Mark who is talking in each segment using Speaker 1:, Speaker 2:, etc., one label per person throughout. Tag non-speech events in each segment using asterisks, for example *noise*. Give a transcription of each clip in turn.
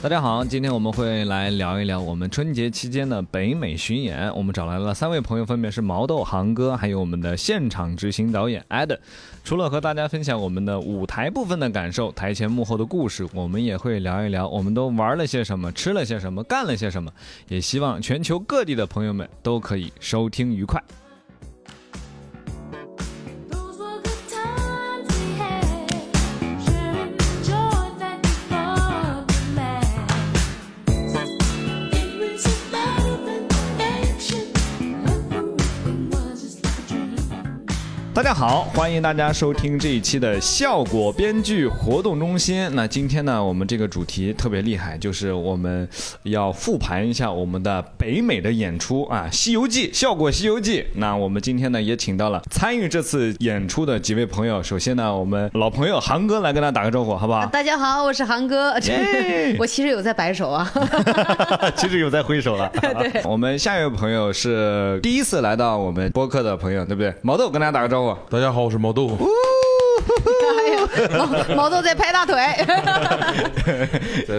Speaker 1: 大家好，今天我们会来聊一聊我们春节期间的北美巡演。我们找来了三位朋友，分别是毛豆、航哥，还有我们的现场执行导演 Ed。除了和大家分享我们的舞台部分的感受、台前幕后的故事，我们也会聊一聊我们都玩了些什么、吃了些什么、干了些什么。也希望全球各地的朋友们都可以收听愉快。
Speaker 2: Those were the times we had, sharing the joy that we felt and mad. It was a love and connection, nothing was just like a dream.
Speaker 1: 大家好，欢迎大家收听这一期的效果编剧活动中心。那今天呢，我们这个主题特别厉害，就是我们要复盘一下我们的北美的演出啊，《西游记》效果《西游记》。那我们今天呢，也请到了参与这次演出的几位朋友。首先呢，我们老朋友韩哥来跟大家打个招呼，好不 *laughs*
Speaker 3: 啊
Speaker 1: 好？
Speaker 4: 大家好，我是韩哥。 *laughs* 我其实有在摆手啊，
Speaker 1: 其实有在挥手了。对， *laughs* 我们下一位朋友是第一次来到我们播客的朋友，对不对？毛豆跟大家打个招呼。
Speaker 5: 大家好，我是毛豆。
Speaker 3: 哦
Speaker 4: *laughs* 哎呀毛毛豆在拍
Speaker 3: *laughs*
Speaker 4: 大腿。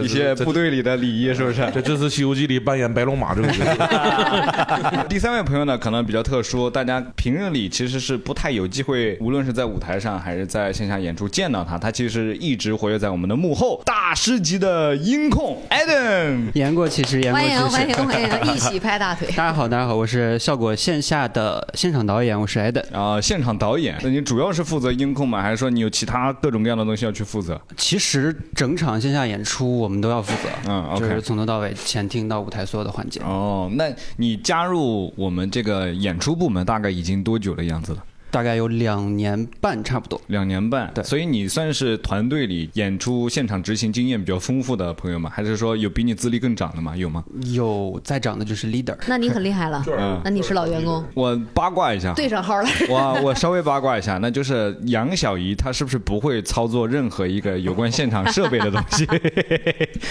Speaker 1: 一些部队里的礼仪是不是？
Speaker 5: 在这次《西游记》里扮演白龙马这个角色，
Speaker 1: *laughs* 第三位朋友呢，可能比较特殊，大家平日里其实是不太有机会，无论是在舞台上还是在线下演出见到他，他其实一直活跃在我们的幕后，大师级的音控 Adam。
Speaker 3: 言过其实，言过
Speaker 4: 欢迎欢
Speaker 3: 其
Speaker 4: 迎
Speaker 3: 实。
Speaker 4: 欢迎，一起拍大腿。
Speaker 3: *laughs* 大家好，大家好，我是效果线下的现场导演，我是 Eden。
Speaker 1: 然后啊现场导演，那你主要是负责音控吗？还是说你有其他各种各样的东西要去负责？
Speaker 3: 其实整场线下演出我们都要负责，
Speaker 1: 嗯，OK
Speaker 3: 就是从头到尾，前厅到舞台所有的环节。
Speaker 1: 哦，那你加入我们这个演出部门大概已经多久的样子了？
Speaker 3: 大概有两年半差不多。
Speaker 1: 两年半，
Speaker 3: 对
Speaker 1: 所以你算是团队里演出现场执行经验比较丰富的朋友吗？还是说有比你资历更长的吗？有吗？
Speaker 3: 有在长的就是 leader，
Speaker 4: 那你很厉害了，
Speaker 3: 嗯
Speaker 4: 那你是老员工，
Speaker 1: 我八卦一下，
Speaker 4: 对上号了。
Speaker 3: 哦
Speaker 1: 我我稍微八卦一下，那就是杨小怡她是不是不会操作任何一个有关现场设备的东
Speaker 3: *laughs*
Speaker 1: 西？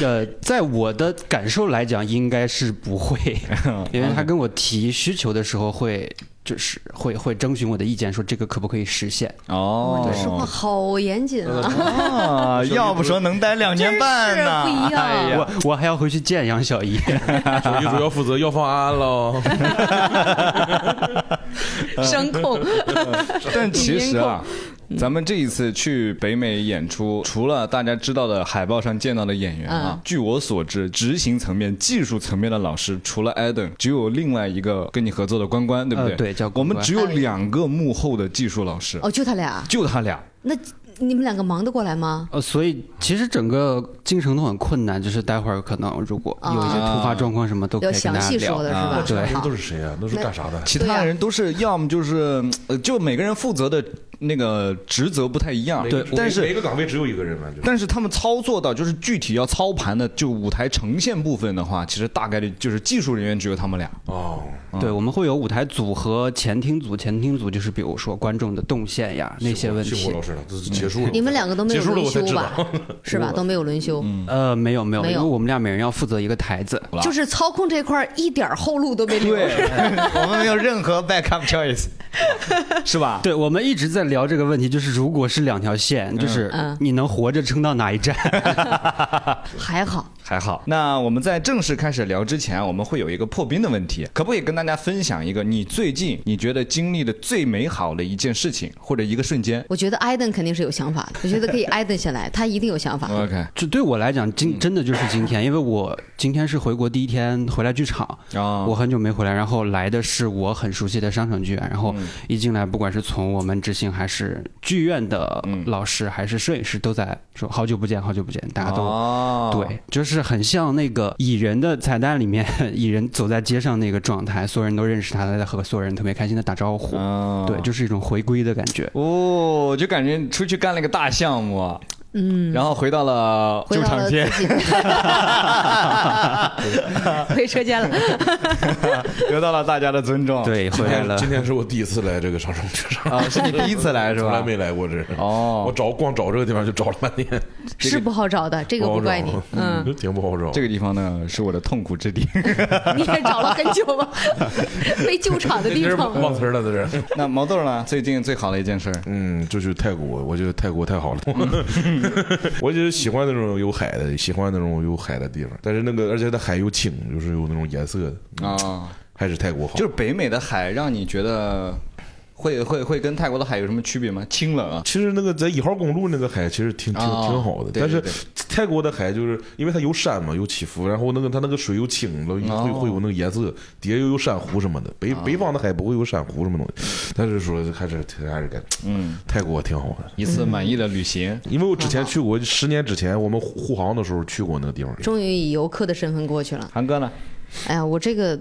Speaker 3: 呃，在我的感受来讲，应该是不会，
Speaker 1: *laughs*
Speaker 3: 因为他跟我提需求的时候会，就是会会征询我的意见，说这个可不可以实现。
Speaker 1: 哦
Speaker 4: 这说话好严谨啊，
Speaker 1: 啊，要不说能待两
Speaker 4: 真
Speaker 1: 年
Speaker 4: 是
Speaker 1: 半呢？
Speaker 4: 不一
Speaker 1: 哎呀
Speaker 4: 样。
Speaker 3: 我我还要回去见杨小怡。
Speaker 5: 手机主要负责要方案喽。
Speaker 3: 嗯
Speaker 4: 声控。
Speaker 1: *laughs* 但其实啊，咱们这一次去北美演出，除了大家知道的海报上见到的演员啊，
Speaker 4: 嗯
Speaker 1: 据我所知，执行层面、技术层面的老师，除了 Adam，只有另外一个跟你合作的关关，对不对？
Speaker 3: 呃对叫
Speaker 1: 我
Speaker 3: 关关
Speaker 1: 们只有两个幕后的技术老师，
Speaker 4: 哦，就他俩，
Speaker 1: 就他俩。
Speaker 4: 那你们两个忙得过来吗？
Speaker 3: 呃，所以其实整个进程都很困难，就是待会儿可能如果有一些突发状况什么，都可
Speaker 4: 要
Speaker 3: 以跟
Speaker 4: 啊详
Speaker 3: 大家
Speaker 4: 细
Speaker 3: 聊嗯
Speaker 4: 说。的是吧？
Speaker 3: 对
Speaker 5: 那
Speaker 4: 好
Speaker 5: 都是谁啊？那是干啥的？
Speaker 1: 其他人都是要么就是，呃，就每个人负责的那个职责不太一样，
Speaker 5: 每个
Speaker 1: 但
Speaker 5: 每
Speaker 1: 是
Speaker 5: 个岗位只有一个人嘛，就是
Speaker 1: 但是他们操作到就是具体要操盘的，就舞台呈现部分的话，其实大概率就是技术人员只有他们俩。
Speaker 5: 哦，
Speaker 3: 对，我们会有舞台组和前厅组，前厅组就是比如说观众的动线呀那些问
Speaker 5: 辛苦
Speaker 3: 题
Speaker 5: 老。师了，这是结束了。
Speaker 4: 你们两个都没有
Speaker 5: 结束了
Speaker 4: 轮
Speaker 5: 我才
Speaker 4: 休
Speaker 5: 知
Speaker 4: 吧
Speaker 5: 道？
Speaker 3: *laughs*
Speaker 4: 是
Speaker 3: 嗯
Speaker 4: 吧？都没有轮休，
Speaker 3: 呃，没有没有，
Speaker 4: 没
Speaker 3: 因
Speaker 4: 有
Speaker 3: 为我们俩每人要负责一个台子。
Speaker 4: 就是操控这块儿一点儿后路都没留。
Speaker 1: 对， *laughs* 我们没有任何 backup choice，是吧？
Speaker 3: 对，我们一直在聊这个问题，就是如果是两条线，就是
Speaker 4: 嗯
Speaker 3: 你能活着撑到哪一站？ *laughs*
Speaker 4: 还好，
Speaker 1: 还好。那我们在正式开始聊之前，我们会有一个破冰的问题，可不可以跟大家分享一个你最近你觉得经历的最美好的一件事情或者一个瞬间
Speaker 4: 我觉得艾登肯定是有想法的，我觉得可以艾登下来，他一定有想法。
Speaker 1: ？OK，
Speaker 3: 就对我来讲，今真的就是今天，因为我今天是回国第一天回来剧场，
Speaker 1: 啊
Speaker 3: 我很久没回来，然后来的是我很熟悉的商场剧院，然后
Speaker 1: 嗯
Speaker 3: 一进来，不管是从我们执行还是剧院的老师，还是摄影师，都在说好久不见，好久不见，大家都、
Speaker 1: 哦
Speaker 3: 对，就是很像那个蚁人的彩蛋里面， *laughs* 蚁人走在街上那个状态，所有人都认识他，他在和所有人特别开心的打招呼，
Speaker 1: 哦
Speaker 3: 对，就是一种回归的感
Speaker 1: *laughs*
Speaker 3: 觉。
Speaker 1: 哦，就感觉出去干了个大项目，嗯，然后回到了
Speaker 4: 回
Speaker 1: 旧
Speaker 4: 到
Speaker 1: 场
Speaker 4: *laughs* 了
Speaker 1: 间，
Speaker 4: 自己，
Speaker 6: *laughs*
Speaker 4: 回车间了。
Speaker 1: 得到了大家的尊重。
Speaker 3: 对，回
Speaker 1: *laughs*
Speaker 3: 来了
Speaker 5: 今。天是我第一次来这个长城剧场，
Speaker 1: 啊，是你第一次来是
Speaker 5: 从来
Speaker 1: 吧？
Speaker 5: 没来过这。
Speaker 1: 哦
Speaker 5: 我找光找这个地方就找了半天，
Speaker 4: 是不好找的，这个
Speaker 5: 不好
Speaker 4: 不
Speaker 5: 找
Speaker 4: 怪你，嗯，，
Speaker 5: 挺不好找。
Speaker 1: 这个地方呢是我的痛苦之地。
Speaker 4: 你也找了很久吧，被救场的
Speaker 5: 这
Speaker 4: 地
Speaker 6: *laughs*
Speaker 5: 是
Speaker 4: 方。
Speaker 5: 忘词儿了，这是。
Speaker 1: 那毛豆呢？最近最好的一件事儿，
Speaker 5: *laughs* 嗯，就去泰国，我觉得泰国太好了，我就是喜欢那种有海的，喜欢那种有海的地方。但是那个，而且它海又清，就是有那种颜色的，
Speaker 1: 啊，
Speaker 5: 还是泰国好。
Speaker 1: 就是北美的海让你觉得会会会跟泰国的海有什么区别吗？清冷啊，
Speaker 5: 其实那个在一号公路那个海，其实挺挺
Speaker 1: 啊
Speaker 5: 挺好的，
Speaker 1: 对
Speaker 5: 但是
Speaker 1: 对
Speaker 5: 泰国的海就是因为它有山嘛，有起伏，然后那个它那个水又清，然后会
Speaker 1: 哦
Speaker 5: 会有那个颜色，底下又有珊瑚什么的。北北方的海不会有珊瑚什么东西，但是说还是挺还是感，
Speaker 1: 嗯，
Speaker 5: 泰国挺好的。
Speaker 6: 一次满意的旅
Speaker 4: 嗯
Speaker 6: 行，
Speaker 5: 因为我之前去过，十年之前我们护护航的时候去过那个地方。
Speaker 4: 终于以游客的身份过去了。
Speaker 6: 韩哥呢？
Speaker 4: 哎呀，我这个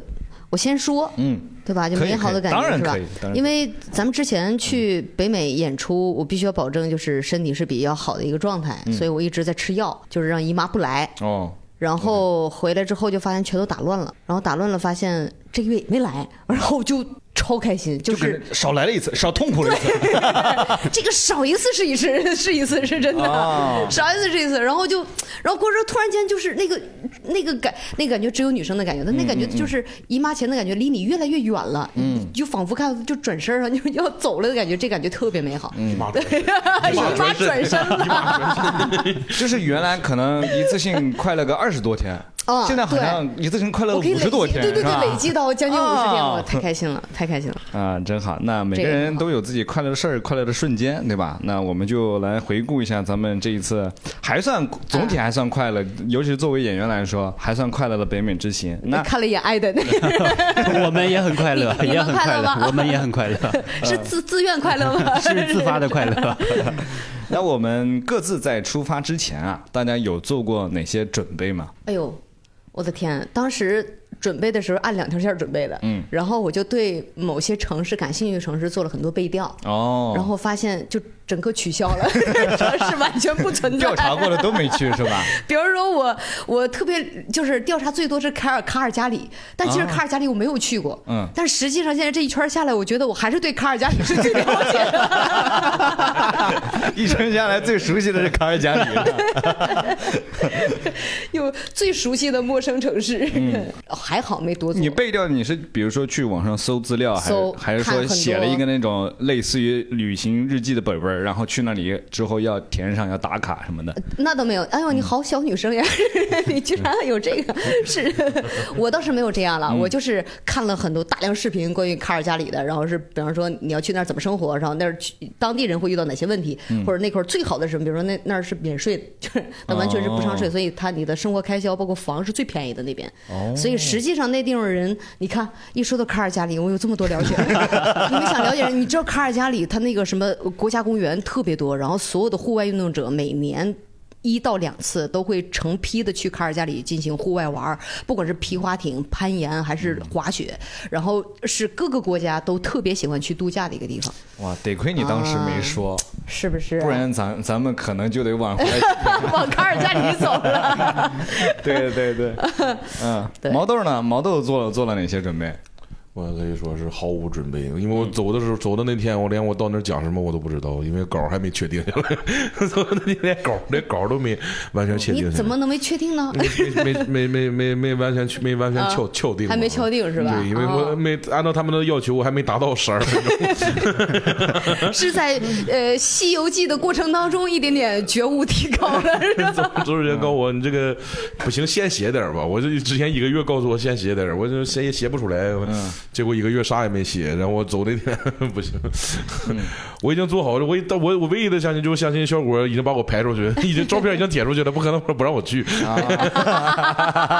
Speaker 4: 我先说，
Speaker 1: 嗯，
Speaker 4: 对吧？就
Speaker 6: 可以
Speaker 4: 美好的感
Speaker 6: 可以当
Speaker 4: 觉
Speaker 6: 然
Speaker 4: 是吧
Speaker 6: 可以当然可？以
Speaker 4: 因为咱们之前去北美演出，我必须要保证就是身体是比较好的一个状态，
Speaker 6: 嗯
Speaker 4: 所以我一直在吃药，就是让姨妈不来。
Speaker 1: 哦，
Speaker 4: 然后回来之后就发现全都打乱了，然后打乱了发现这个月也没来，然后我就超开心，就
Speaker 1: 就是跟少来了一次，少痛苦了一次，
Speaker 4: 这个少一次是一次，是一次是真的，
Speaker 1: 哦
Speaker 4: 少一次是一次。然后就，然后过着突然间就是那个那个感，那个感觉只有女生的感觉，但那感觉就是姨妈前的感觉离你越来越远了，嗯，就仿佛看就转身了，就要走了的感觉，这感觉特别美好。姨
Speaker 5: 妈
Speaker 4: 妈转身了，
Speaker 1: 就是原来可能一次性快乐个二十多天，
Speaker 4: 啊
Speaker 1: 现在好像一次性快乐
Speaker 4: 我
Speaker 1: 五
Speaker 4: 可以累
Speaker 1: 十
Speaker 4: 积，
Speaker 1: 多天，
Speaker 4: 对对
Speaker 1: 是吧
Speaker 4: 对，累积到将近五十天，
Speaker 1: 啊
Speaker 4: 我太开心了，太开心了。
Speaker 1: 啊，真好！那每个
Speaker 4: 这个
Speaker 1: 人
Speaker 4: 很好
Speaker 1: 都有自己快乐的事儿、快乐的瞬间，对吧？那我们就来回顾一下咱们这一次还算总体还算快乐，尤其是作为演员来说，还算快乐的北美之行。那
Speaker 4: 看了一眼艾登，
Speaker 3: 我们也很快乐，
Speaker 4: 你你们
Speaker 3: 也很
Speaker 4: 快乐吗
Speaker 3: 乐，我们也很 *laughs* 快乐，
Speaker 1: 嗯
Speaker 4: 是自 *laughs* 自愿快乐
Speaker 1: *laughs*
Speaker 4: 吗？
Speaker 3: 是自发的快乐。
Speaker 1: 那我们各自在出发之前啊，大家有做过哪些准备吗？
Speaker 4: 哎呦，我的天！当时准备的时候按两条线儿准备的，
Speaker 1: 嗯，
Speaker 4: 然后我就对某些城市感兴趣的城市做了很多背调，
Speaker 1: 哦
Speaker 4: 然后发现就整个取消
Speaker 1: *laughs*
Speaker 4: 了，城市完全不存在。
Speaker 1: 调查过的都没去是吧？
Speaker 4: 比如说我，我特别就是调查最多是卡尔卡尔加里，但其实卡尔加里我没有去过，
Speaker 1: 啊嗯
Speaker 4: 但实际上现在这一圈儿下来，我觉得我还是对卡尔加里是最了解的。
Speaker 1: 一程下来最熟悉的是卡尔加里了，
Speaker 4: *laughs* 有最熟悉的陌生城市，
Speaker 1: 嗯
Speaker 4: *laughs* 还好没多做。
Speaker 1: 你背调你是比如说去网上搜资料，还是
Speaker 4: 搜
Speaker 1: 还是
Speaker 4: 看
Speaker 1: 说
Speaker 4: 很多
Speaker 1: 写了一个那种类似于旅行日记的本本儿，然后去那里之后要填上要打卡什么的？
Speaker 4: 那倒没有，哎呦，你好小女生呀！ *laughs* 你居然有这个，是我倒是没有这样了，我就是看了很多大量视频关于卡尔加里的，然后是比方说你要去那儿怎么生活，然后那儿去当地人会遇到哪些问题，或者那块儿最好的是什么，比如说那那儿是免税的， *laughs* 就是那完全是不上税，
Speaker 1: 哦
Speaker 4: 所以他你的生活开销包括房是最便宜的那边，所以实际上那地方人，你看一说到卡尔加里，我有这么多了解，你们想了解人，你知道卡尔加里它那个什么国家公园特别多，然后所有的户外运动者每年。一到两次都会成批的去卡尔加里进行户外玩儿，不管是皮划艇、攀岩还是
Speaker 1: 嗯
Speaker 4: 滑雪，然后是各个国家都特别喜欢去度假的一个地方，
Speaker 1: 哇，得亏你当时没说，
Speaker 4: 呃是不是、啊
Speaker 1: 不然咱咱们可能就得往回。
Speaker 4: *laughs* 往卡尔加里走
Speaker 1: *laughs*
Speaker 4: 了。
Speaker 1: 对对
Speaker 4: *laughs*
Speaker 1: 对，嗯，
Speaker 4: 对
Speaker 1: 毛豆呢？毛豆做了做了哪些准备？
Speaker 5: 我可以说是毫无准备，因为我走的时候，走的那天，我连我到那儿讲什么我都不知道，因为稿儿还没确定下来， *laughs* 走的那天连稿儿连稿儿都没完全确定下
Speaker 4: 你
Speaker 5: 来。
Speaker 4: 怎么能没确定呢？
Speaker 5: 没没没没没没完全去没完全敲敲定
Speaker 4: 啊
Speaker 5: 嘛，
Speaker 4: 还没敲定是吧
Speaker 5: 对，因为
Speaker 4: 哦
Speaker 5: 我没按照他们的要求，我还没达到十二分钟。 *laughs*
Speaker 4: 是在呃《西游记》的过程当中一点点觉悟提高
Speaker 1: *laughs*
Speaker 4: 了，是吧？
Speaker 5: 周主任告诉我，你这个不行，先写点儿吧。我就之前一个月告诉我先写点儿，我就写也写不出来，结果一个月啥也没写。然后我走那天 *laughs* 不行，嗯我已经做好了，我一但我我唯一的相信就是相信小果已经把我排出 *laughs* 去，已经照片已经贴出去了，不可能不让我去。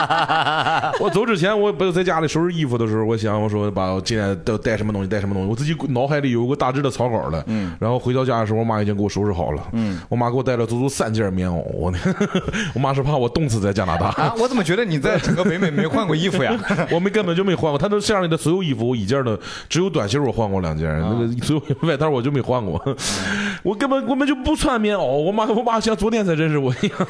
Speaker 5: *laughs* 我走之前，我不是在家里收拾衣服的时候，我想我说把我今天都带什么东西带什么东西，我自己脑海里有个大致的草稿了。嗯，然后回到家的时候，我妈已经给我收拾好了。嗯，我妈给我带了足足三件棉袄，我那我妈是怕我冻死在加拿 *laughs* 大。
Speaker 1: 啊，我怎么觉得你在整个北美没换过衣服
Speaker 4: *laughs*
Speaker 1: 呀？
Speaker 5: *laughs* 我们根本就没换过，她都下里的所有衣服，我一件的只有短袖我换过两件，那个 *laughs* 所有外套我就没换过，我根本我们就不穿棉袄，我妈我妈像昨天才认识我一样，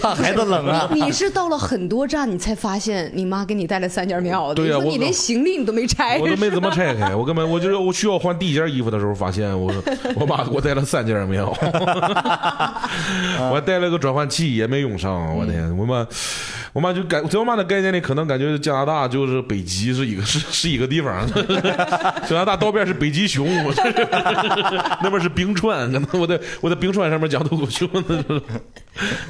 Speaker 1: 怕孩子冷啊？
Speaker 4: 你是到了很多站，你才发现你妈给你带了三件棉袄的，
Speaker 5: 对呀
Speaker 4: 你说
Speaker 5: 我
Speaker 4: 你连行李你都没拆，
Speaker 5: 我都没怎么拆开，我根本我就是我需要换第一件衣服的时候，发现我我妈给我带了三件棉袄，我还带了个转换器也没用上，我天，我妈我妈就感在我妈的概念里，可能感觉加拿大就是北极是一个是是一个地方， *laughs* 加拿大刀边是北极熊，我这是 *laughs* 那边是冰川，可能我在我在冰川上面讲脱口秀呢，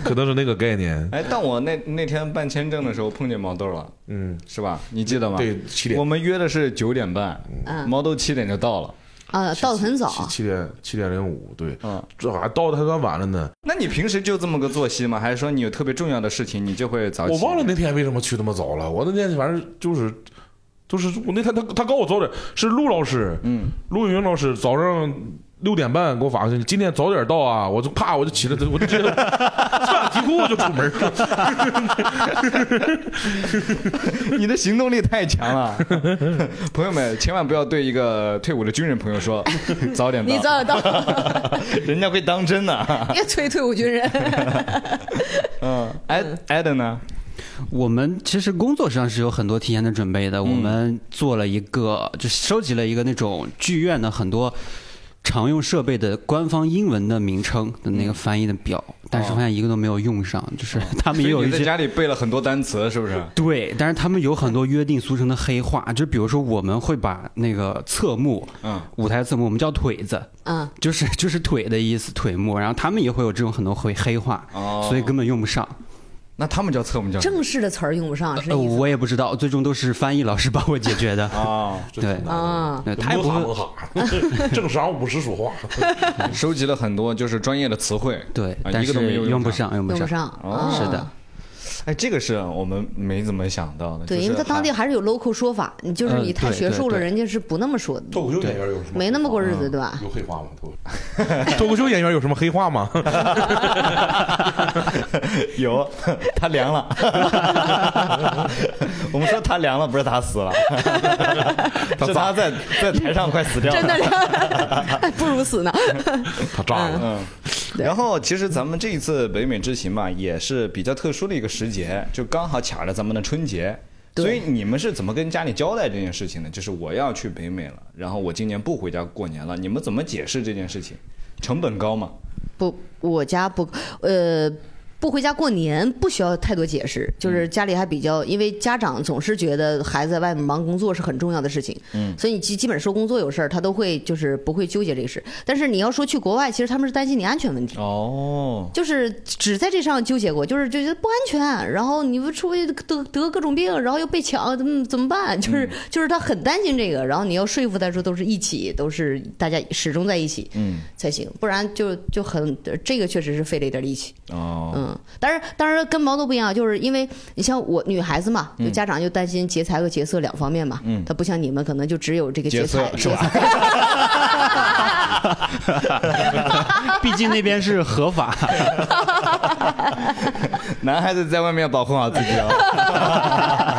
Speaker 5: 可能是那个概念。
Speaker 1: 哎，但我那那天办签证的时候碰见毛豆了，
Speaker 5: 嗯，
Speaker 1: 是吧？你记得吗？
Speaker 5: 对七点
Speaker 1: 啊我们约的是九点半，
Speaker 4: 嗯
Speaker 1: 毛豆七点就到了。
Speaker 4: *laughs* 啊，到的很
Speaker 5: 七
Speaker 4: 早，
Speaker 5: 七点七点零五，对，
Speaker 1: 嗯
Speaker 5: 这还到的还算晚了呢。
Speaker 1: 那你平时就这么个作息吗？还是说你有特别重要的事情，你就会早起？
Speaker 5: 我忘了那天为什么去那么早了。我那天反正就是，就是我那天他他告我早点，是陆老师，嗯，陆云老师早上六点半给我发过去，你今天早点到啊！我就啪我就起来，我就直接穿皮裤我就出门了。
Speaker 1: *laughs* 你的行动力太强了， *laughs* 朋友们千万不要对一个退伍的军人朋友说 *laughs* 早点到，
Speaker 4: 你早点到，
Speaker 1: 人家会当真的、 *laughs*
Speaker 4: 别催退伍军人。
Speaker 1: 嗯，艾艾德呢？
Speaker 3: 我们其实工作上是有很多提前的准备的，我们做了一个，就收集了一个那种剧院的很多常用设备的官方英文的名称的那个翻译的表，但是发现一个都没有用上，就是他们也有
Speaker 1: 所以你
Speaker 3: 一
Speaker 1: 在 *laughs*
Speaker 3: 些。
Speaker 1: 家里背了很多单词，是不是？
Speaker 3: 对，但是他们有很多约定俗成的黑话，就比如说我们会把那个侧幕，
Speaker 1: 嗯，
Speaker 3: 舞台侧幕我们叫腿子，
Speaker 4: 嗯，
Speaker 3: 就是就是腿的意思，腿幕，然后他们也会有这种很多黑黑话，
Speaker 1: 哦
Speaker 3: 所以根本用不上。 *laughs*
Speaker 1: 那他们叫侧，我们叫
Speaker 4: 正式的词儿用不上，是
Speaker 3: 呃，
Speaker 4: 这意思
Speaker 3: 我也不知道，最终都是翻译老师帮我解决的。
Speaker 1: 啊，
Speaker 3: 对，
Speaker 4: 啊？
Speaker 3: 对，他也
Speaker 5: 摸
Speaker 3: 不
Speaker 5: 哈
Speaker 3: 会
Speaker 5: 摸哈，正晌午时说话。
Speaker 1: 收集了很多就是专业的词汇，
Speaker 3: 对，
Speaker 1: 啊
Speaker 3: 但
Speaker 1: 一个
Speaker 3: 是
Speaker 1: 都没有
Speaker 3: 用
Speaker 1: 不
Speaker 3: 不。上，用
Speaker 4: 用不
Speaker 3: 上。
Speaker 4: 上，
Speaker 1: 哦
Speaker 4: 啊
Speaker 3: 是的，
Speaker 1: 哎，这个是我们没怎么想到的，
Speaker 4: 对，
Speaker 1: 就是
Speaker 4: 因为他当地
Speaker 1: 还
Speaker 4: 还是有 local 说法，你就是
Speaker 3: 嗯
Speaker 4: 你太
Speaker 3: 对
Speaker 4: 学
Speaker 3: 对
Speaker 4: 术了，
Speaker 3: 对
Speaker 4: 人家是不那么说的，
Speaker 5: 脱口秀演员有什么
Speaker 4: 没那么过日啊子，对吧？ *laughs*
Speaker 5: 有黑话吗？脱脱口秀 *laughs* 演员有什么黑话吗？
Speaker 1: 有， *laughs* 他凉了。我们说他凉了，不是他死 *laughs* 了，是他在在台上快死掉了。
Speaker 4: 真的不如死呢。
Speaker 5: 他炸了。
Speaker 1: 嗯，然后其实咱们这一次北美之行嘛，也是比较特殊的一个时节，就刚好卡着咱们的春节。
Speaker 4: 对
Speaker 1: 所以你们是怎么跟家里交代这件事情的？就是我要去北美了，然后我今年不回家过年了，你们怎么解释这件事情？成本高吗？
Speaker 4: 不，我家不，呃。不回家过年不需要太多解释，就是家里还比较，因为家长总是觉得孩子在外面忙工作是很重要的事情，嗯，所以你基基本说工作有事儿，他都会就是不会纠结这个事。但是你要说去国外，其实他们是担心你安全问题，
Speaker 1: 哦，
Speaker 4: 就是只在这上纠结过，就是就觉得不安全，然后你不出去得得各种病，然后又被抢，怎么怎么办？就是、就是他很担心这个，然后你要说服他说都是一起，都是大家始终在一起，
Speaker 1: 嗯，
Speaker 4: 才行，不然就就很这个确实是费了一点力气，
Speaker 1: 哦，
Speaker 4: 嗯，当然当然跟毛豆不一样，就是因为你像我女孩子
Speaker 1: 嗯
Speaker 4: 嘛，就家长就担心劫财和劫色两方面嘛，嗯，她不像你们可能就只有这个
Speaker 1: 劫色
Speaker 4: 财
Speaker 1: 是吧
Speaker 4: 劫财 *laughs*
Speaker 3: *laughs* 毕竟那边是合法，
Speaker 1: 男孩子在外面要保护好自己哦。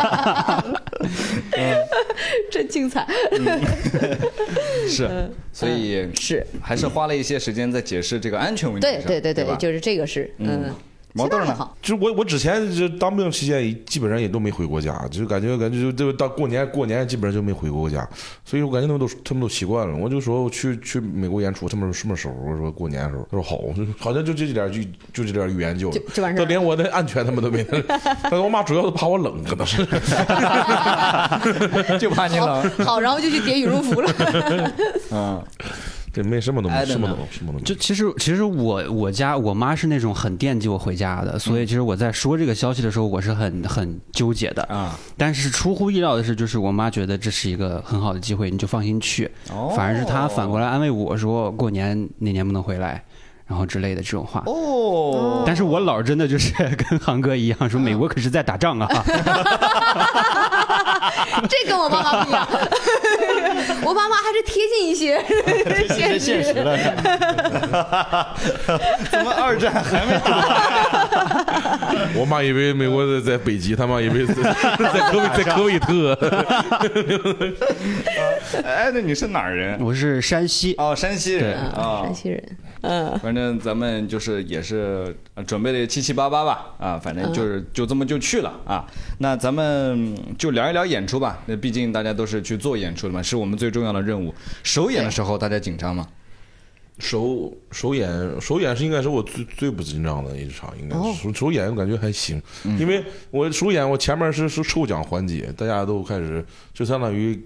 Speaker 4: 真
Speaker 1: *laughs*
Speaker 4: 精彩，
Speaker 1: 是，所以
Speaker 4: 嗯是
Speaker 1: 还是花了一些时间在解释这个安全问题
Speaker 4: 对
Speaker 1: 上。
Speaker 4: 对对
Speaker 1: 对吧，
Speaker 4: 就是这个是，嗯，
Speaker 1: 毛豆
Speaker 4: 其他还
Speaker 1: 呢
Speaker 4: 好。
Speaker 5: 就我我之前就当兵期间，基本上也都没回过家，就感觉感觉就就到过年过年基本上就没回过家，所以我感觉他们都他们都习惯了。我就说我去去美国演出，他们说什么时候？我说过年的时候。他说好， *laughs* 我说好像就这点就就这点语言就
Speaker 4: 就就完事儿
Speaker 5: 他连我的安全他们都没。 *laughs* 但是我妈主要是怕我冷，可能是 *laughs*
Speaker 1: 就怕你
Speaker 4: 好
Speaker 1: 冷。
Speaker 4: 好，然后就去叠羽绒服
Speaker 1: *laughs*
Speaker 4: 了。
Speaker 1: 嗯，
Speaker 5: 这没什么都没
Speaker 1: I don't
Speaker 5: 什么都没什么都没。
Speaker 3: 就其实其实我我家我妈是那种很惦记我回家的，所以其实我在说这个消息的时候，我是很很纠结的
Speaker 1: 啊。
Speaker 3: 但是出乎意料的是，就是我妈觉得这是一个很好的机会，你就放心去。
Speaker 1: 哦
Speaker 3: 反而是她反过来安慰我说，过年哪年不能回来，然后之类的这种话。
Speaker 1: 哦，
Speaker 3: 但是我姥儿真的就是 *laughs* 跟航哥一样，说美国可是在打仗啊，
Speaker 4: 这跟我妈妈不一样， *laughs* 我妈妈还是贴近
Speaker 1: *laughs*
Speaker 4: 一些
Speaker 1: 这
Speaker 4: *laughs* 现
Speaker 1: 是现实
Speaker 4: 实。
Speaker 1: 了。 *laughs* 怎么二战还没打？
Speaker 5: 我妈以为美国在在北极，他妈以为在 *laughs* 在科威在科威特。
Speaker 1: 哎，那你是哪儿人？
Speaker 3: 我是山西。
Speaker 1: 哦，山西人啊
Speaker 4: 山。西人，
Speaker 1: 反正咱们就是也是呃准备的七七八八吧，啊，反
Speaker 4: 嗯
Speaker 1: 正就是就这么就去了啊。那咱们就聊一聊演出吧，那毕竟大家都是去做演出的嘛，是我们最重要的任务。首演的时候大家紧张吗？
Speaker 5: 首首演首演是应该是我最最不紧张的一场，应该
Speaker 4: 哦
Speaker 5: 是首首演我感觉还行，因为我首演我前面是是抽奖环节，大家都开始就相当于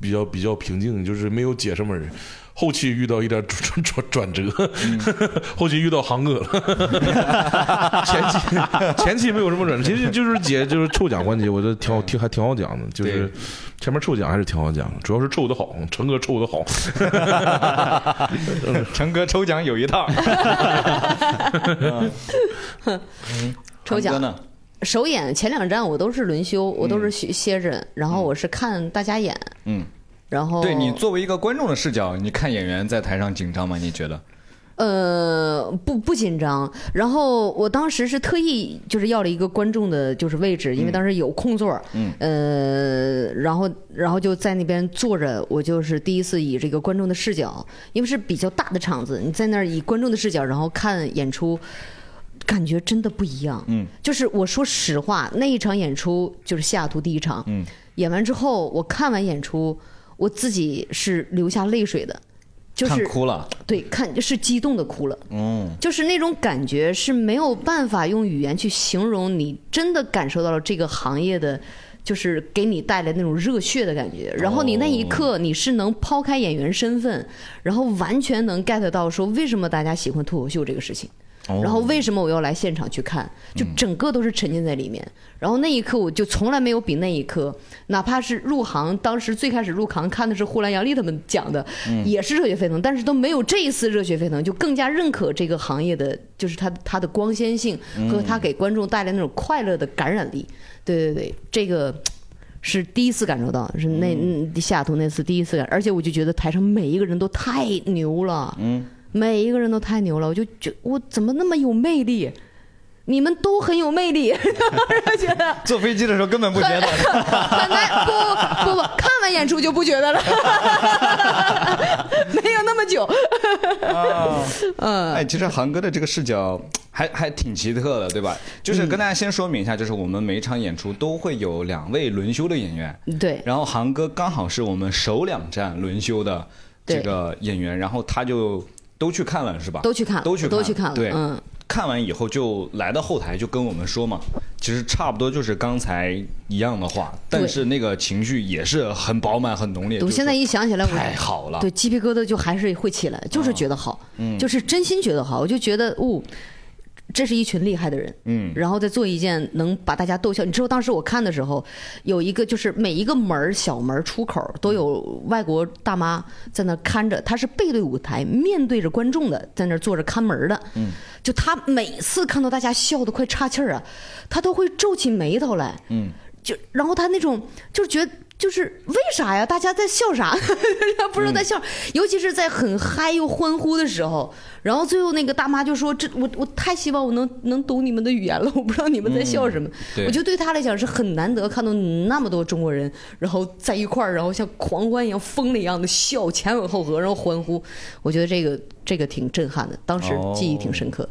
Speaker 5: 比较比较平静，就是没有解什么人。后期遇到一点转转转转折， *laughs* 后期遇到航哥了， *laughs* 前期前期没有什么转折，其实就是解就是抽奖环节，我觉得挺好挺还挺好讲的，就是
Speaker 1: 对
Speaker 5: 前面抽奖还是挺好讲的，主要是抽的好，成哥抽的好，
Speaker 1: *laughs* 成哥抽奖有一套，
Speaker 4: 嗯抽奖
Speaker 1: 成哥呢？
Speaker 4: 首演前两站我都是轮休，我都是歇歇着，然后我是看大家演，
Speaker 1: 嗯，
Speaker 4: 然后
Speaker 1: 对你作为一个观众的视角，你看演员在台上紧张吗？你觉得？
Speaker 4: 呃，不不紧张。然后我当时是特意就是要了一个观众的，就是位置，因为当时有空座儿。嗯。呃，然后然后就在那边坐着，我就是第一次以这个观众的视角，因为是比较大的场子，你在那儿以观众的视角，然后看演出。感觉真的不一样，嗯，就是我说实话，那一场演出就是西雅图第一场，嗯，演完之后，我看完演出，我自己是流下泪水的，就是
Speaker 1: 看哭了，
Speaker 4: 对，看就是激动的哭了，嗯，就是那种感觉是没有办法用语言去形容，你真的感受到了这个行业的，就是给你带来那种热血的感觉。然后你那一刻你是能抛开演员身份，然后完全能 get 到说为什么大家喜欢脱口秀这个事情。然后为什么我要来现场去看？就整个都是沉浸在里面。然后那一刻，我就从来没有比那一刻，哪怕是入行，当时最开始入行看的是呼兰杨丽他们讲的，也是热血沸腾，但是都没有这一次热血沸腾，就更加认可这个行业的，就是它它的光鲜性和它给观众带来那种快乐的感染力。对对对，这个。是第一次感受到，是那、嗯、西雅图那次第一次感，而且我就觉得台上每一个人都太牛了，嗯，每一个人都太牛了，我就觉我怎么那么有魅力？你们都很有魅力， *laughs* 我觉得
Speaker 1: 坐飞机的时候根本不觉得。
Speaker 4: *laughs* 很难不不不，看完演出就不觉得了， *laughs* 没有那么久。嗯
Speaker 1: 哎，其实航哥的这个视角还还挺奇特的，对吧？就是
Speaker 4: 嗯
Speaker 1: 跟大家先说明一下，就是我们每一场演出都会有两位轮休的演员，
Speaker 4: 对，
Speaker 1: 然后航哥刚好是我们首两站轮休的这
Speaker 4: 对
Speaker 1: 个演员，然后他就都去看了，是吧？
Speaker 4: 都去看了
Speaker 1: 都去
Speaker 4: 都去看了
Speaker 1: 对，
Speaker 4: 嗯
Speaker 1: 看完以后就来到后台就跟我们说嘛，其实差不多就是刚才一样的话，但
Speaker 4: 对
Speaker 1: 是那个情绪也是很饱满、很浓烈。
Speaker 4: 我
Speaker 1: 就是
Speaker 4: 现在一想起来，我
Speaker 1: 太好了，
Speaker 4: 对，鸡皮疙瘩就还是会起来，就是觉得好，就是真心觉得好，我就觉得，哦，这是一群厉害的人，嗯，然后再做一件能把大家逗笑。你知道当时我看的时候，有一个就是每一个门儿小门儿出口都有外国大妈在那儿看着，她是背对舞台，面对着观众的，在那儿坐着看门儿的，嗯，就她每次看到大家笑的快岔气儿啊，她都会皱起眉头来，嗯。就然后他那种就是觉得。就是为啥呀？大家在笑啥？ *laughs* 不知道在笑，尤其是在很嗨又欢呼的时候。然后最后那个大妈就说：“这我我太希望我能能懂你们的语言了，我不知道你们在笑什么。
Speaker 1: 对
Speaker 4: 我觉得对他来讲是很难得看到那么多中国人，然后在一块儿，然后像狂欢一样、疯了一样的笑，前吻后合，然后欢呼。我觉得这个这个挺震撼的，当时记忆挺深刻。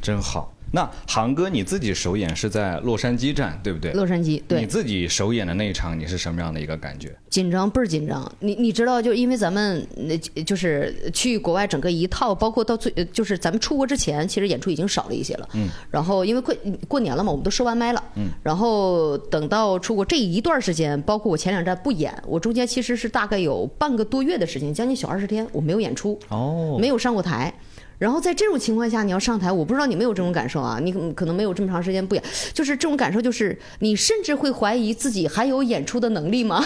Speaker 1: 真好。那航哥你自己首演是在洛杉矶站，对不对？
Speaker 4: 洛杉矶，对，
Speaker 1: 你自己首演的那一场，你是什么样的一个感觉？
Speaker 4: 紧张倍儿紧张，你你知道，就因为咱们那就是去国外整个一套，包括到最呃就是咱们出国之前，其实演出已经少了一些了。嗯。然后因为快过年了嘛，我们都收完麦了。嗯。然后等到出国这一段时间，包括我前两站不演，我中间其实是大概有半个多月的时间，将近小二十天，我没有演出。
Speaker 1: 哦，
Speaker 4: 没有上过台。然后在这种情况下，你要上台，我不知道你们有这种感受啊，你可可能没有这么长时间不演，就是这种感受，就是你甚至会怀疑自己还有演出的能力吗？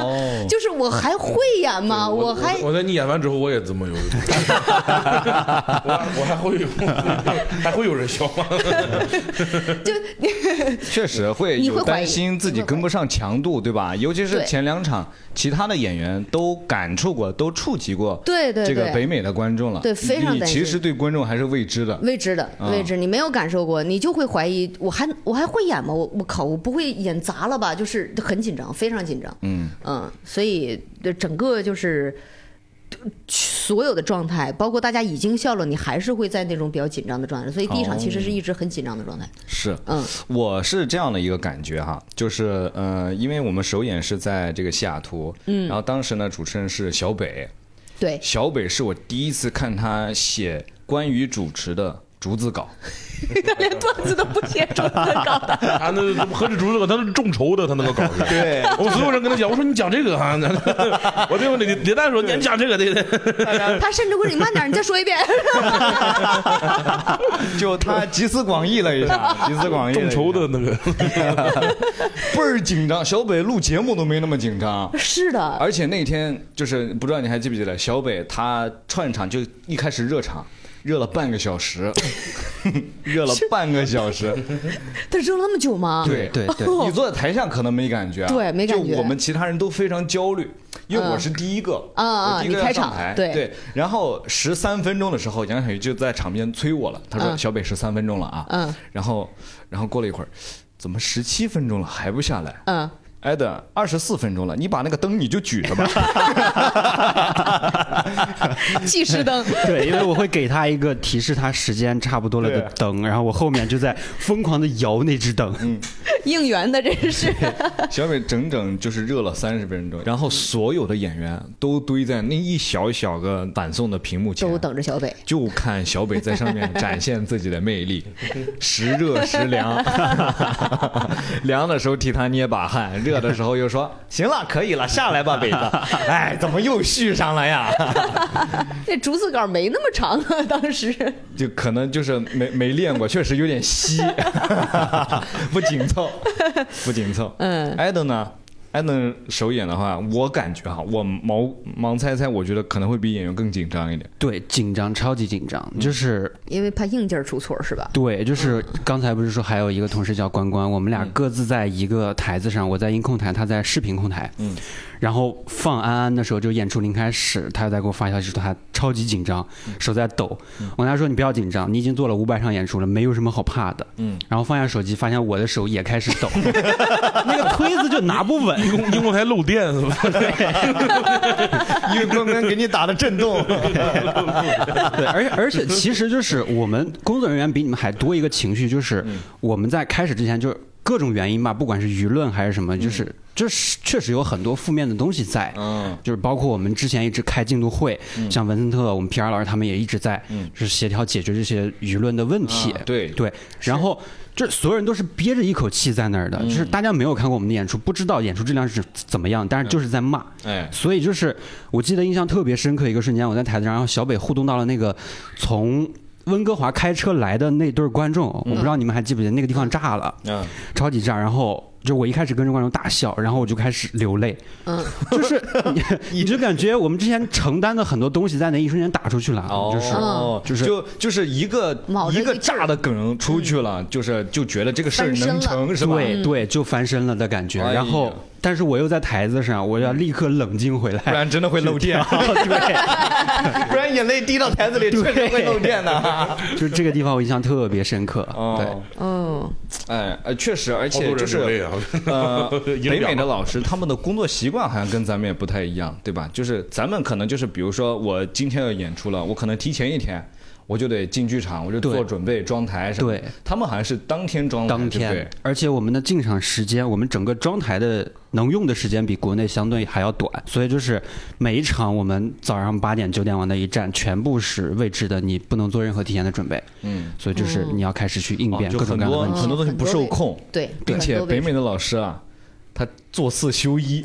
Speaker 4: *laughs* 就是我还会演吗？
Speaker 5: 我
Speaker 4: 还
Speaker 5: 我在你演完之后，我也这么有，我 *laughs* 我还会有，还会有人笑吗？
Speaker 1: 确实会
Speaker 4: 你会
Speaker 1: 有
Speaker 4: 怀疑
Speaker 1: 担心自己跟不上强度，对吧？尤其是
Speaker 4: 对
Speaker 1: 前两场，其他的演员都感触过，都触及过
Speaker 4: 对对
Speaker 1: 这个
Speaker 4: 对
Speaker 1: 北美的观众了。
Speaker 4: 对非常
Speaker 1: 你
Speaker 4: 担心
Speaker 1: 其实对观众还是未知的。
Speaker 4: 未知的
Speaker 1: 啊
Speaker 4: 未知，你没有感受过，你就会怀疑，我还我还会演吗？我我靠，我不会演砸了吧？就是很紧张，非常紧张。嗯所以这整个就是呃所有的状态，包括大家已经笑了，你还是会在那种比较紧张的状态。所以第一场其实是一直很紧张的状态。
Speaker 1: 是，
Speaker 4: 嗯，
Speaker 1: 我是这样的一个感觉哈，就是呃，因为我们首演是在这个西雅图，嗯，然后当时呢，主持人是小北。
Speaker 4: 对，
Speaker 1: 小北是我第一次看他写关于主持的逐字稿，
Speaker 4: 他连段子都不写，竹子搞的。
Speaker 5: 他啊那 *laughs* 何止竹子，他是众筹的，他能够搞出来。
Speaker 1: 对，
Speaker 5: 我所有人跟他讲，我说你讲这个啊，我对我李李诞说你讲这个对对，
Speaker 4: *laughs* 他甚至会说你慢点，你再说一遍。
Speaker 1: *laughs*
Speaker 4: *laughs*
Speaker 1: 就他集思广益了一
Speaker 5: *laughs*
Speaker 1: 下，集思广益了
Speaker 5: 众
Speaker 1: 一下，
Speaker 5: 筹的那个，
Speaker 1: 倍儿紧张。小北录节目都没那么紧张，
Speaker 4: 是的，
Speaker 1: 而且那天就是不知道你还记不记得，小北他串场就一开始热场，热了半个小
Speaker 5: *laughs*
Speaker 1: 时，热了半个小时。
Speaker 4: 他扔了那么久吗？
Speaker 1: 对
Speaker 3: 对对
Speaker 1: 你坐在台下可能没感觉、啊，
Speaker 4: 哦对没感觉
Speaker 1: 就我们其他人都非常焦虑，因为我是第一个，
Speaker 4: 嗯嗯
Speaker 1: 我第一个要
Speaker 4: 你开
Speaker 1: 上
Speaker 4: 场
Speaker 1: 台，
Speaker 4: 对
Speaker 1: 然后十三分钟的时候，杨小雨就在场边催我了，他说：“
Speaker 4: 嗯
Speaker 1: 小北十三分钟了啊。”
Speaker 4: 嗯，
Speaker 1: 然后，然后过了一会儿，怎么十七分钟了还不下来？
Speaker 4: 嗯，
Speaker 1: 艾德，二十四分钟了，你把那个灯你就举着吧。
Speaker 4: *laughs* 计时灯。
Speaker 3: *laughs* 对，因为我会给他一个提示他时间差不多了的
Speaker 1: 对
Speaker 3: 灯，然后我后面就在疯狂的摇那只灯。
Speaker 4: 应援的真是，
Speaker 1: 小北整整就是热了三十分钟，然后所有的演员都堆在那一小小个反送的屏幕前，
Speaker 4: 都等着小北。
Speaker 1: 就看小北在上面展现自己的魅力，时热时凉， *laughs* 凉的时候替他捏把汗，热的时候又说行了，可以了，下来吧，北子。哎，怎么又续上了呀？
Speaker 4: 那竹子稿没那么长啊，当时
Speaker 1: 就可能就是没没练过，确实有点稀， *laughs* 不紧凑，不紧凑。
Speaker 4: 嗯
Speaker 1: 艾登呢？艾登首演的话，我感觉哈，我盲盲猜猜，我觉得可能会比演员更紧张一点。
Speaker 3: 对，紧张，超级紧张，就是
Speaker 4: 因为怕硬件出错是吧？
Speaker 3: 对，就是刚才不是说还有一个同事叫关关，我们俩各自在一个台子上，我在音控台，他在视频控台。嗯，然后放安安的时候，就演出临开始，他在给我发消息说他超级紧张，手在抖。我跟他说你不要紧张，你已经做了五百场演出了，没有什么好怕的。嗯，然后放下手机，发现我的手也开始 *laughs* 抖，那个推子就拿不稳。
Speaker 5: 英英国台漏电是吧？
Speaker 1: 因为关关给你打的震动，
Speaker 3: 对，而且
Speaker 1: *laughs*
Speaker 3: 而且其实就是我们工作人员比你们还多一个情绪，就是
Speaker 1: 嗯
Speaker 3: 我们在开始之前就是各种原因吧，不管是舆论还是什么，就是这是确实有很多负面的东西在。
Speaker 1: 嗯，
Speaker 3: 就是包括我们之前一直开进度会，像文森特、我们 PR 老师他们也一直在，就是协调解决这些舆论的问题
Speaker 1: 嗯啊。对
Speaker 3: 对，然后就是所有人都是憋着一口气在那儿的，
Speaker 1: 嗯
Speaker 3: 就是大家没有看过我们的演出，不知道演出质量是怎么样，但是就是在骂。
Speaker 1: 哎，
Speaker 3: 所以就是我记得印象特别深刻一个瞬间，我在台子上，然后小北互动到了那个从温哥华开车来的那对儿观众，我不知道你们还记不记得那个地方炸了，
Speaker 1: 嗯，
Speaker 3: 超级炸，然后。就我一开始跟着观众大笑，然后我就开始流泪，
Speaker 4: 嗯，
Speaker 3: 就是你你就感觉我们之前承担的很多东西在那一瞬间打出去了，就是
Speaker 1: 哦，
Speaker 3: 就是
Speaker 1: 就就是一个
Speaker 4: 嗯卯着
Speaker 1: 一个
Speaker 4: 一阵儿
Speaker 1: 炸的梗出去了，就是就觉得这个事儿
Speaker 4: 翻身
Speaker 1: 能
Speaker 4: 了嗯
Speaker 1: 成是吧？嗯
Speaker 3: 对对，就翻身了的感觉。
Speaker 1: 哎呀嗯
Speaker 3: 然后，但是我又在台子上，我要立刻冷静回
Speaker 1: 不
Speaker 3: 来，
Speaker 1: 然真的会漏电，
Speaker 3: 哎 *laughs*
Speaker 1: *laughs*
Speaker 3: 对，
Speaker 1: 不然眼泪滴到台子里确实会漏电的。
Speaker 3: *laughs* 就这个地方我印象特别深刻， *laughs* 对。
Speaker 1: 哦，
Speaker 4: 嗯，
Speaker 1: 哎，呃，确实，而
Speaker 5: 好
Speaker 1: 且
Speaker 5: 多
Speaker 1: 就
Speaker 5: 人流泪
Speaker 1: 是
Speaker 5: 啊，
Speaker 1: 呃，
Speaker 5: *laughs* 影
Speaker 1: 北
Speaker 5: 响
Speaker 1: 美的老师他们的工作习惯好像跟咱们也不太一样，对吧？就是咱们可能就是，比如说我今天要演出了，我可能提前一天。我就得进剧场，我就做
Speaker 3: 对
Speaker 1: 准备、装台什么的。
Speaker 3: 对
Speaker 1: 他们好像是当天装台，
Speaker 3: 当
Speaker 1: 对不对
Speaker 3: 天，而且我们的进场时间，我们整个装台的能用的时间比国内相对还要短，所以就是每一场我们早上八点九点往那一站，全部是未知的，你不能做任何提前的准备，
Speaker 1: 嗯，
Speaker 3: 所以就是你要开始去应
Speaker 1: 哦
Speaker 3: 变
Speaker 1: 就
Speaker 3: 各种
Speaker 1: 很
Speaker 3: 各样的
Speaker 1: 多
Speaker 3: 问题。
Speaker 1: 很多东西
Speaker 4: 嗯
Speaker 1: 不受控，
Speaker 4: 对，
Speaker 1: 并且
Speaker 4: 很多
Speaker 1: 北
Speaker 4: 位
Speaker 1: 美的老师啊，他做四休 *laughs* 一，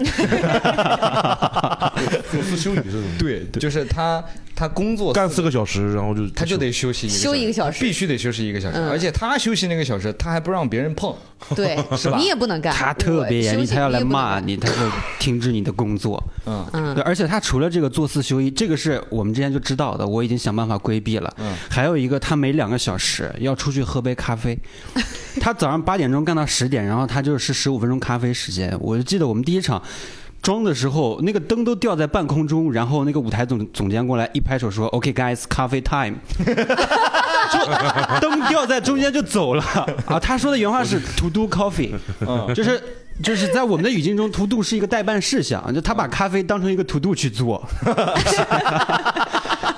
Speaker 5: 有四休一是吗？
Speaker 1: 对，就是他他工作
Speaker 5: 干四个小时，然后就
Speaker 1: 他就得休息一个
Speaker 4: 休一个小时
Speaker 1: 必须得休息一个小时，
Speaker 4: 嗯
Speaker 1: 而且他休息那个小时，他还不让别人碰，
Speaker 4: 对，
Speaker 1: 是吧
Speaker 4: 你也不能干，
Speaker 3: 他特别严
Speaker 4: 我休
Speaker 3: 厉，
Speaker 4: 息
Speaker 3: 他要来
Speaker 4: 也不能
Speaker 3: 骂
Speaker 4: 干。*laughs*
Speaker 3: 你，他会停止你的工作。
Speaker 1: 嗯
Speaker 3: 对，而且他除了这个做四休一，这个是我们之前就知道的，我已经想办法规避了。嗯，还有一个，他每两个小时要出去喝杯咖啡， *laughs* 他早上八点钟干到十点，然后他就是十五分钟咖啡时间。我就记得我们第一场。装的时候，那个灯都吊在半空中，然后那个舞台总总监过来一拍手说：“OK guys，咖啡 time。”就 *laughs* 灯吊在中间就走了嗯啊！他说的原话是 “to do coffee”，就是就是在我们的语境中，to do 是一个代办事项，就他把咖啡当成一个 to do 去做。 *laughs*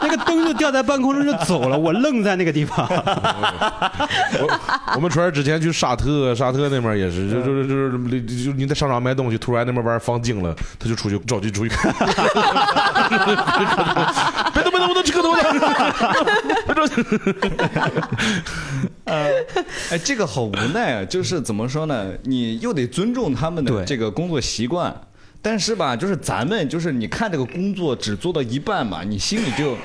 Speaker 3: 那个灯就掉在半空中就走了，我愣在那个地方。
Speaker 5: 我我们船之前去沙特，沙特那边也是，就就就就就你在商场买东西，突然那边玩意儿放静了，他就出去着急出去看，别动别动，我都吃个头了。
Speaker 1: 哎，这个好无奈啊！就是怎么说呢，你又得尊重他们的
Speaker 3: 对
Speaker 1: 这个工作习惯，但是吧，就是咱们就是你看这个工作只做到一半嘛，你心里就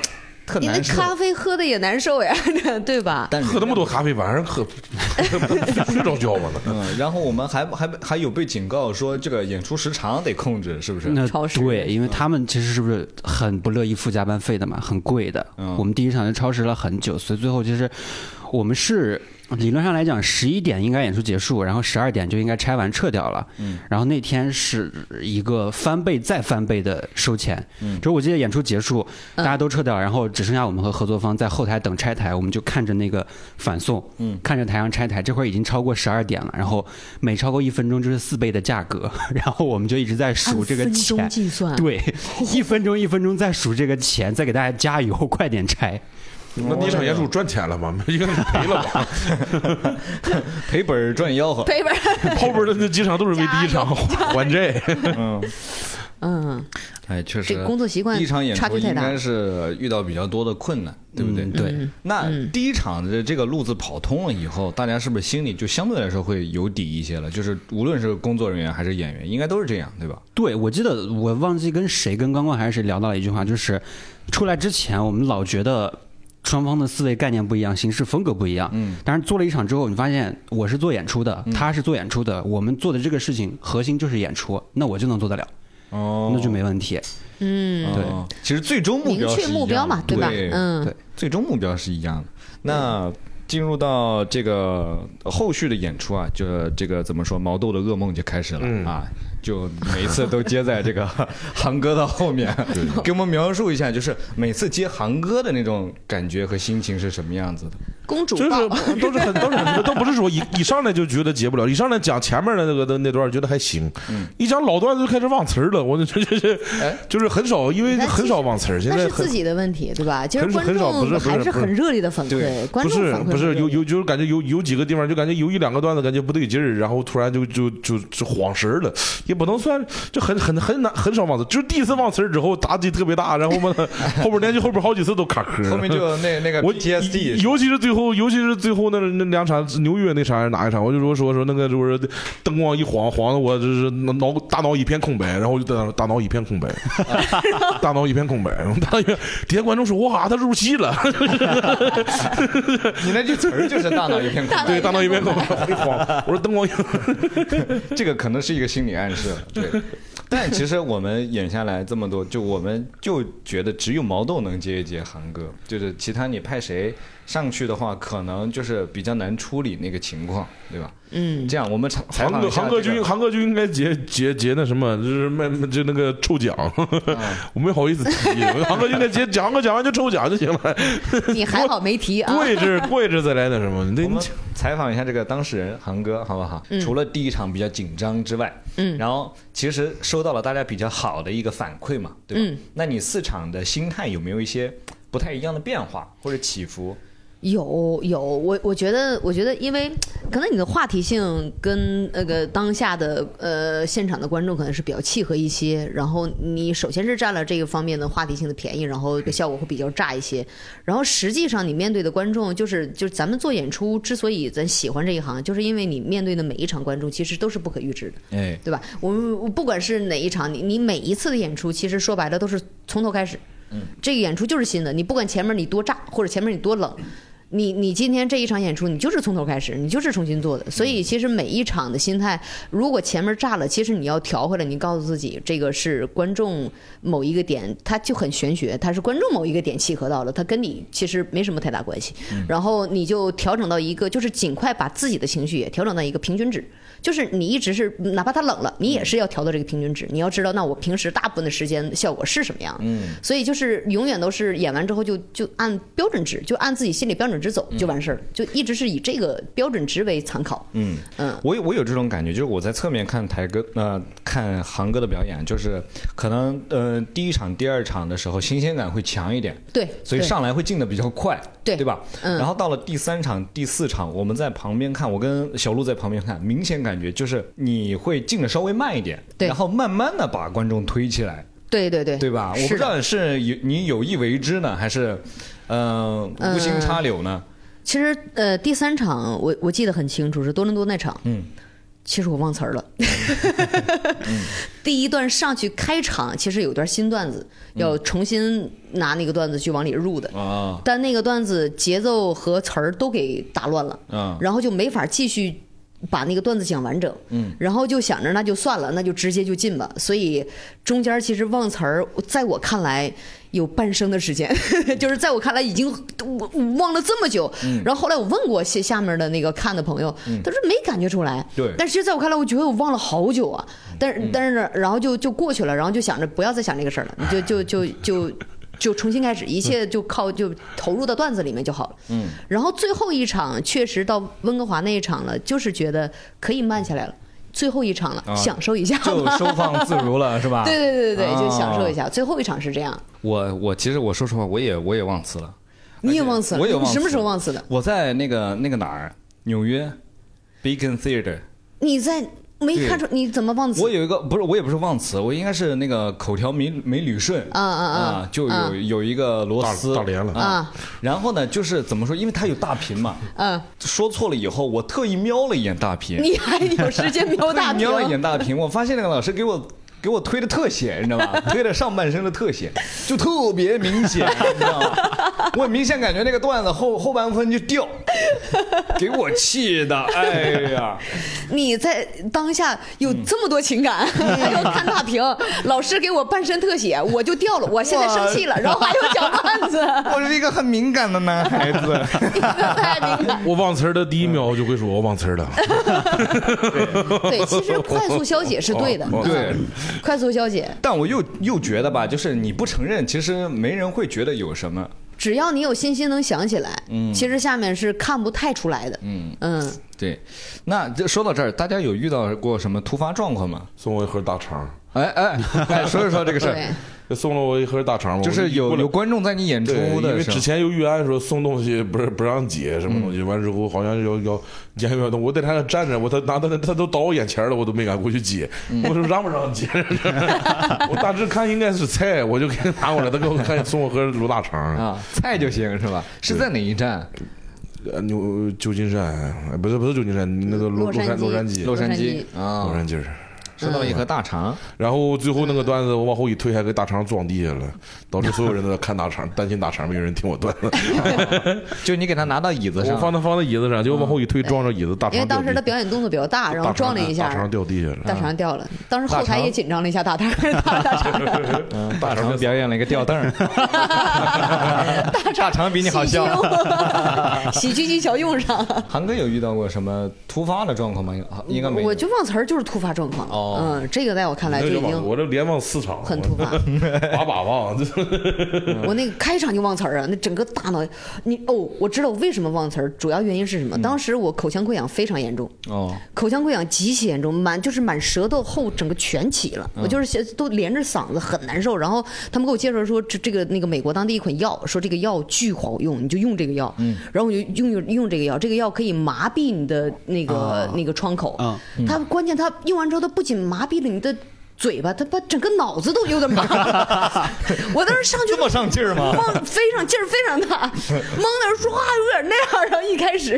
Speaker 1: 特
Speaker 4: 你那
Speaker 1: 难受。
Speaker 4: 咖啡喝的也难受呀， *laughs*
Speaker 1: *laughs*
Speaker 4: 对吧？
Speaker 1: 但是
Speaker 5: 喝那么多咖啡，晚上喝 *laughs* 睡着觉
Speaker 4: *laughs*
Speaker 5: 嘛呢？
Speaker 1: 嗯，然后我们还还还有被警告说这个演出时长得控制，是不是？
Speaker 3: 那
Speaker 4: 超时
Speaker 3: 对，因为他们其实是不是很不乐意付加班费的嘛，很贵的。
Speaker 1: 嗯
Speaker 3: 我们第一场就超时了很久，所以最后其实我们是理论上来讲十一点应该演出结束，然后十二点就应该拆完撤掉了。嗯，然后那天是一个翻倍再翻倍的收钱。嗯，就是我记得演出结束，
Speaker 4: 嗯
Speaker 3: 大家都撤掉，然后只剩下我们和合作方在后台等拆台，我们就看着那个反送，嗯，看着台上拆台，这会儿已经超过十二点了，然后每超过一分钟就是四倍的价格， *laughs* 然后我们就一直在数这个
Speaker 4: 按啊分
Speaker 3: 钱
Speaker 4: 钟。计算，
Speaker 3: 对，一分钟一分钟在数这个钱，再给大家加油， *laughs* 快点拆。
Speaker 5: 那第一场演出赚钱了吗？一个人赔了吧？
Speaker 1: 赔本儿赚吆喝。
Speaker 4: 对吧？
Speaker 5: 后边的那几场都是为第一场还债。
Speaker 4: 嗯，
Speaker 1: 哎，确实，
Speaker 4: 这工作习惯
Speaker 1: 一场演
Speaker 4: 差
Speaker 1: 出
Speaker 4: 距太
Speaker 1: 应
Speaker 4: 大
Speaker 1: 该是遇到比较多的困难，对不对？
Speaker 3: 嗯对
Speaker 1: 那第一场的这个路子跑通了以后，大家是不是心里就相对来说会有底一些了？就是无论是工作人员还是演员，应该都是这样，对吧？
Speaker 3: 对，我记得我忘记跟谁跟刚刚还是谁聊到了一句话，就是出来之前我们老觉得双方的思维概念不一样，行事风格不一样。嗯，但是做了一场之后，你发现我是做演出的，他是做演出的，我们做的这个事情核心就是演出，那我就能做得了，
Speaker 1: 哦
Speaker 3: 那就没问题。
Speaker 4: 嗯，
Speaker 3: 对
Speaker 1: 哦，其实最终目
Speaker 4: 明
Speaker 1: 标
Speaker 4: 确
Speaker 1: 是一
Speaker 4: 目标
Speaker 1: 样的
Speaker 4: 嘛，对吧？嗯，
Speaker 1: 最终目标是一样的。那进入到这个后续的演出啊，就这个怎么说，毛豆的噩梦就开始了、啊，就每次都接在这个 *laughs* 航哥的后面，给我们描述一下，就是每次接航哥的那种感觉和心情是什么样子的？
Speaker 4: 公主
Speaker 5: 就
Speaker 4: 抱
Speaker 5: 是都是很都是很都不是说一一上来就觉得解不了，一上来讲前面的那个的那段觉得还行，
Speaker 4: 嗯
Speaker 5: 一讲老段就开始忘词儿了，我就这这这
Speaker 1: 哎
Speaker 5: 就是很少，因为
Speaker 4: 那其实
Speaker 5: 很少忘词儿，现
Speaker 4: 那
Speaker 5: 在
Speaker 4: 是
Speaker 5: 很
Speaker 4: 自。己的问题，对吧？其实
Speaker 5: 很
Speaker 4: 观
Speaker 5: 很少不
Speaker 4: 众
Speaker 5: 是不是
Speaker 4: 还
Speaker 5: 不是
Speaker 4: 很热烈的反
Speaker 1: 对
Speaker 4: 馈，观
Speaker 5: 不
Speaker 4: 众
Speaker 5: 是
Speaker 4: 反馈
Speaker 5: 不是
Speaker 4: 很热
Speaker 5: 有
Speaker 4: 烈
Speaker 5: 有就是感觉有有几个地方就感觉有一两个段子感觉不对劲儿，然后突然就就就就晃神儿了，也不能算就很很很难很少忘词，就是第一次忘词儿之后打击特别大，然后
Speaker 4: *laughs*
Speaker 5: 嘛后边连续后边好几次都卡壳儿，
Speaker 1: 后面就那那个
Speaker 5: 嗯我
Speaker 1: PTSD
Speaker 5: 尤其是最后，尤其是最后那那两场纽约那场还是哪一场，我就说说说那个就是灯光一晃晃的我就是脑大脑一片空白，然后就大大脑一片
Speaker 4: *laughs*
Speaker 5: 空白，大脑一片空白，然后大脑一片底下观众说哇他入戏了，
Speaker 1: 你那句词儿就是大脑一片空 *laughs* 白，
Speaker 5: 对大脑一片空白，我一晃， *laughs* 我说灯光一 *laughs*
Speaker 1: 这个可能是一个心理暗示，对。但其实我们演下来这么多，就我们就觉得只有毛豆能接一接韩哥，就是其他你派谁上去的话，可能就是比较难处理那个情况，对吧？嗯，这样我们采采
Speaker 5: 韩
Speaker 1: 访
Speaker 5: 哥
Speaker 1: 一下
Speaker 5: 韩哥
Speaker 1: 这
Speaker 5: 就
Speaker 1: 个
Speaker 5: 应韩哥就应该结结结那什么，就是卖就那个抽奖， *laughs*
Speaker 1: 嗯
Speaker 5: 我没好意思提，韩哥就应该结韩哥讲完就抽奖就行了，
Speaker 4: 你还好没
Speaker 5: *laughs*
Speaker 4: 提啊
Speaker 5: 过？一阵过一阵再来那什么，那
Speaker 1: 嗯我们采访一下这个当事人韩哥好不好？除了第一场比较紧张之外，嗯，然后其实收到了大家比较好的一个反馈嘛，对吧？那你四场的心态有没有一些不太一样的变化或者起伏？
Speaker 4: 有有，我我觉得，我觉得，因为可能你的话题性跟那个当下的呃现场的观众可能是比较契合一些，然后你首先是占了这个方面的话题性的便宜，然后效果会比较炸一些，然后实际上你面对的观众就是就是咱们做演出之所以咱喜欢这一行，就是因为你面对的每一场观众其实都是不可预知的，
Speaker 1: 哎，
Speaker 4: 对吧？我们我不管是哪一场，你你每一次的演出，其实说白了都是从头开始。嗯，这个演出就是新的，你不管前面你多炸或者前面你多冷，你你今天这一场演出，你就是从头开始，你就是重新做的。所以其实每一场的心态，如果前面炸了，其实你要调回来，你告诉自己这个是观众某一个点，它就很玄学，它是观众某一个点契合到了，它跟你其实没什么太大关系。然后你就调整到一个，就是尽快把自己的情绪也调整到一个平均值，就是你一直是哪怕它冷了，你也是要调到这个平均值。你要知道，那我平时大部分的时间效
Speaker 1: 嗯
Speaker 4: 果是什么样的。所以就是永远都是演完之后就就按标准值，就按自己心里标准值。值走
Speaker 1: 嗯
Speaker 4: 就完事儿了，就一直是以这个标准值为参考。嗯嗯，
Speaker 1: 我有我有这种感觉，就是我在侧面看台哥，呃，看航哥的表演，就是可能呃第一场、第二场的时候新鲜感会强一点，
Speaker 4: 对
Speaker 1: 所以
Speaker 4: 对
Speaker 1: 上来会进的比较快，
Speaker 4: 对
Speaker 1: 对吧？
Speaker 4: 嗯
Speaker 1: 然后到了第三场、第四场，我们在旁边看，我跟小鹿在旁边看，明显感觉就是你会进的稍微慢一点，
Speaker 4: 对
Speaker 1: 然后慢慢的把观众推起来，
Speaker 4: 对对对，
Speaker 1: 对吧？我
Speaker 4: 是
Speaker 1: 不知
Speaker 4: 的
Speaker 1: 道是有你有意为之呢，还是呃无心插柳呢？
Speaker 4: 其实呃，第三场我我记得很清楚，是多伦多那场。嗯，其实我忘词儿了。
Speaker 1: 嗯
Speaker 4: *laughs* 第一段上去开场，其实有一段新段子，
Speaker 1: 嗯
Speaker 4: 要重新拿那个段子去往里入的。
Speaker 1: 啊
Speaker 4: 但那个段子节奏和词儿都给打乱了，
Speaker 1: 嗯
Speaker 4: 然后就没法继续把那个段子讲完整，嗯，然后就想着那就算了，那就直接就进吧。所以中间其实忘词儿，在我看来有半生的时间， *laughs* 就是在我看来已经我我忘了这么久。然后后来我问过下下面的那个看的朋友，他说没感觉出来，
Speaker 1: 对
Speaker 4: 但是其实在我看来，我觉得我忘了好久啊。
Speaker 1: 嗯
Speaker 4: 但是但是呢然后就就过去了，然后就想着不要再想这个事儿了，你就就就。就就重新开始，
Speaker 1: 嗯
Speaker 4: 一切就靠就投入到段子里面就好了。嗯，然后最后一场确实到温哥华那一场了，就是觉得可以慢下来了，最后一场了，享受一下
Speaker 1: 啊就
Speaker 4: 吧。
Speaker 1: 收放自如了，是吧？
Speaker 4: 对对对对，
Speaker 1: 啊
Speaker 4: 就享受一下。最后一场是这样，
Speaker 1: 我我其实我说实话，我也我也忘词了。
Speaker 4: 你也忘词了？
Speaker 1: 哎我也
Speaker 4: 你
Speaker 1: 忘词
Speaker 4: 什么时候忘词的？
Speaker 1: 我在那个那个哪儿，纽约，Beacon Theater。
Speaker 4: 你在没
Speaker 1: 对
Speaker 4: 看出你怎么忘词
Speaker 1: 我？有一个不是，我也不是忘词，我应该是那个口条没没捋顺
Speaker 4: 啊啊啊
Speaker 1: 啊，就有、
Speaker 4: 啊
Speaker 1: 有一个螺丝
Speaker 5: 大大连了
Speaker 4: 啊。
Speaker 1: 然后呢，就是怎么说，因为它有大屏嘛，
Speaker 4: 嗯，
Speaker 1: 说错了以后，我特意瞄了一眼大屏，
Speaker 4: 你还有时间瞄大
Speaker 1: 瞄了一
Speaker 4: 屏？
Speaker 1: 眼大屏，我发现那个老师给我。给我推的特写，你知道吧？ *laughs* 推的上半身的特写，就特别明显， *laughs* 你知道吗？我明显感觉那个段子后后半部分就掉，给我气的，哎呀！
Speaker 4: 你在当下有这么多情感， *laughs* 还要看大屏，老师给我半身特写，我就掉了，我现在生气了， *laughs* 然后还要讲段子，
Speaker 1: *laughs* 我是一个很敏感的男孩子，
Speaker 4: 你太敏感。
Speaker 5: 我忘词儿的第一秒，我就会说我忘词儿了。
Speaker 4: 对，其实快速消解是对的，
Speaker 5: 哦哦
Speaker 4: 嗯
Speaker 1: 对，
Speaker 4: 快速消解，
Speaker 1: *laughs* 但我又又觉得吧，就是你不承认，其实没人会觉得有什么。
Speaker 4: 只要你有信心能想起来，其实下面是看不太出来的，嗯
Speaker 1: 对，那这说到这儿，大家有遇到过什么突发状况吗？
Speaker 5: *laughs* 送我一盒大肠，
Speaker 1: 哎哎哎，说一说这个事
Speaker 4: 对
Speaker 1: 儿，，
Speaker 5: 送了我一盒大肠嘛，
Speaker 1: 就是有
Speaker 5: 我就
Speaker 1: 有观众在你演出
Speaker 5: 对，因
Speaker 1: 的
Speaker 5: 为
Speaker 1: 时
Speaker 5: 之
Speaker 1: 候，
Speaker 5: 前有预案说送东西不是不让解什么东西，完之后好像要要解不了东西，我在台上站着，我他拿他他都倒我眼前了，我都没敢过去解，我说让不让解？我大致看应该是菜，我就给他拿过来，他给我看送我盒卤大肠，
Speaker 1: 啊，菜就行是吧？是在哪一站？
Speaker 5: 呃牛旧金山哎不是不是旧金山，那个洛
Speaker 4: 洛杉
Speaker 5: 杉
Speaker 4: 矶
Speaker 5: 洛杉矶
Speaker 1: 洛
Speaker 4: 洛
Speaker 1: 杉
Speaker 4: 杉
Speaker 1: 矶
Speaker 5: 洛
Speaker 1: 啊，
Speaker 5: 杉矶儿。
Speaker 1: 收到一盒大肠，
Speaker 5: 然后最后那个段子我往后一推，还给大肠撞地下了，导致所有人都在看大肠，担心大肠没有人听我段子。
Speaker 1: 就你给他拿到椅子
Speaker 5: *laughs* 嗯我
Speaker 1: 上，
Speaker 5: 放他放在椅子上，结果往后一推，撞着椅子，大肠
Speaker 4: 哎因为当时
Speaker 5: 掉
Speaker 4: 他
Speaker 5: 地
Speaker 4: 表演动作比较大，然后
Speaker 5: 大肠哎
Speaker 4: 撞了一
Speaker 5: 大肠
Speaker 4: 下。
Speaker 5: 掉地下了。
Speaker 4: 大肠掉了，当时后
Speaker 1: 大
Speaker 4: 台
Speaker 1: 肠
Speaker 4: 也紧张了一下，大肠
Speaker 5: *laughs*
Speaker 4: 大大肠
Speaker 1: 嗯大肠表演了一个吊凳
Speaker 4: *laughs*
Speaker 1: 儿，
Speaker 5: *laughs*
Speaker 1: 大肠比你好
Speaker 4: 喜剧
Speaker 1: 笑。
Speaker 4: 用喜剧 *laughs* 技巧用上，
Speaker 1: 韩哥有遇到过什么突发的状况吗？啊应该没有。
Speaker 4: 我就忘词儿就是突发状况了，
Speaker 1: 哦
Speaker 4: 嗯，这个在我看来就
Speaker 5: 那
Speaker 4: 已
Speaker 5: 就往
Speaker 4: 经
Speaker 5: 我这连忘四场，
Speaker 4: 很突
Speaker 5: *laughs*
Speaker 4: 发。
Speaker 5: 把把忘，
Speaker 4: 我那个开场就忘词儿啊，那整个大脑，你哦，我知道我为什么忘词儿，主要原因是什
Speaker 1: 嗯
Speaker 4: 么？当时我口腔溃疡非常严重，
Speaker 1: 哦，
Speaker 4: 口腔溃疡极其严重，满就是满舌头后整个全起了，我就是现都连着嗓子很难受。然后他们给我介绍说这这个那个美国当地一款药，说这个药巨好用，你就用这个药。然后我就用用用这个药，这个药可以麻痹你的那个、那个创口。
Speaker 3: 啊
Speaker 4: 它关键它用完之后，它不仅麻痹了你的。嘴巴，它把整个脑子都有点麻痹了。我当时上去
Speaker 1: 这么上劲
Speaker 4: *laughs*
Speaker 1: 儿吗？ *laughs*
Speaker 4: 蒙非常劲儿非常大，蒙那儿说话有点那样，然后一开始，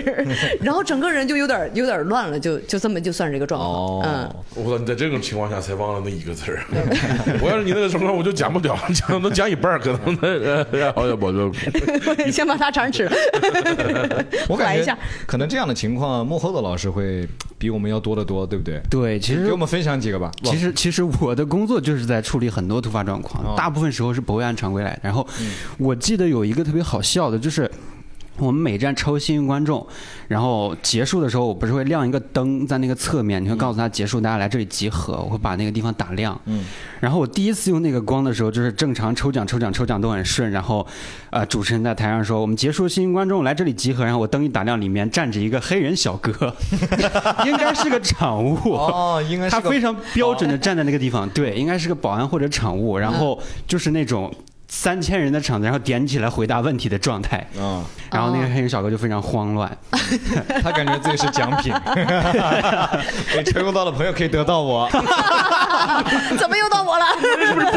Speaker 4: 然后整个人就有点有点乱了，就就这么就算是一个状况。
Speaker 1: 哦，
Speaker 5: 我操！你在这种情况下才忘了那一个字儿。啊 *laughs* 我要是你那个情况，我就讲不了，讲都讲一半儿，可能 *laughs* 那好哎像我就
Speaker 4: 嗯，我得先把大肠吃了。
Speaker 1: 我感
Speaker 4: 来一
Speaker 1: 觉
Speaker 4: 下
Speaker 1: 可能这样的情况，幕后的老师会比我们要多得多，对不对？
Speaker 3: 对，其
Speaker 1: 给
Speaker 3: 实
Speaker 1: 我们分享几个吧。
Speaker 3: 其实哦其实我的工作就是在处理很多突发嗯状况，大部分时候是不会按常规来的。然后我记得有一个特别好笑的，就是我们每站抽幸运观众，然后结束的时候，我不是会亮一个灯在那个侧面，你会告诉他结束，大家来这里集合，我会把那个地方打亮。嗯，然后我第一次用那个光的时候，就是正常抽奖、抽奖、抽奖都很顺，然后，呃，主持人在台上说我们结束幸运观众来这里集合，然后我灯一打亮，里面站着一个黑人小 *laughs* 哥，应该是个场务。
Speaker 1: 哦，应该
Speaker 3: 他
Speaker 1: 是个
Speaker 3: 非常标准的站在那个地方，对，应该是个保安或者场务，然后就是那种三千人的场子，然后点起来回答问题的状态，
Speaker 1: 嗯，
Speaker 3: 然后那个黑人小哥就非常慌乱，
Speaker 1: 他感觉自己是奖
Speaker 4: *laughs*
Speaker 1: 品， *laughs* 给成功到的朋友可以得到我。
Speaker 4: *laughs* 怎么又到我了？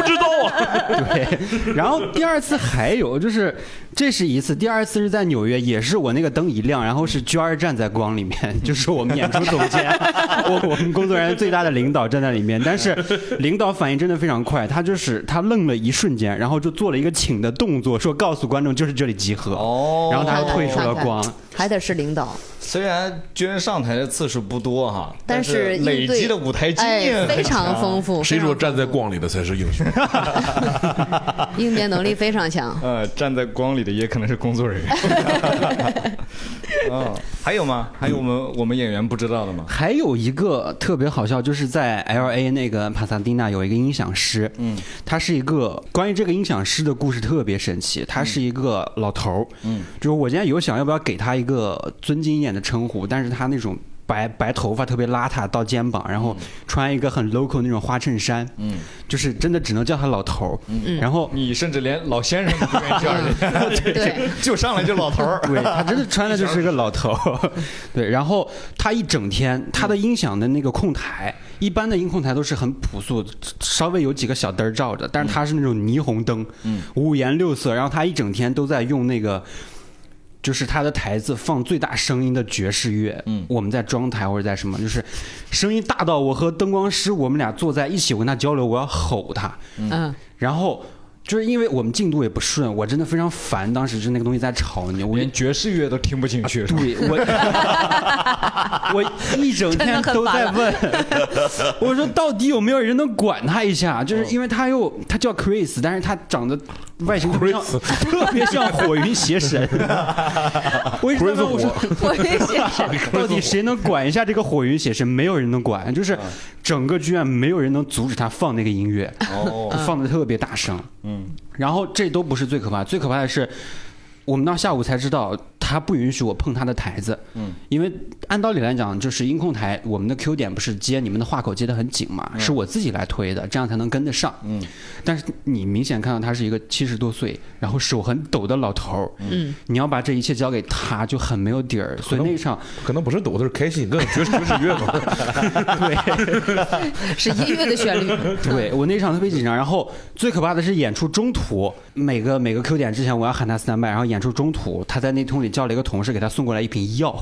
Speaker 3: *laughs* 对，然后第二次还有就是，这是一次，第二次是在纽约，也是我那个灯一亮，然后是娟儿站在光里面， *laughs* 就是我们演出总监， *laughs* 我我们工作人员最大的领导站在里面，但是领导反应真的非常快，他就是他愣了一瞬间，然后就做了一个请的动作，说告诉观众就是这里集合，
Speaker 1: 哦
Speaker 3: 然后他又退出了
Speaker 4: 看看
Speaker 3: 光，
Speaker 4: 还得是领导，
Speaker 1: 虽然娟上台的次数不多哈，
Speaker 4: 但
Speaker 1: 是
Speaker 4: 应
Speaker 1: 累
Speaker 4: 对
Speaker 1: 积的舞台经验
Speaker 4: 哎、非
Speaker 1: 很
Speaker 4: 常
Speaker 1: 强
Speaker 4: 丰富。
Speaker 5: 谁说
Speaker 4: 非常
Speaker 5: 站在光里的才是英 *laughs* 雄？
Speaker 4: 丰富应变能力非常强？
Speaker 1: *laughs* 呃，站在光里的也可能是工作 *laughs* 人员。嗯，还有吗？还有我们我们演员不知道的吗？
Speaker 3: 还有一个特别好笑，就是在 L A 那个帕萨蒂纳有一个音响师，嗯，他是一个关于这个音响师的故事特别神奇，他是一个老头儿，嗯，就是我今天有想要不要给他一个尊敬一点的称呼，但是他那种。白白头发特别邋遢到肩膀，然后穿一个很 local 那种花衬衫，嗯，就是真的只能叫他老头儿，嗯，然后
Speaker 1: 你甚至连老先生都不愿意叫人家， *laughs*
Speaker 4: 对，
Speaker 1: 就上来就老头 *laughs* 儿。
Speaker 3: *laughs*
Speaker 1: 啊
Speaker 3: 对他真的穿的就是个老头儿， *laughs* 对。然后他一整天，他的音响的那个控台，一般的音控台都是很朴素，稍微有几个小灯儿照着，但是他是那种霓虹灯，五颜六色。然后他一整天都在用那个。就是他的台子放最大声音的爵士乐，嗯，我们在装台或者在什么，就是声音大到我和灯光师我们俩坐在一起，我跟他交流，我要吼他，
Speaker 4: 嗯，
Speaker 3: 然后就是因为我们进度也不顺，我真的非常烦，当时是那个东西在吵你，我
Speaker 1: 连爵士乐都听不进去，是吧
Speaker 3: 对我，我一整天都在问，我说到底有没有人能管他一下？就是因为他又他叫 Chris，但是他长得外形特别像，特别像火云邪神。 *laughs* 我一直在问我说
Speaker 4: 我也是。
Speaker 3: *laughs* 到底谁能管一下这个火云邪神？没有人能管，就是整个剧院没有人能阻止他放那个音乐。
Speaker 1: 哦，
Speaker 3: *laughs* 放的特别大声，嗯，然后这都不是最可怕，最可怕的是，我们到下午才知道他不允许我碰他的台子，嗯，因为按道理来讲，就是音控台我们的 Q 点不是接你们的话口接得很紧嘛，是我自己来推的，这样才能跟得上，嗯，但是你明显看到他是一个七十多岁，然后手很抖的老头儿，嗯，你要把这一切交给他就很没有底儿，所以那场
Speaker 5: 可能不是抖，他是开心，跟爵士爵士乐嘛。
Speaker 4: *laughs* 是音乐的旋律，
Speaker 3: 对我那场特别紧张，然后最可怕的是演出中途，每个每个 Q 点之前我要喊他 stand by，然后演出中途他在那通里叫了一个同事给他送过来一瓶药，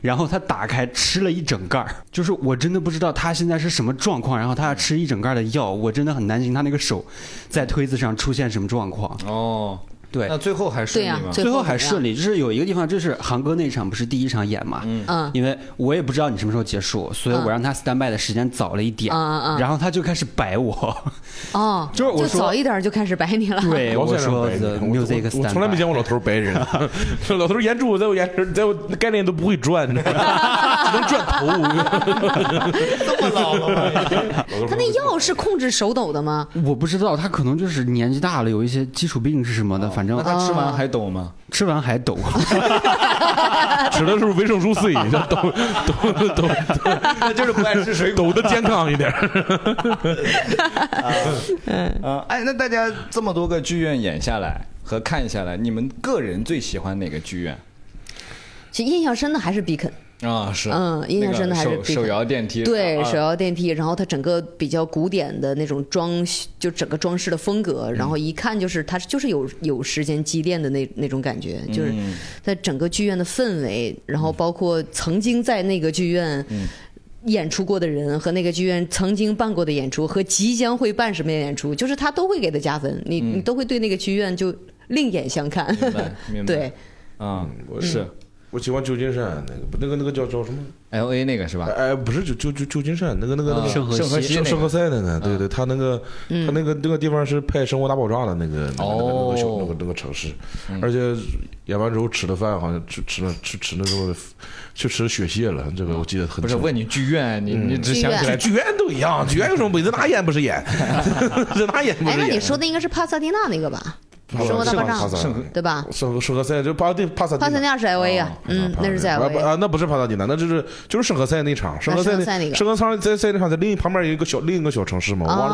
Speaker 3: 然后他打开吃了一整盖儿，就是我真的不知道他现在是什么状况，然后他要吃一整盖儿的药，我真的很担心他那个手在推子上出现什么状况。
Speaker 1: 哦，
Speaker 3: 对
Speaker 1: 那，最后还顺
Speaker 4: 对
Speaker 1: 利
Speaker 4: 呀
Speaker 1: 吗？
Speaker 4: 最
Speaker 3: 最后
Speaker 4: 怎
Speaker 3: 还
Speaker 4: 么样
Speaker 3: 顺利，就是有一个地方，就是航哥那场不是第一场演嘛，
Speaker 4: 嗯，
Speaker 3: 因为我也不知道你什么时候结束，所以我让他 stand by 的时间早了一点，
Speaker 4: 嗯嗯嗯
Speaker 3: 然后他就开始摆我。
Speaker 4: 哦，
Speaker 3: 就是我说
Speaker 4: 早一点就开始摆你了，
Speaker 3: 对，
Speaker 5: 老
Speaker 3: 我
Speaker 5: 先生
Speaker 3: 说
Speaker 5: 白人
Speaker 3: the
Speaker 5: 我
Speaker 3: music
Speaker 5: 我
Speaker 3: stand。
Speaker 5: 我从来没见过老头白人，老头眼珠在我眼神，在我概念都不会
Speaker 4: *laughs*
Speaker 5: 转，你知道吗只能转头。这么老了，
Speaker 4: *laughs* 他那药是控制手抖的吗？
Speaker 3: 我不知道他可能就是年纪大了，有一些基础病是什
Speaker 5: 哦
Speaker 3: 么的，反
Speaker 1: *laughs*
Speaker 3: 正
Speaker 1: 那他吃完还抖吗？
Speaker 3: 吃完还抖。 *laughs*
Speaker 5: *laughs* 吃的是维生素 C，这抖抖抖
Speaker 1: *laughs* 那就是不爱吃水果。
Speaker 5: 抖的健康一点。
Speaker 1: 啊，哎，那大家这么多个剧院演下来和看下来，你们个人最喜欢哪个剧院？
Speaker 4: 其实印象深的还是 Beacon，
Speaker 1: 啊，是，
Speaker 4: 嗯印象深的还是
Speaker 1: 那个手
Speaker 4: Beacon
Speaker 1: 手摇电梯，
Speaker 4: 对，
Speaker 1: 啊
Speaker 4: 手摇电梯，然后它整个比较古典的那种装，就整个装饰的风格，然后一看就是它就是有有时间积淀的那那种感觉，就是它整个剧院的氛围，然后包括曾经在那个剧院。演出过的人和那个剧院曾经办过的演出和即将会办什么演出，就是他都会给他加分，你、你都会对那个剧院就另眼相看。 *laughs*
Speaker 1: 明白，明白，嗯
Speaker 4: 对，
Speaker 1: 啊，是。
Speaker 5: 我喜欢旧金山那个那个那个叫叫什么？
Speaker 1: L A 那个是吧？
Speaker 5: 哎，不是旧旧旧旧金山那个那个那个
Speaker 3: 圣何
Speaker 1: 圣何
Speaker 3: 西
Speaker 1: 西那
Speaker 5: 圣
Speaker 1: 个
Speaker 5: 圣何塞那个，对对，他那个他那个那个地方是拍《生活大爆炸》的那个那个那个小那个那个城市，而且演完之后吃的饭好像吃吃了吃吃那个去吃雪蟹了，这个我记得很
Speaker 1: 不是嗯
Speaker 5: 清楚哎
Speaker 1: 问你剧院，你你只想起来 *laughs*
Speaker 5: 剧院都一样，剧院有什么鬼？这哪演不是演？ *laughs* 这哪演不
Speaker 4: 哎，
Speaker 5: 是
Speaker 4: 那
Speaker 5: 演？
Speaker 4: 你
Speaker 5: *laughs*
Speaker 4: 说的应该是帕萨蒂娜那个吧？生活大爆炸，对吧？
Speaker 5: 圣圣何塞就巴蒂帕萨
Speaker 4: 帕萨蒂娜是 L A
Speaker 1: 哦
Speaker 4: 啊，嗯，那是在 L
Speaker 5: 啊不
Speaker 4: A。
Speaker 5: 啊，那不是帕萨蒂娜，那就是就是圣何塞那场，圣何塞
Speaker 4: 圣何塞那个
Speaker 5: 圣何塞在在那场，在另一旁边有一个小另一个小城市嘛，我
Speaker 4: 啊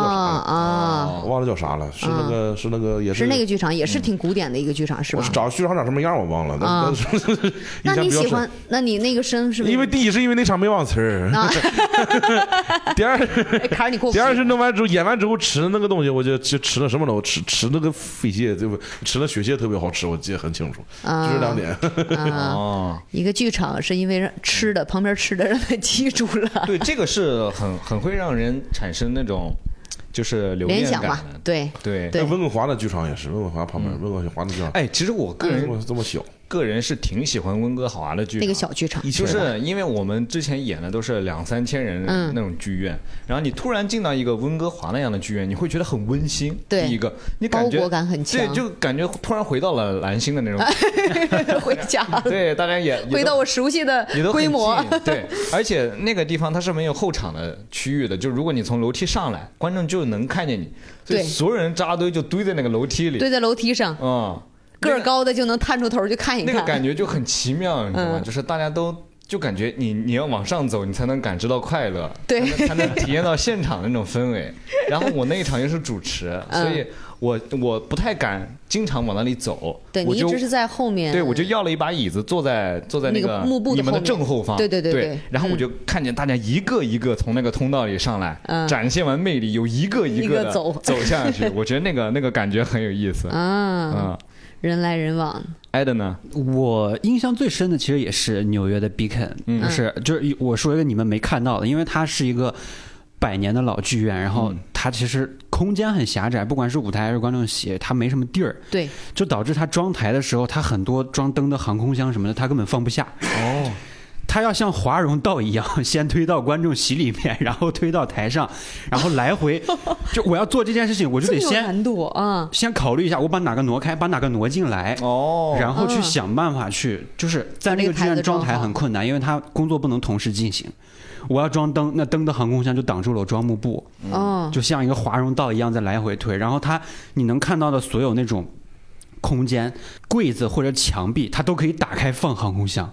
Speaker 5: 忘了叫啥
Speaker 4: 啊，
Speaker 5: 了，我忘了叫啥了，是那个是那个也
Speaker 4: 嗯是那个剧场，也
Speaker 1: 嗯
Speaker 4: 是挺古典的一个剧场，是
Speaker 5: 我
Speaker 4: 吧
Speaker 5: 是？找剧场长什么样我忘了，
Speaker 4: 啊
Speaker 5: 但但是 *laughs*
Speaker 4: 那你
Speaker 5: 印象比较
Speaker 4: 喜
Speaker 5: 深
Speaker 4: 欢？啊那你那个身是不是？
Speaker 5: 因为第一是因为那场没忘词儿， *laughs* 第二
Speaker 4: 哎坎儿你过不
Speaker 5: 第
Speaker 4: 去。
Speaker 5: 二是弄完之后演完之后吃的那个东西，我就就吃了什么了？我吃吃那个肺蟹，对不？吃那雪蟹特别好吃，我记得很清楚，
Speaker 4: 啊
Speaker 5: 就是两点。
Speaker 4: 啊，
Speaker 1: 哦，
Speaker 4: 一个剧场是因为
Speaker 1: 嗯
Speaker 4: 让吃的旁边吃的让他记住了，
Speaker 1: 对，这个是很很会让人产生那种就是留
Speaker 4: 联
Speaker 1: 恋
Speaker 4: 想
Speaker 1: 感
Speaker 4: 吧
Speaker 1: 的。，
Speaker 4: 对
Speaker 1: 对
Speaker 4: 对
Speaker 5: *laughs*
Speaker 4: 嗯
Speaker 5: 温哥华的剧场也是，温哥华旁边，温哥华的剧场
Speaker 1: 哎，其实我个
Speaker 5: 这
Speaker 1: 人
Speaker 5: 么这么小，
Speaker 1: 个人是挺喜欢温哥华的剧场，
Speaker 4: 那个小剧
Speaker 1: *laughs*
Speaker 4: 场，
Speaker 1: 就是因为我们之前演的都是两三千人
Speaker 4: 嗯
Speaker 1: 那种剧院，然后你突然进到一个温哥华那样的剧院，你会觉得很温馨。
Speaker 4: 对
Speaker 1: 第一个你感觉
Speaker 4: 包裹感很强
Speaker 1: 对，就感觉突然回到了蓝星的那
Speaker 4: *laughs*
Speaker 1: 种，
Speaker 4: 回家了，
Speaker 1: 对，大家也
Speaker 4: *laughs* 回到。
Speaker 1: 也都
Speaker 4: 我熟悉的
Speaker 1: 也都很
Speaker 4: 规模。
Speaker 1: 近
Speaker 4: *laughs*
Speaker 1: 对，而且那个地方它是没有后场的区域的，就如果你从楼梯上来，观众就能看见你，所以
Speaker 4: 对
Speaker 1: 所有人扎堆就堆在那个楼梯里，
Speaker 4: 堆在楼梯上，
Speaker 1: 嗯，
Speaker 4: 个
Speaker 1: 那
Speaker 4: 儿高的就能探出头去看一
Speaker 1: 那
Speaker 4: 看。
Speaker 1: 个感觉就很奇妙，你知道吗？
Speaker 4: 嗯
Speaker 1: 就是大家都就感觉你你要往上走，你才能感知到快乐，
Speaker 4: 对
Speaker 1: 才能才能体验到现场的那种氛
Speaker 4: *laughs*
Speaker 1: 围。然后我那一场又是主持，
Speaker 4: 嗯
Speaker 1: 所以我我不太敢经常往那里走，
Speaker 4: 对
Speaker 1: 我
Speaker 4: 你一
Speaker 1: 就
Speaker 4: 直是在后面，
Speaker 1: 对，我就要了一把椅子，坐在坐在
Speaker 4: 那个
Speaker 1: 个
Speaker 4: 幕布的
Speaker 1: 你们的
Speaker 4: 后面
Speaker 1: 正后方。
Speaker 4: 对对对
Speaker 1: 对
Speaker 4: 对
Speaker 1: 然后我就看见大家一个一个从那个通道里上来，
Speaker 4: 嗯
Speaker 1: 展现完魅力，有一个
Speaker 4: 一
Speaker 1: 个
Speaker 4: 个
Speaker 1: 的
Speaker 4: 走
Speaker 1: 走下去。我觉得那个那个感觉很有意思。
Speaker 4: 啊，
Speaker 1: 嗯，
Speaker 4: 人来人往，
Speaker 1: 艾德呢？
Speaker 3: 我印象最深的其实也是纽约的 Beacon，、就是
Speaker 5: 嗯
Speaker 3: 就是我说一个你们没看到的，因为它是一个百年的老剧院，然
Speaker 5: 嗯
Speaker 3: 后它其实空间很狭窄，不管是舞台还是观众席，它没什么地儿，
Speaker 4: 对，
Speaker 3: 就导致它装台的时候，它很多装灯的航空箱什么的，它根本放不下。
Speaker 1: 哦，
Speaker 3: 它要像华容道一样， *laughs* 先推到观众席里面，然后推到台上， *laughs* 然后来回。就我要做这件事情，我就
Speaker 4: 这
Speaker 3: 得
Speaker 4: 么有
Speaker 3: 先
Speaker 4: 难度啊，
Speaker 3: 先考虑一下，我把哪个挪开，把哪个挪进来，
Speaker 1: 哦，
Speaker 3: 然后去
Speaker 4: 嗯
Speaker 3: 想办法去，就是在
Speaker 4: 把
Speaker 3: 那
Speaker 4: 这个
Speaker 3: 个剧
Speaker 4: 台
Speaker 3: 院
Speaker 4: 子
Speaker 3: 装
Speaker 4: 装
Speaker 3: 台
Speaker 4: 好
Speaker 3: 很困难，因为它工作不能同时进行。我要装灯，那灯的航空箱就挡住了我装幕布，
Speaker 1: 嗯
Speaker 4: 哦，
Speaker 3: 就像一个华容道一样在来回推。然后它，你能看到的所有那种空间、柜子或者墙壁，它都可以打开放航空箱，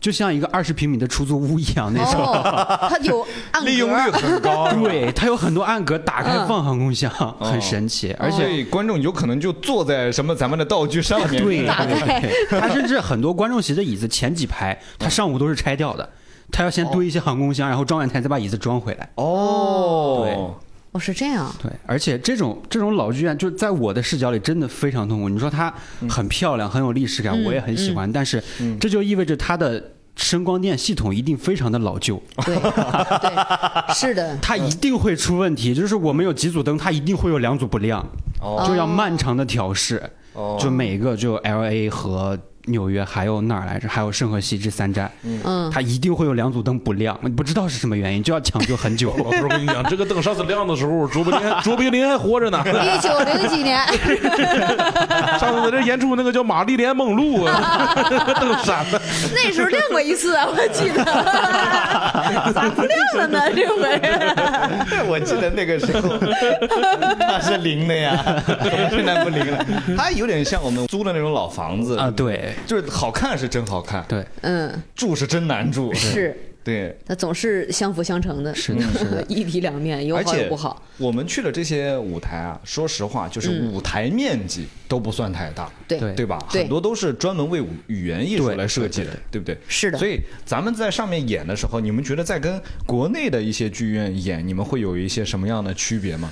Speaker 3: 就像一个二十平米的出租屋一样那种。
Speaker 4: 哦，它有暗格，
Speaker 1: 利用率很高，啊
Speaker 3: *laughs* 对，它有很多暗格，打开放航空箱，很神奇。而且
Speaker 1: 对观众有可能就坐在什么咱们的道具上面，
Speaker 3: 对，
Speaker 4: 打开
Speaker 3: *laughs* 他甚至很多观众席的椅子前几排，他上午都是拆掉的，他要先堆一些航空箱，然后装完台再把椅子装回来。
Speaker 1: 哦，
Speaker 4: 哦，是这样，
Speaker 3: 对，而且这种这种老剧院，就是在我的视角里真的非常痛苦。你说它很漂亮，很有历史感，
Speaker 4: 嗯
Speaker 3: 我也很喜欢，但是这就意味着它的。声光电系统一定非常的老旧，
Speaker 4: 对对，是的，
Speaker 3: 它一定会出问
Speaker 4: 嗯
Speaker 3: 题。就是我们有几组灯，它一定会有两组不亮，
Speaker 4: 哦
Speaker 3: 就要漫长的调试。
Speaker 1: 哦
Speaker 3: 就每个就 L A 和纽约还有哪儿来着？还有圣何西这三站，
Speaker 4: 嗯，
Speaker 3: 它一定会有两组灯不亮，不知道是什么原因，就要抢救很
Speaker 4: *laughs*
Speaker 3: 久。
Speaker 5: 老头儿，我跟你讲，这个灯上次亮的时候，卓别林 *laughs* 卓别林还活着呢。
Speaker 4: 一九零几年，
Speaker 5: 上次在这演出那个叫《玛丽莲梦露》啊， *laughs* 灯闪的。
Speaker 4: 那时候亮过一次，我记得，咋不亮了呢？这回
Speaker 7: 我记得那个时候它是零的呀，现在不零了。
Speaker 1: 它有点像我们租的那种老房子
Speaker 3: 啊，，对
Speaker 1: 就是好看是真好看，
Speaker 3: 对，
Speaker 4: 嗯，
Speaker 1: 住是真难住，
Speaker 4: 是。
Speaker 1: 对。
Speaker 4: 它总是相辅相成的，是
Speaker 3: 的是的
Speaker 4: 一体两面，有
Speaker 1: 而
Speaker 4: 好有
Speaker 1: 且
Speaker 4: 不好。
Speaker 1: 我们去了这些舞台啊，说实话，就是舞台面积都不算太大，
Speaker 4: 对
Speaker 3: 对
Speaker 1: 对吧？
Speaker 4: 对
Speaker 1: 很多都是专门为舞语言艺术
Speaker 3: 对
Speaker 1: 来设计的，对不对？
Speaker 4: 是的
Speaker 1: 所以咱们在上面演的时候，你们觉得在跟国内的一些剧院演，你们会有一些什么样的区别吗？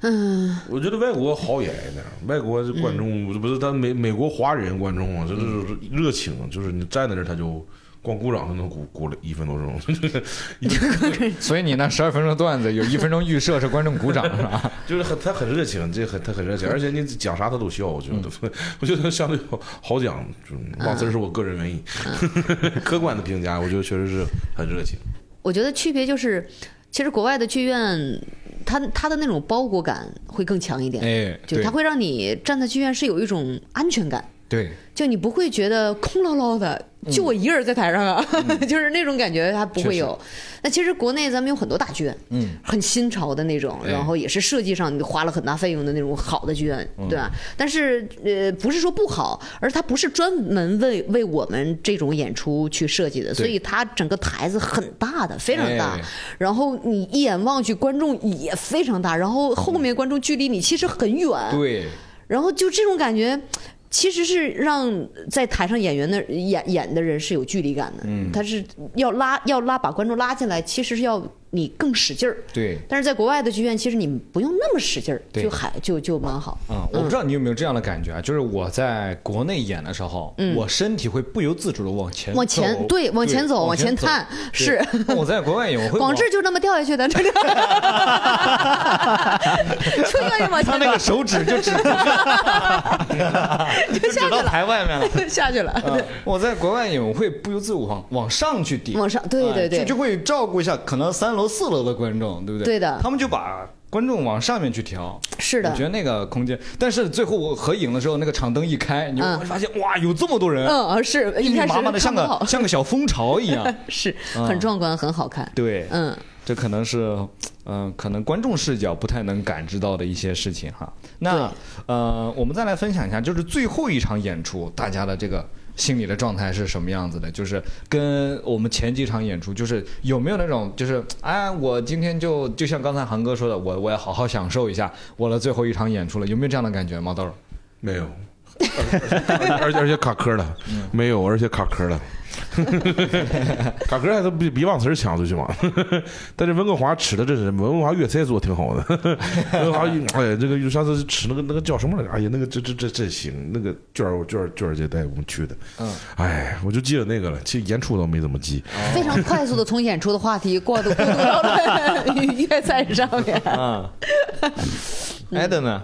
Speaker 4: 嗯，
Speaker 5: 我觉得外国好演一点，外国这观众不是他美美国华人观众啊，就是热情，就是你站在那儿他就光鼓掌都能鼓鼓了一分多钟， *laughs*
Speaker 4: 嗯
Speaker 1: 所以你那十二分钟段子有一分钟预设是观众鼓掌是
Speaker 4: *laughs*
Speaker 1: 吧？
Speaker 5: 就是很他很热情，这很他很热情，而且你讲啥他都笑，我觉得、 *laughs* 我觉得相对好好讲，就忘词儿是我个人原因， *laughs* 客观的评价，我觉得确实是很热情。
Speaker 4: 我觉得区别就是，其实国外的剧院，它它的那种包裹感会更强一点，
Speaker 1: 哎，
Speaker 4: 就
Speaker 1: 对
Speaker 4: 它会让你站在剧院是有一种安全感。
Speaker 1: 对，
Speaker 4: 就你不会觉得空落落的，就我一个人在台上啊， *laughs* 就是那种感觉它不会有。那其实国内咱们有很多大剧院，嗯，很新潮的那种，
Speaker 1: 哎
Speaker 4: 然后也是设计上你花了很大费用的那种好的剧院，对吧？但是呃，不是说不好，而是它不是专门为为我们这种演出去设计的，所以它整个台子很大的，非常大
Speaker 1: 哎。
Speaker 4: 然后你一眼望去，观众也非常大，然后后面观众距离你其实很远，
Speaker 1: 对，
Speaker 4: 然后就这种感觉，其实是让在台上演员的演演的人是有距离感的，
Speaker 1: 嗯
Speaker 4: 他是要拉要拉把观众拉进来，其实是要你更使劲儿。
Speaker 1: 对
Speaker 4: 但是在国外的剧院，其实你不用那么使劲儿，
Speaker 1: 对
Speaker 4: 就还就就蛮好。嗯
Speaker 1: 啊、我不知道你有没有这样的感觉啊，就是我在国内演的时候，我身体会不由自主的往前走
Speaker 4: 嗯往前对往前走往
Speaker 1: 往
Speaker 4: 前
Speaker 1: 走
Speaker 4: 探
Speaker 1: 对
Speaker 4: 是
Speaker 1: 那我在国外演，我
Speaker 4: *laughs*
Speaker 1: 会
Speaker 4: 广
Speaker 1: 往
Speaker 4: 志就那么掉下去
Speaker 1: *laughs*
Speaker 4: 的，这个就愿意往
Speaker 1: 他
Speaker 4: 前
Speaker 1: 那个手指就指 *laughs*
Speaker 4: 就
Speaker 1: 指
Speaker 4: 下去
Speaker 1: 到
Speaker 4: 了，
Speaker 1: 台外面了。
Speaker 4: 下去了，
Speaker 1: 嗯我在国外演，我会不由自主往往上去顶，
Speaker 4: 往上对
Speaker 1: 哎
Speaker 4: 对对
Speaker 1: 就就会照顾一下可能三楼四楼的观众，对不对？
Speaker 4: 对的
Speaker 1: 他们就把观众往上面去调。
Speaker 4: 是的
Speaker 1: 我觉得那个空间，但是最后我合影的时候，那个场灯一开，你
Speaker 4: 嗯
Speaker 1: 会发现、哇，有这么多人，
Speaker 4: 嗯，是
Speaker 1: 密
Speaker 4: 一
Speaker 1: 密
Speaker 4: 开始
Speaker 1: 麻麻的，
Speaker 4: 看
Speaker 1: 像
Speaker 4: 不
Speaker 1: 个嗯
Speaker 4: 好， *laughs*
Speaker 1: 像个小蜂巢一样。
Speaker 4: 是很壮观，很好看，
Speaker 1: 对，
Speaker 4: 嗯。
Speaker 1: 这可能是，嗯、可能观众视角不太能感知到的一些事情哈。那呃，我们再来分享一下，就是最后一场演出，大家的这个心理的状态是什么样子的？就是跟我们前几场演出，就是有没有那种，就是哎，我今天就就像刚才航哥说的，我我要好好享受一下我的最后一场演出了，有没有这样的感觉，毛豆儿？
Speaker 5: 没有，而且而且卡壳了，没有，而且卡壳了，卡壳还都比比忘词儿强出去嘛。但是温哥华吃的真是温哥华粤菜做得挺好的，温哥华哎这个上次吃那个那个叫什么来着？哎呀，那个这这这真行，那个娟儿娟儿娟儿姐带我们去的，
Speaker 1: 嗯，
Speaker 5: 哎，我就记得那个了，其实演出倒没怎么记，
Speaker 4: 非常快速的从演出的话题过渡过渡到了乐赛上面。
Speaker 1: 啊，艾德呢？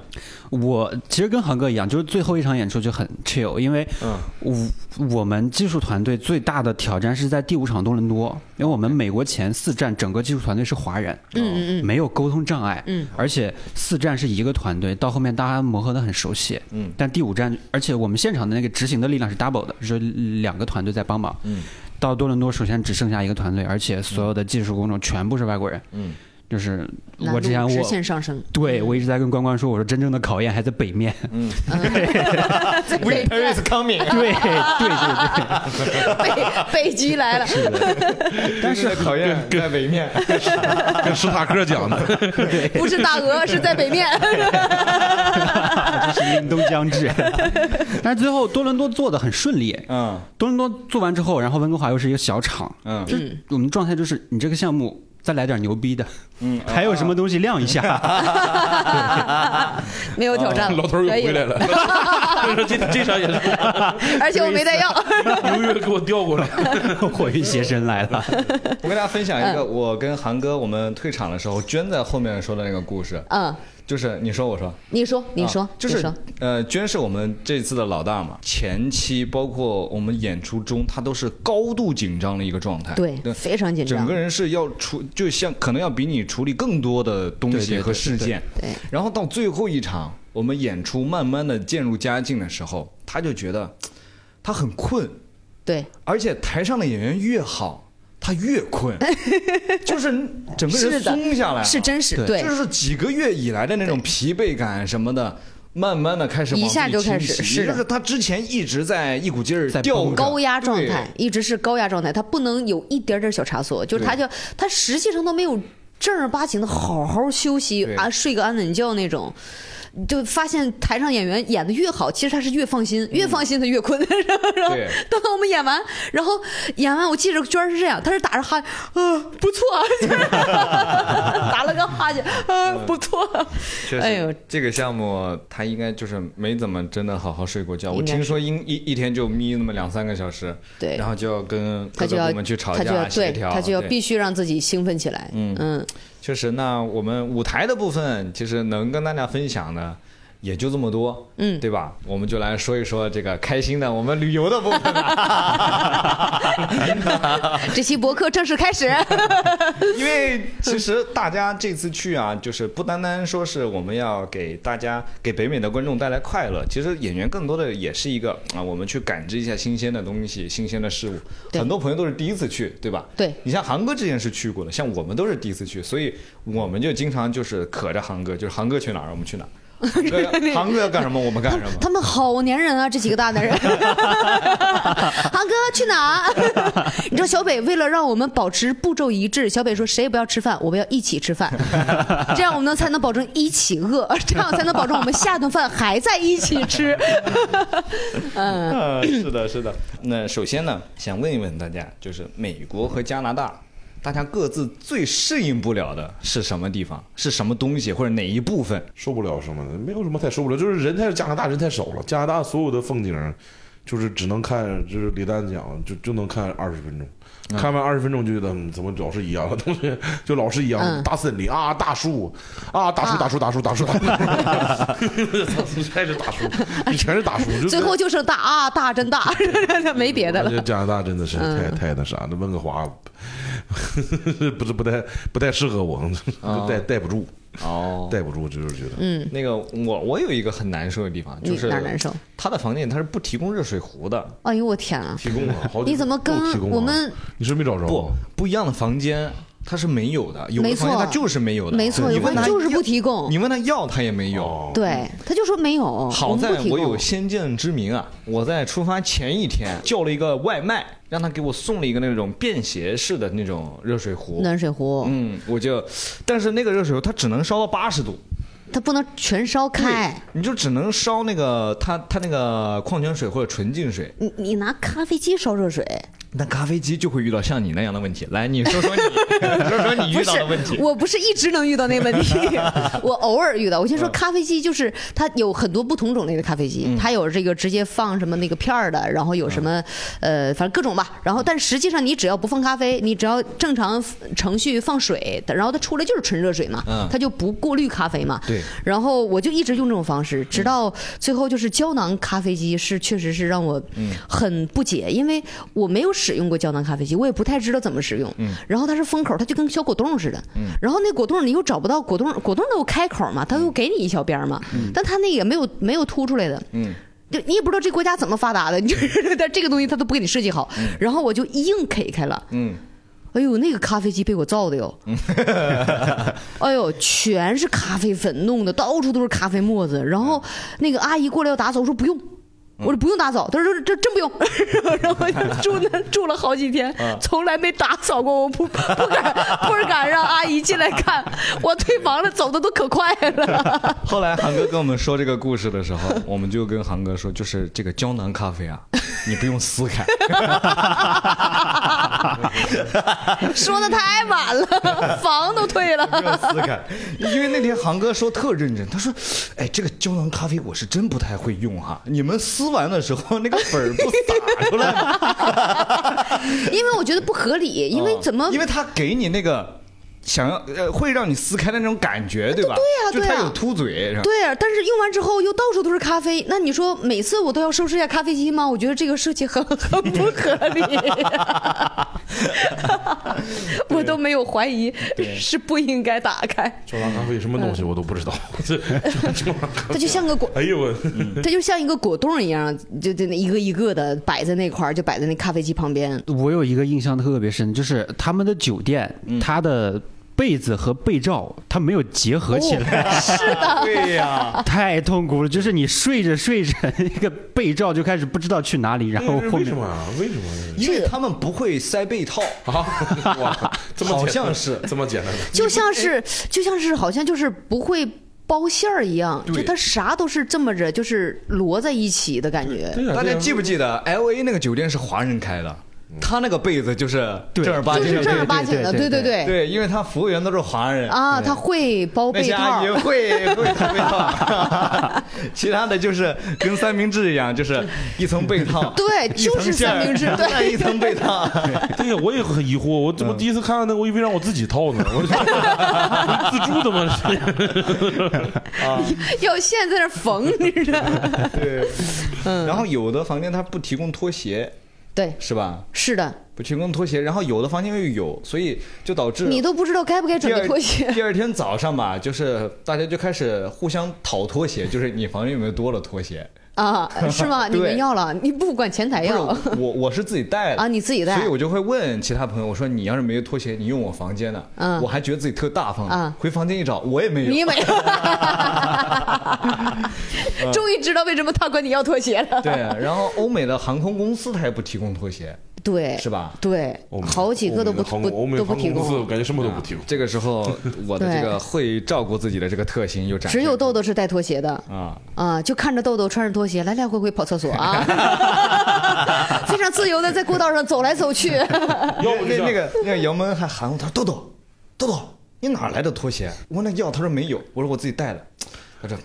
Speaker 3: 我其实跟航哥一样，就是最后一场演出就很 chill，因为
Speaker 1: 嗯
Speaker 3: 我我们技术团队最大的挑战是在第五场多伦多，因为我们美国前四站整个技术团队是华人，嗯嗯，没有沟通障碍，嗯，而且四站是一个团队，到后面大家磨合的很熟悉，嗯，但第五站，而且我们现场的那个执行的力量是 double 的，是两个团队在帮忙，嗯，到多伦多首先只剩下一个团队，而且所有的技术工种全部是外国人，嗯，就是我之前
Speaker 4: 难度直
Speaker 3: 我
Speaker 4: 线上升，
Speaker 3: 对，
Speaker 1: 嗯
Speaker 3: 我一直在跟关关说，我说真正的考验还在北面。
Speaker 4: 在北
Speaker 1: Paris
Speaker 5: *laughs*
Speaker 1: coming，
Speaker 3: *laughs* 对对对对，
Speaker 4: 北 *laughs* 北极来了，
Speaker 1: 但是考验在北面。
Speaker 5: 跟史塔克讲的。
Speaker 4: 不是大鹅，是在北面。
Speaker 3: 这是凛冬将
Speaker 1: *laughs*
Speaker 3: 至。但是最后多伦多做的很顺利，
Speaker 1: 嗯
Speaker 3: 多伦多做完之后，然后温哥华又是一个小厂，
Speaker 1: 嗯
Speaker 3: 就是我们状态就是你这个项目再来点牛逼的，嗯， *laughs* 还有什么东西亮
Speaker 1: *laughs*
Speaker 3: 一下，
Speaker 4: 没有挑
Speaker 1: 啊
Speaker 4: 战了，
Speaker 5: 老头儿又
Speaker 4: 可以
Speaker 5: 回来
Speaker 4: 了，
Speaker 5: 了，这这场演出
Speaker 4: 而且我没带药。
Speaker 5: 牛月给我调过来。
Speaker 3: 火云邪神来了。
Speaker 1: 我跟大家分享一个
Speaker 4: 嗯
Speaker 1: 我跟韩哥我们退场的时候，娟在后面说的那个故事，
Speaker 4: 嗯，
Speaker 1: 就是你说我说。
Speaker 4: 你说，你说
Speaker 1: 啊，就
Speaker 4: 你
Speaker 1: 是
Speaker 4: 说，
Speaker 1: 呃，娟是我们这次的老大嘛，前期包括我们演出中，她都是高度紧张的一个状态，
Speaker 4: 对，非常紧
Speaker 1: 整
Speaker 4: 张
Speaker 1: 个。人是要处，就像可能要比你处理更多的东
Speaker 3: 对对
Speaker 1: 西
Speaker 3: 对
Speaker 1: 和事件。
Speaker 4: 对对
Speaker 1: 然后到最后一场，我们演出慢慢的渐入佳境的时候，她就觉得她很困，
Speaker 4: 对，
Speaker 1: 而且台上的演员越好，他越
Speaker 4: *laughs*
Speaker 1: 困，就是整个
Speaker 4: 是
Speaker 1: 人
Speaker 4: 的
Speaker 1: 松下来了，
Speaker 4: 是真实，
Speaker 3: 对
Speaker 4: 对
Speaker 1: 就，是几个月以来的那种疲惫感什么的。慢慢的开始往
Speaker 4: 一下
Speaker 1: 自己
Speaker 4: 就开
Speaker 1: 清
Speaker 4: 始
Speaker 1: 洗
Speaker 4: 是
Speaker 1: 也就
Speaker 4: 的
Speaker 1: 是他之前一直在一股劲儿
Speaker 3: 在
Speaker 1: 吊着
Speaker 3: 绷着
Speaker 4: 高压状
Speaker 1: 对
Speaker 4: 态一直是高压状态，他不能有一点点小差错，就是他就他实际上都没有正儿八经的好好休息
Speaker 1: 对
Speaker 4: 啊，睡个安稳觉那种。就发现台上演员演的越好，其实他是越放心，越放心他越困。 *laughs* 然后然后
Speaker 1: 对
Speaker 4: 等到我们演完，然后演完，我记着娟儿是这样，她是打着哈，呃，不错， *laughs* 就是打了个哈欠，呃，不错。
Speaker 1: 嗯确实，
Speaker 4: 哎呦，
Speaker 1: 这个项目他应该就是没怎么真的好好睡过觉。我
Speaker 4: 应该是
Speaker 1: 听说一一一天就眯那么两三个小时，
Speaker 4: 对
Speaker 1: 然后就要跟各
Speaker 4: 他就
Speaker 1: 个
Speaker 4: 要
Speaker 1: 部门去吵
Speaker 4: 他就要
Speaker 1: 架协
Speaker 4: 对，
Speaker 1: 调，
Speaker 4: 他就要
Speaker 1: 对
Speaker 4: 必须让自己兴奋起来。嗯
Speaker 1: 确实，那我们舞台的部分其实能跟大家分享的也就这么多，
Speaker 4: 嗯
Speaker 1: 对吧？我们就来说一说这个开心的，我们旅游的部分吧。
Speaker 4: *laughs* 这期博客正
Speaker 1: *laughs*
Speaker 4: 式开始。
Speaker 1: 因为其实大家这次去啊，就是不单单说是我们要给大家给北美的观众带来快乐，其实演员更多的也是一个啊，我们去感知一下新鲜的东西、新鲜的事物。
Speaker 4: 对
Speaker 1: 很多朋友都是第一次去，对吧？
Speaker 4: 对
Speaker 1: 你像航哥之前是去过的，像我们都是第一次去，所以我们就经常就是可着航哥，就是航哥去哪儿我们去哪儿。
Speaker 4: *laughs*
Speaker 1: 航哥要航哥要干什么，我们干什么。
Speaker 4: 他们好粘人啊，这几个大
Speaker 1: *laughs*
Speaker 4: 男人。航哥去哪儿？ *laughs* 你知道小北为了让我们保持步骤一致，小北说谁也不要吃饭，我们要一起
Speaker 1: *laughs*
Speaker 4: 吃饭，这样我们能才能保证一起饿，这样才能保证我们下顿饭还在一
Speaker 1: *laughs*
Speaker 4: 起吃。
Speaker 1: 呃，是的，是的。那首先呢，想问一问大家，就是美国和加拿大，大家各自最适应不了的是什么地方？是什么东西或者哪一部分？
Speaker 5: 受不了什么的，没有什么太受不了，就是人太加拿大人太少了，加拿大所有的风景，就是只能看，就是李诞讲，就就能看二十分钟。
Speaker 4: 嗯
Speaker 5: 看完二十分钟就觉得嗯怎么老是一样的东西，就老是一样的
Speaker 4: 嗯
Speaker 5: 大森林啊，大树啊，大树，大树，大
Speaker 4: *laughs*
Speaker 5: 树，大树，大树，还是大树，就全是大树。就
Speaker 4: 最后就剩大啊，大真大， *laughs* 没别的
Speaker 5: 我
Speaker 4: 了嗯
Speaker 5: 觉。得加拿大真的是太太那啥，那温哥华 *laughs* 不是不太不太适合我， *laughs*
Speaker 4: 啊
Speaker 5: 带带不住，
Speaker 1: 哦，
Speaker 5: 带不住，就是觉得
Speaker 4: 嗯
Speaker 1: 嗯那个我我有一个很难受的地方，
Speaker 4: 你
Speaker 1: 就是
Speaker 4: 哪儿难受？
Speaker 1: 他的房间他是不提供热水壶的，
Speaker 4: 哎呦我天啊！
Speaker 5: 提供啊，好几
Speaker 4: 你怎么跟
Speaker 5: 都提供啊
Speaker 4: 我
Speaker 1: 嗯
Speaker 4: 们？
Speaker 5: 你是不是没找着？
Speaker 1: 不不一样的房间它是没有的，有
Speaker 4: 没
Speaker 1: 的
Speaker 4: 错
Speaker 1: 房间它就是没有的，
Speaker 4: 没错，
Speaker 1: 你
Speaker 4: 有
Speaker 1: 问他
Speaker 4: 的就是不提供
Speaker 1: 你。问他要他也没有。
Speaker 5: 哦，
Speaker 4: 对，他就说没有，
Speaker 1: 好
Speaker 4: 我们
Speaker 1: 在
Speaker 4: 不提
Speaker 1: 我
Speaker 4: 供
Speaker 1: 有先见之明啊！我在出发前一天叫了一个外卖，让他给我送了一个那种便携式的那种热水壶。
Speaker 4: 暖水壶，
Speaker 1: 嗯，我就，但是那个热水壶它只能烧到八十度，
Speaker 4: 它不能全烧开。
Speaker 1: 你就只能烧那个它它那个矿泉水或者纯净水。
Speaker 4: 你你拿咖啡机烧热水，
Speaker 1: 那咖啡机就会遇到像你那样的问题。来，你说说你，
Speaker 4: *laughs*
Speaker 1: 说说你遇到的问题。
Speaker 4: 我不是一直能遇到那问
Speaker 1: *laughs*
Speaker 4: 题，我偶尔遇到。我先
Speaker 1: 嗯
Speaker 4: 说咖啡机，就是它有很多不同种类的咖啡机，它有这个直接放什么那个片儿的，然后有什么
Speaker 1: 嗯
Speaker 4: 呃，反正各种吧。然后，但实际上你只要不放咖啡，你只要正常程序放水，然后它出来就是纯热水嘛
Speaker 1: 嗯，
Speaker 4: 它就不过滤咖啡嘛。
Speaker 1: 对
Speaker 4: 然后我就一直用这种方式，直到最后就是胶囊咖啡机是确实是让我很不解，因为我没有使用过胶囊咖啡机，我也不太知道怎么使用。然后它是封口，它就跟小果冻似的。然后那果冻你又找不到果冻，果冻都有开口嘛，它又给你一小边儿嘛，但它那也没有没有凸出来的。就你也不知道这国家怎么发达的，你就是但这个东西它都不给你设计好，然后我就硬 K 开了，
Speaker 1: 嗯，
Speaker 4: 哎呦，那个咖啡机被我造的哟，哎呦，全是咖啡粉弄的，到处都是咖啡沫子。然
Speaker 1: 嗯
Speaker 4: 后那个阿姨过来要打扫，我说不用。我说不用打扫，她说这这真不用， *laughs* 然后
Speaker 1: *laughs*
Speaker 4: 就住那住了好几天，
Speaker 1: 嗯
Speaker 4: 从来没打扫过，我不不敢不
Speaker 1: *laughs*
Speaker 4: 敢让阿姨进来看，我退房了，走的都可快
Speaker 1: *laughs*
Speaker 4: 了。
Speaker 1: 后来航哥跟我们说这个故事的时候，我们就跟航哥说，就是这个胶囊咖啡啊，你不用撕开，
Speaker 4: 说的太晚了，房都退了。
Speaker 1: *laughs* 不用撕开，因为那天航哥说特认真，他说：“哎，这个胶囊咖啡我是真不太会用哈，你们撕完的时候那 *laughs* 个粉儿不洒出来吗，
Speaker 4: 因为我觉得不合理， *laughs* 因为怎么？
Speaker 1: 哦嗯因为他给你那个想要呃会让你撕开的那种感觉，对吧？
Speaker 4: 对
Speaker 1: 就
Speaker 4: 呀对呀
Speaker 1: 他有凸嘴，是吧？
Speaker 4: 对啊，但是用完之后又到处都是咖啡，那你说每次我都要收拾一下咖啡机吗？我觉得这个设计很 *laughs* 很不合
Speaker 3: *laughs*
Speaker 4: 理，我都没有怀疑是不应该打开，
Speaker 5: 胶囊咖啡什么东西我都不知道， *laughs* 这胶囊咖
Speaker 4: 它就像个果，
Speaker 5: 哎呦我，
Speaker 3: 嗯
Speaker 4: 它就像一个果冻一样，就就那一个一个的摆在那块儿，就摆在那咖啡机旁边。
Speaker 3: 我有一个印象特别深，就是他们的酒店，
Speaker 1: 嗯
Speaker 3: 它的被子和被罩它没有结合起来，
Speaker 4: 啊
Speaker 1: 对呀、
Speaker 3: *laughs* 太痛苦了。就是你睡着睡着，那个被罩就开始不知道去哪里，然后后
Speaker 5: 为
Speaker 3: 面
Speaker 5: 什么啊？为什么
Speaker 1: *laughs* 因为他们不会塞被套，
Speaker 5: *laughs* 啊？哇，这么
Speaker 1: 好
Speaker 5: 简单
Speaker 1: 像是
Speaker 5: 这么简单的，
Speaker 3: 哎
Speaker 4: 就像是，就像是，好像就是不会包馅儿一样，就它啥都是这么着，就是摞在一起的感觉。
Speaker 5: 对呀，啊
Speaker 1: 大
Speaker 5: 对嗯
Speaker 1: 家
Speaker 5: 呀
Speaker 1: 记不记得 L A 那个酒店是华人开的？他那个被子就是正儿八
Speaker 4: 就
Speaker 1: 经
Speaker 4: 是
Speaker 1: 的，
Speaker 4: 正儿八经的，
Speaker 3: 啊对对
Speaker 4: 对
Speaker 3: 对
Speaker 4: 对。
Speaker 1: 对，因为他服务员都是华 *laughs* 人，
Speaker 4: 啊，他会包
Speaker 1: 那
Speaker 4: 被
Speaker 1: 些
Speaker 4: 套
Speaker 1: 阿姨
Speaker 4: 儿，
Speaker 1: 会
Speaker 4: *laughs*
Speaker 1: 会会套，其他的就是跟三明治一样，就是一层被套，
Speaker 4: 对，就是三明治，
Speaker 1: *laughs*
Speaker 4: 对，
Speaker 1: 再一层被
Speaker 4: *laughs*
Speaker 1: 套，
Speaker 5: 对呀，我也很疑惑，我怎么第一次看到那个，我以为让我自己套呢，我 *laughs* 自助怎么 *laughs* 是？
Speaker 4: 要现在那儿缝，你知道？
Speaker 1: 对，
Speaker 4: 嗯
Speaker 1: 然后有的房间它不提供拖鞋，
Speaker 4: 对，
Speaker 1: 是吧？
Speaker 4: 是的，
Speaker 1: 不提供拖鞋，然后有的房间又有，所以就导致
Speaker 4: 你都不知道该不该
Speaker 1: 第
Speaker 4: 准备
Speaker 1: 二
Speaker 4: 拖鞋。
Speaker 1: *laughs* 第二天早上吧，就是大家就开始互相讨拖鞋，就是你房间有没有多了拖鞋？
Speaker 4: 啊，是吗？你
Speaker 1: 对
Speaker 4: 们要了，你不管前台
Speaker 1: 不是
Speaker 4: 要，
Speaker 1: 我，我是自己带的
Speaker 4: 啊你自己带
Speaker 1: 所以我就会问其他朋友，我说你要是没有拖鞋，你用我房间的，
Speaker 4: 嗯
Speaker 1: 我还觉得自己特大方呢，
Speaker 4: 嗯
Speaker 1: 回房间一找我也没有，
Speaker 4: 你没有。 *laughs* 终于知道为什么他管你要拖鞋
Speaker 1: *laughs*
Speaker 4: 了。
Speaker 1: *laughs* 对，然后欧美的航空公司它也不提供拖鞋，
Speaker 4: 对，
Speaker 1: 是吧
Speaker 4: 对，好几个都不
Speaker 5: 欧美的航空
Speaker 4: 不
Speaker 5: 欧美
Speaker 4: 都
Speaker 5: 的
Speaker 4: 不
Speaker 5: 航
Speaker 4: 提
Speaker 5: 空公司，我
Speaker 4: 供。
Speaker 5: 感觉什么都不提供。
Speaker 1: 啊这个时候我的
Speaker 4: 对
Speaker 1: 这个会照顾自己的这个特性又展现出
Speaker 4: 只
Speaker 1: 来，
Speaker 4: 有豆豆是带拖鞋的
Speaker 1: 啊，
Speaker 4: 啊，就看着豆豆穿着拖鞋来来回回跑厕所
Speaker 1: *laughs*
Speaker 4: 啊，非常自由的在过道上走来走
Speaker 1: *laughs*
Speaker 4: 去。
Speaker 5: *laughs* 要不就
Speaker 1: 那
Speaker 5: 像
Speaker 1: 那个那个杨门还喊我，他说豆豆，豆豆，你哪来的拖鞋？我问他要，他说没有，我说我自己带的。他说，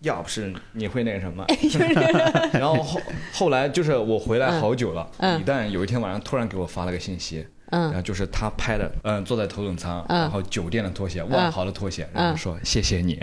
Speaker 1: 要不是你会那个什
Speaker 4: *laughs*
Speaker 1: 么，
Speaker 4: 哎
Speaker 1: 然后后后来就是我回来好久了，
Speaker 4: 嗯
Speaker 1: 李诞有一天晚上突然给我发了个信息。
Speaker 4: 嗯
Speaker 1: 然后就是他拍的，嗯，坐在头等舱，
Speaker 4: 嗯
Speaker 1: 然后酒店的拖鞋，万豪的拖鞋，然后说谢谢你，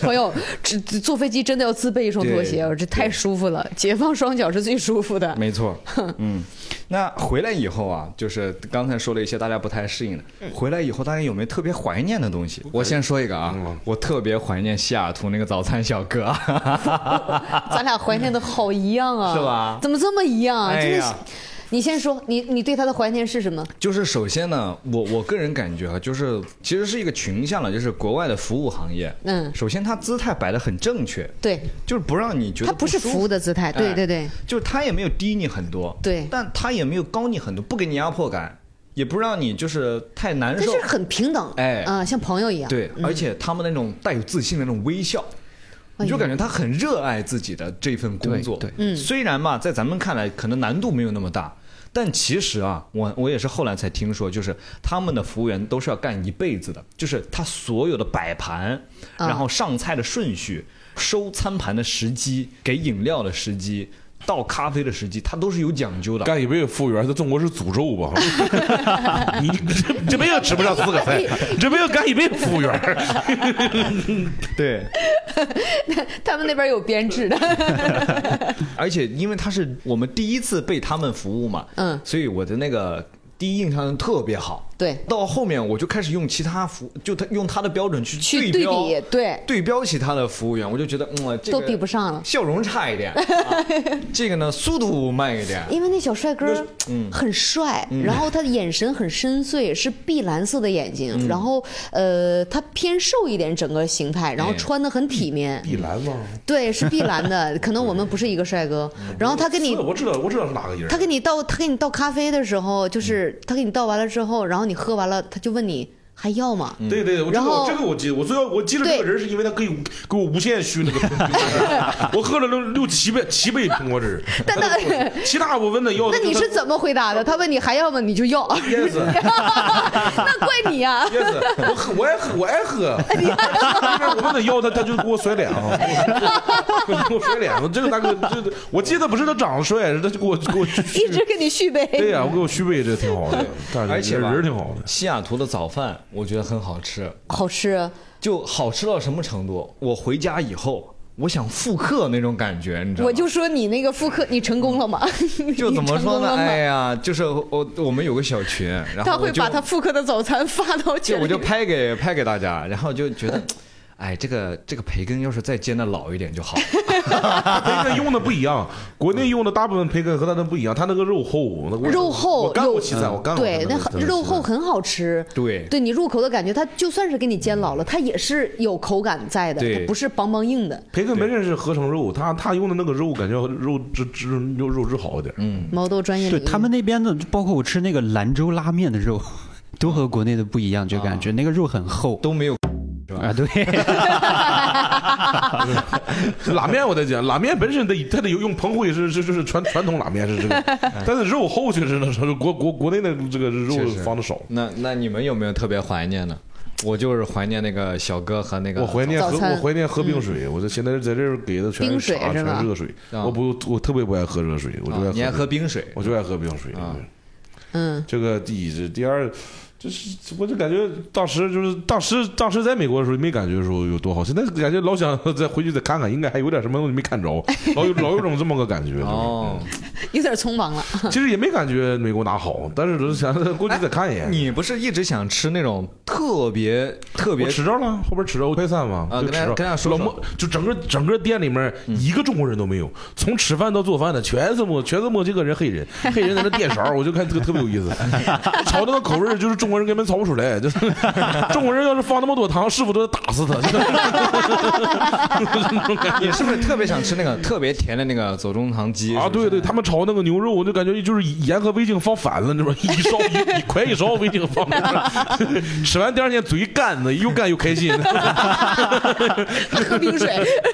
Speaker 4: 朋友，这这坐飞机真的要自备一双拖鞋，
Speaker 1: 对
Speaker 4: 我这太舒服了，解放双脚是最舒服的。
Speaker 1: 没
Speaker 4: *laughs*
Speaker 1: 错，嗯，那回来以后啊，就是刚才说了一些大家不太适应的，
Speaker 4: 嗯
Speaker 1: 回来以后大家有没有特别怀念的东西？我先说一个啊
Speaker 5: 嗯，
Speaker 1: 我特别怀念西雅图那个早餐小哥，啊
Speaker 4: 咱俩怀念的好一样啊，
Speaker 1: 是吧
Speaker 4: 怎么这么一样啊？
Speaker 1: 哎
Speaker 4: 真的
Speaker 1: 呀
Speaker 4: 是，你先说，你你对他的怀念是什么？
Speaker 1: *laughs* 就是首先呢，我我个人感觉啊，就是其实是一个群像了，就是国外的服务行业，
Speaker 4: 嗯
Speaker 1: 首先他姿态摆得很正确，
Speaker 4: 对，
Speaker 1: 就是不让你觉得
Speaker 4: 他不是
Speaker 1: 舒
Speaker 4: 服务的姿态，对
Speaker 1: 哎
Speaker 4: 对对，
Speaker 1: 就是他也没有低你很多，
Speaker 4: 对
Speaker 1: 但他也没有高你很多，不给你压迫感，也不让你就是太难
Speaker 4: 但
Speaker 1: 受
Speaker 4: 是，很平等，
Speaker 1: 哎
Speaker 4: 啊，像朋友一样，
Speaker 1: 对，
Speaker 3: 嗯
Speaker 1: 而且他们那种带有自信的那种微笑。你就感觉他很热爱自己的这份工作，
Speaker 3: 哎对
Speaker 1: 嗯，虽然嘛，在咱们看来可能难度没有那么大，但其实啊，我我也是后来才听说，就是他们的服务员都是要干一辈子的，就是他所有的摆盘，
Speaker 4: 啊
Speaker 1: 然后上菜的顺序、收餐盘的时机、给饮料的时机、倒咖啡的时机，他都是有讲究的。
Speaker 5: 干一辈子服务员，在中国是诅咒吧？ *laughs* 你这这辈子吃不上四个菜， *laughs* 这辈子干一辈子 *laughs* 服务员。
Speaker 1: 对，
Speaker 4: 他们那边有编制的，
Speaker 1: 而且因为他是我们第一次被他们服务嘛，
Speaker 4: 嗯
Speaker 1: 所以我的那个第一印象特别好。
Speaker 4: 对
Speaker 1: 到后面我就开始用其他服，就他用他的标准去
Speaker 4: 去对
Speaker 1: 对标
Speaker 4: 比，对，
Speaker 1: 对标其他的服务员，我就觉得嗯，这个
Speaker 4: 都比不上了。
Speaker 1: 笑容差一点，
Speaker 4: *laughs*
Speaker 1: 啊这个呢速度慢一点。
Speaker 4: 因为那小帅哥
Speaker 5: 嗯
Speaker 4: 很帅，然后他的眼神很深邃，是碧蓝色的眼睛，
Speaker 5: 嗯
Speaker 4: 然后呃，他偏瘦一点，整个形态，然后
Speaker 1: 哎
Speaker 4: 穿的很体面，
Speaker 5: 碧蓝吗？
Speaker 4: 对，是碧蓝的，可能我们不是一个帅哥。然后他跟你
Speaker 5: 是，嗯我知道，我知道是哪嗯个人。
Speaker 4: 他给你倒，他给你倒咖啡的时候，就是他给你倒完了之后，然后你喝完了，他就问你还要吗？
Speaker 5: 嗯对对，我这
Speaker 4: 然
Speaker 5: 个
Speaker 4: 后
Speaker 5: 我这个我记得，我最要我记得这个
Speaker 4: 对
Speaker 5: 人是因为他给我给我无限续那个苹果汁儿，
Speaker 4: *laughs*
Speaker 5: 我喝了六六七杯七杯苹果汁儿，
Speaker 4: *laughs* 但那
Speaker 5: 其他我问他要的
Speaker 4: 那
Speaker 5: 就
Speaker 4: 你
Speaker 5: 他，
Speaker 4: 是怎么回答的？他问你还要吗？你就
Speaker 5: *laughs*
Speaker 4: 要，
Speaker 5: yes
Speaker 4: 那怪你啊呀、
Speaker 5: yes，我喝我爱喝我爱喝，
Speaker 4: 哎
Speaker 5: 我问他要他他就给我甩脸啊，给我甩脸，我这个大哥这个我记得不是他长得帅，是他就给我给我续
Speaker 4: *laughs* 一直给你续杯。
Speaker 5: 对呀，我给我续杯这挺好的，但是
Speaker 1: 而哎且吧
Speaker 5: 人挺好的。
Speaker 1: 西雅图的早饭我觉得很好吃，
Speaker 4: 好吃，啊
Speaker 1: 就好吃到什么程度？我回家以后，我想复刻那种感觉，你知道吗？
Speaker 4: 我就说你那个复刻，你成功了吗？
Speaker 1: *laughs* 就怎么说
Speaker 4: 你成功
Speaker 1: 呢？
Speaker 4: 了吗
Speaker 1: 哎呀，就是我我们有个小群，然后
Speaker 4: 他
Speaker 1: 我
Speaker 4: 会
Speaker 1: 就
Speaker 4: 把他复刻的早餐发
Speaker 1: 就
Speaker 4: 到群
Speaker 1: 我
Speaker 4: 里
Speaker 1: 就。拍给拍给大家，然后就觉得，哎，这个这个培根要是再煎的老一点就好。
Speaker 5: *laughs* 培根用的不一样，国内用的大部分培根和它那不一样，它那个肉厚，那个
Speaker 4: 肉厚
Speaker 5: 我干过
Speaker 4: 肉
Speaker 5: 西餐，我干过
Speaker 4: 对，
Speaker 5: 那
Speaker 4: 那
Speaker 5: 个
Speaker 4: 很肉厚很好吃。
Speaker 1: 对
Speaker 4: 对你入口的感觉，它就算是给你煎老了，它也是有口感在的，
Speaker 1: 对
Speaker 4: 它不是梆梆硬的。
Speaker 5: 培根本身是合成肉，他他用的那个肉感觉肉质质肉肉质好一点。嗯，
Speaker 4: 毛豆专业
Speaker 3: 对
Speaker 4: 领域，
Speaker 3: 他们那边的，包括我吃那个兰州拉面的肉， *laughs* 都和国内的不一样，就感觉
Speaker 4: 啊
Speaker 3: 那个肉很厚
Speaker 1: 都没有
Speaker 4: *laughs*
Speaker 3: 啊，对，
Speaker 5: 拉面我在讲，拉面本身得它得有用彭辉是是是是传传统拉面是
Speaker 4: *laughs*
Speaker 5: 这个，但是肉厚确实呢，是国国国内的这个肉
Speaker 1: 确实
Speaker 5: 放的少。
Speaker 1: 那那你们有没有特别怀念的？我就是怀念那个小哥和那个啊
Speaker 5: 我怀念喝，
Speaker 4: 早餐嗯
Speaker 5: 我怀念喝冰水。我这现在在这儿给的全
Speaker 4: 冰
Speaker 5: 是
Speaker 4: 水
Speaker 5: 茶，
Speaker 4: 是吧哦
Speaker 5: 全热水。
Speaker 1: 啊
Speaker 5: 我不，我特别不爱喝热水，我就爱
Speaker 1: 啊
Speaker 5: 喝。
Speaker 1: 你爱喝？冰水，
Speaker 5: 我就爱喝冰水。
Speaker 4: 啊
Speaker 5: 对
Speaker 4: 嗯，
Speaker 5: 这个第一是，第二，就是我就感觉当时就是当时当时在美国的时候没感觉说有多好，现在感觉老想再回去再看看，应该还有点什么东西没看着，老有老有种这么个感觉。就是
Speaker 1: 哦，
Speaker 4: 有点匆忙了。 *laughs*
Speaker 5: 嗯其实也没感觉美国哪好，但是就是想 *laughs* 过去再看一眼。
Speaker 1: 你不是一直想吃那种特别特别
Speaker 5: 我吃着了，后边吃着我快餐嘛，
Speaker 1: 啊
Speaker 5: 就
Speaker 1: 跟大家
Speaker 5: 吃着
Speaker 1: 跟大家说嗯
Speaker 5: 老
Speaker 1: 说
Speaker 5: 莫就整个整个店里面一个中国人都没有，从吃饭到做饭的全是墨全是墨西哥人、黑人， *laughs* 黑人在那颠勺，我就看这个特别
Speaker 1: *laughs*
Speaker 5: 有意思，炒那个口味儿就是中国人根本炒不出来，就是 *laughs* 中国人要是放那么多糖，师傅都得打死他。 *laughs* 就是
Speaker 1: 你 *laughs* 是不是特别想吃那个特别甜的那个左宗棠鸡
Speaker 5: 啊，
Speaker 1: 是不是
Speaker 5: 对对，他们炒那个牛肉，我就感觉就是盐和味精放反了，你知
Speaker 1: *laughs*
Speaker 5: 道吗？一勺一一快一勺味精放那儿， *laughs* 吃完第二天嘴干的，又干又开心，
Speaker 4: 喝
Speaker 1: *laughs*
Speaker 4: 冰水，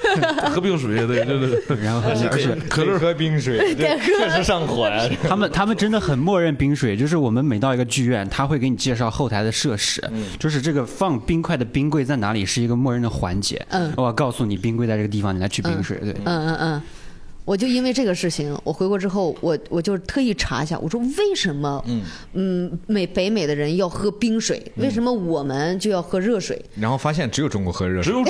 Speaker 5: *laughs* 喝冰水，对对对。
Speaker 3: 然后很而且
Speaker 1: 可乐喝冰
Speaker 4: *laughs*
Speaker 1: 水，对确实上火
Speaker 5: *laughs*
Speaker 1: 呀。
Speaker 3: 他们他们真的很默认冰水，就是我们每到一个剧院，他会给你介绍后台的设施，
Speaker 4: 嗯
Speaker 3: 就是这个放冰块的冰柜在哪里是一个默认的环节。
Speaker 4: 嗯
Speaker 3: 我告诉你冰柜在这个地方，你来取冰水。对，
Speaker 4: 嗯嗯嗯，我就因为这个事情，我回国之后，我我就特意查一下，我说为什么，嗯美北美的人要喝冰水，为什么我们就要喝热水？
Speaker 1: 然后发现只有中国喝热
Speaker 5: 只
Speaker 1: 水，
Speaker 5: 有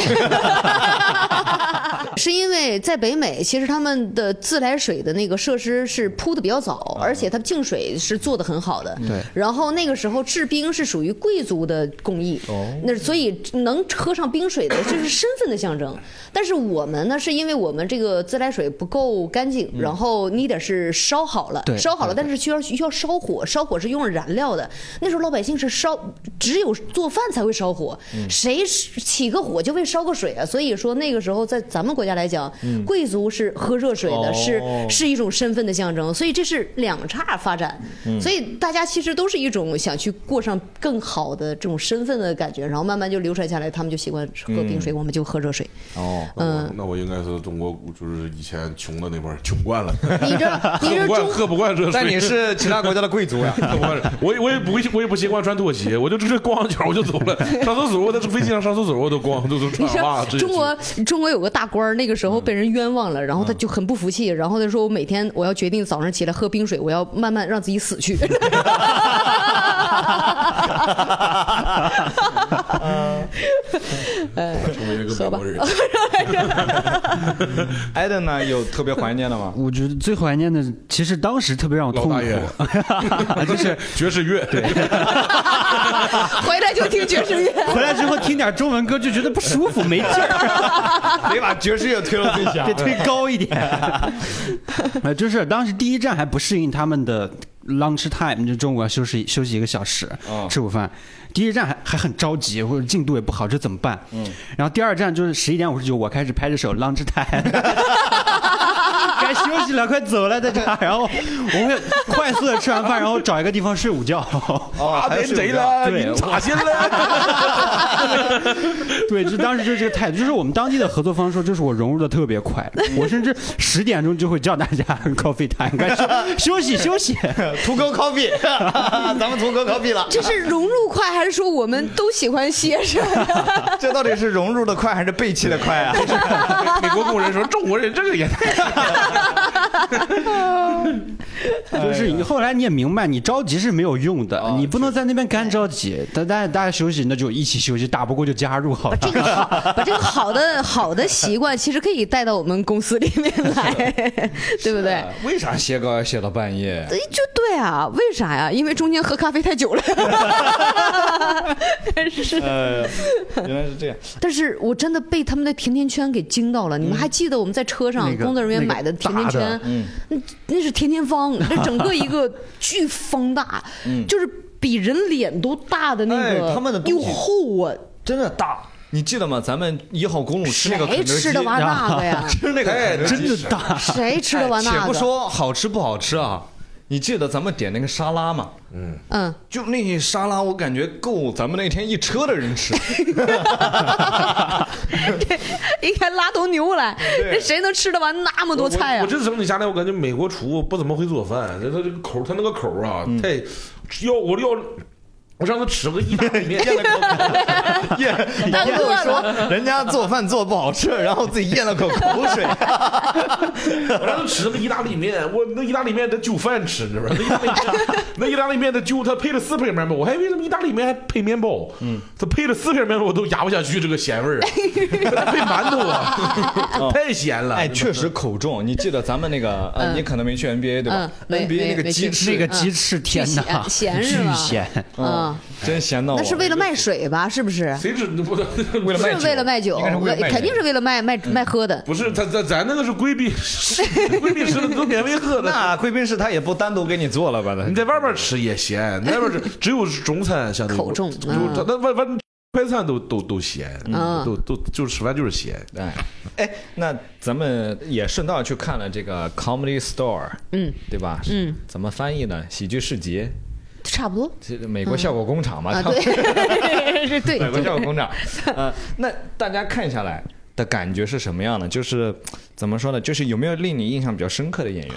Speaker 4: 是因为在北美，其实他们的自来水的那个设施是铺的比较早，而且它净水是做的很好的。
Speaker 3: 啊对
Speaker 4: 然后那个时候制冰是属于贵族的工艺，
Speaker 3: 哦
Speaker 4: 那所以能喝上冰水的这是身份的象
Speaker 3: *laughs*
Speaker 4: 征。但是我们呢，是因为我们这个自来水不够干净，然后你得是烧好了，
Speaker 3: 嗯对
Speaker 4: 烧
Speaker 5: 嗯
Speaker 4: 好了，但是需要需要烧火，烧火是用燃料的。那时候老百姓是烧，只有做饭才会烧火，
Speaker 5: 嗯
Speaker 4: 谁起个火就会烧个水啊。所以说那个时候在咱们国家来讲，
Speaker 5: 嗯
Speaker 4: 贵族是喝热水
Speaker 5: 哦
Speaker 4: 的，是是一种身份的象征，所以这是两岔发展。
Speaker 5: 嗯
Speaker 4: 所以大家其实都是一种想去过上更好的这种身份的感觉，然后慢慢就流传下来，他们就习惯喝冰水，我们就喝热水。
Speaker 1: 哦，
Speaker 5: 嗯，那我应该是中国就是以前穷的那波，穷惯了，
Speaker 4: 你这你这
Speaker 5: 喝 *laughs* 不惯
Speaker 4: 中
Speaker 5: 喝不惯热水。。
Speaker 1: *laughs* 但你是其他国家的贵 *laughs* 族呀
Speaker 5: 我我也不会，我也不习惯穿拖鞋，我就直接光脚我就走了。上厕所我在飞机上上厕所我都光都都
Speaker 4: 你
Speaker 5: 穿
Speaker 4: 知
Speaker 5: 袜
Speaker 4: 道
Speaker 5: 子。
Speaker 4: 中国中国有个大官儿，那个时候被人冤枉了，然后他就很不服气，然后他说：“我每天我要决定早上起来喝冰水，我要慢慢让自己死去。
Speaker 5: 成为了个
Speaker 4: 喝吧
Speaker 5: 人，
Speaker 1: 艾登呢，有特别怀念的 *laughs* 吗？
Speaker 3: 我觉得最怀念的，其实当时特别让我
Speaker 5: 老
Speaker 3: 痛苦
Speaker 5: 大，爷， *laughs*
Speaker 3: 就是
Speaker 5: 爵士乐，对，
Speaker 4: 回来就听爵士乐。
Speaker 3: 回来之后听点中文歌就觉得不舒服，没劲儿，
Speaker 1: 得把爵士乐推到最
Speaker 4: *laughs*
Speaker 1: 响
Speaker 3: *laughs* 得推高一点。呃，就是当时第一站还不适应他们的 lunch time，就中午要休息休息一个小时、吃午饭。第一站还还很着急，或者进度也不好，这怎么办？嗯。然后第二站就是十一点五十九，我开始拍着手 lunch time。该休息了，快走了，在这儿。然后我会快速的吃完饭，然后找一个地方睡午觉。
Speaker 1: 哦，
Speaker 5: 打
Speaker 1: 还
Speaker 5: 点
Speaker 1: 是
Speaker 5: 贼
Speaker 1: 有的。
Speaker 5: 了，
Speaker 3: 对
Speaker 5: 你咋心
Speaker 1: *laughs*
Speaker 5: 了？
Speaker 3: *laughs* 对，就当时就是这个态度，就是我们当地的合作方说，就是我融入的特别快，我甚至十点钟就会叫大家 *laughs* coffee time，该休休息休息。
Speaker 1: 图哥 *laughs* coffee，咱们图哥 coffee 了。
Speaker 4: *laughs* 这是融入快，还是说我们都喜欢歇着？
Speaker 1: 这到底是融入的快还是背弃的快 *laughs* 啊？
Speaker 5: *laughs* 美国工人说中国人这个也太……
Speaker 3: 就是你后来你也明白，你着急是没有用的，你不能在那边干着急，大大家大家休息，那就一起休息，打不过就加入好了。
Speaker 4: 这个好， *laughs* 把这个好的好的习惯，其实可以带到我们公司里面来， *laughs* 对不对？
Speaker 1: 为啥写稿要写到半夜？
Speaker 4: 哎就对啊，为啥呀？因为中间喝咖啡太久了。是，
Speaker 1: 呃，原来是这样。
Speaker 4: 但是我真的被他们的甜甜圈给惊到了。
Speaker 1: 嗯
Speaker 4: 你们还记得我们在车上
Speaker 3: 那个
Speaker 4: 工作人员买的甜甜
Speaker 3: 那个
Speaker 4: 圈？
Speaker 1: 嗯
Speaker 4: 那那是甜
Speaker 1: *laughs*
Speaker 4: 甜方，那整个一个巨方大，就是比人脸都大的那
Speaker 1: 嗯哎
Speaker 4: 个，
Speaker 1: 他们的东
Speaker 4: 又
Speaker 1: 西
Speaker 4: 厚啊，
Speaker 1: 真的大。你记得吗？咱们一号公路吃那个肯
Speaker 4: 谁
Speaker 1: 德基，
Speaker 4: 哎吃得
Speaker 1: *laughs*
Speaker 4: 完那个呀？
Speaker 1: 吃那个肯德基
Speaker 3: 真的大，
Speaker 4: 谁吃得完那
Speaker 1: 哎
Speaker 4: 个？
Speaker 1: 且不说好吃不好吃啊，你记得咱们点那个沙拉吗？
Speaker 4: 嗯，
Speaker 1: 就那些沙拉，我感觉够咱们那天一车的人吃。
Speaker 4: 应该拉头牛来，这谁能吃得完那么多菜啊
Speaker 5: 我我？这整体下来，我感觉美国厨不怎么会做饭，这他这个口儿，他那个口儿啊，
Speaker 1: 嗯
Speaker 5: 太要我要我让他吃个意大
Speaker 1: *laughs*
Speaker 5: 利面，
Speaker 8: 咽
Speaker 4: 但
Speaker 8: 咽
Speaker 4: 饿了，
Speaker 8: 人家做饭做不好
Speaker 1: *laughs*
Speaker 8: 吃，然后自己咽了口口水。
Speaker 5: 我让他吃个意大利面，我那意大利面他就饭吃，你知道吧？那意大利面那意大利面他就他配了四片面包，我还以为什么意大利面还配面包，嗯，他配了四片面包我都压不下去这个咸
Speaker 1: *laughs*
Speaker 5: 味儿啊，他配馒头啊，太咸了。
Speaker 1: 哎，确实口重。你记得咱们那个，呃，
Speaker 4: 嗯
Speaker 1: 你可能没去 NBA 对吧
Speaker 4: 嗯没
Speaker 1: ？NBA
Speaker 4: 没
Speaker 1: 那个
Speaker 4: 没
Speaker 1: 鸡
Speaker 4: 去
Speaker 1: 翅
Speaker 3: 那个鸡翅，天哪，
Speaker 4: 巨
Speaker 3: *laughs*
Speaker 4: 咸咸是
Speaker 3: 巨
Speaker 4: 吧
Speaker 3: 咸，
Speaker 4: 嗯，
Speaker 1: 真咸到我。
Speaker 4: 那是为了卖水吧？是不是？
Speaker 5: 谁知不是
Speaker 1: 为了卖
Speaker 4: 是
Speaker 1: 酒，
Speaker 4: 为了卖酒
Speaker 1: 应该是为了卖，酒嗯
Speaker 4: 肯定是为了卖卖卖喝的。
Speaker 5: 不是，咱咱咱那个是规避规避吃的都免费喝的，
Speaker 1: 那贵宾室他也不单独给你做了吧？
Speaker 5: 你在外边吃也咸，那边吃只有中餐相对
Speaker 4: 口重
Speaker 5: 就
Speaker 4: 嗯
Speaker 5: 那外外快餐都都都咸，
Speaker 4: 嗯
Speaker 5: 都都就是吃饭就是咸。
Speaker 1: 哎，哎，那咱们也顺道去看了这个 Comedy Store，
Speaker 4: 嗯，
Speaker 1: 对吧？
Speaker 4: 嗯，
Speaker 1: 怎么翻译呢？喜剧市集，
Speaker 4: 差不
Speaker 1: *laughs*
Speaker 4: 多
Speaker 1: 这美国效果工厂嘛，
Speaker 4: 啊，
Speaker 1: 他们
Speaker 4: 对，是对，
Speaker 1: 美国效果工
Speaker 4: *laughs*
Speaker 1: 厂。呃，那大家看下来的感觉是什么样的？就是怎么说呢？就是有没有令你印象比较深刻的演员，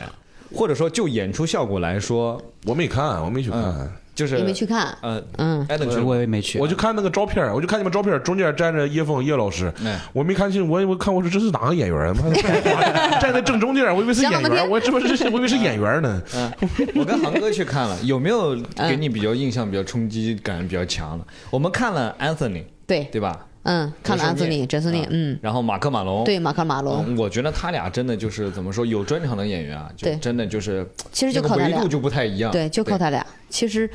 Speaker 1: 或者说就演出效果来说，
Speaker 5: 我没看，我没去
Speaker 1: 嗯
Speaker 5: 看，
Speaker 1: 就是
Speaker 4: 你没去看？
Speaker 1: 呃，
Speaker 4: 嗯，
Speaker 1: 艾登去了吗
Speaker 3: 我也没去。
Speaker 5: 我就看那个照片，我就看你们照片，中间站着叶枫叶老师
Speaker 1: 哎，
Speaker 5: 我没看清，我我看我说这是哪个演员？啊妈的，站在正中间，我以为是
Speaker 4: 想
Speaker 5: 演
Speaker 4: 了半
Speaker 5: 员，
Speaker 4: 天
Speaker 5: 我这不是我以为是演员呢。
Speaker 1: 嗯我跟航哥去看了，有没有
Speaker 4: 嗯
Speaker 1: 给你比较印象比较冲击感比较强的？我们看了 Anthony，
Speaker 4: 对，
Speaker 1: 对吧？
Speaker 4: 嗯，看了安
Speaker 1: 哲
Speaker 4: 东
Speaker 1: 斯
Speaker 4: 尼，
Speaker 1: 密
Speaker 4: 詹森尼
Speaker 1: 啊，
Speaker 4: 嗯，
Speaker 1: 然后马克马龙，
Speaker 4: 对，哦马克马龙，
Speaker 1: 嗯，我觉得他俩真的就是怎么说，有专长的演员啊，就
Speaker 4: 对
Speaker 1: 真的就是，
Speaker 4: 其实
Speaker 1: 那
Speaker 4: 就
Speaker 1: 个
Speaker 4: 靠他
Speaker 1: 维
Speaker 4: 俩
Speaker 1: 度，就不太一样，
Speaker 4: 对，就靠他俩。其实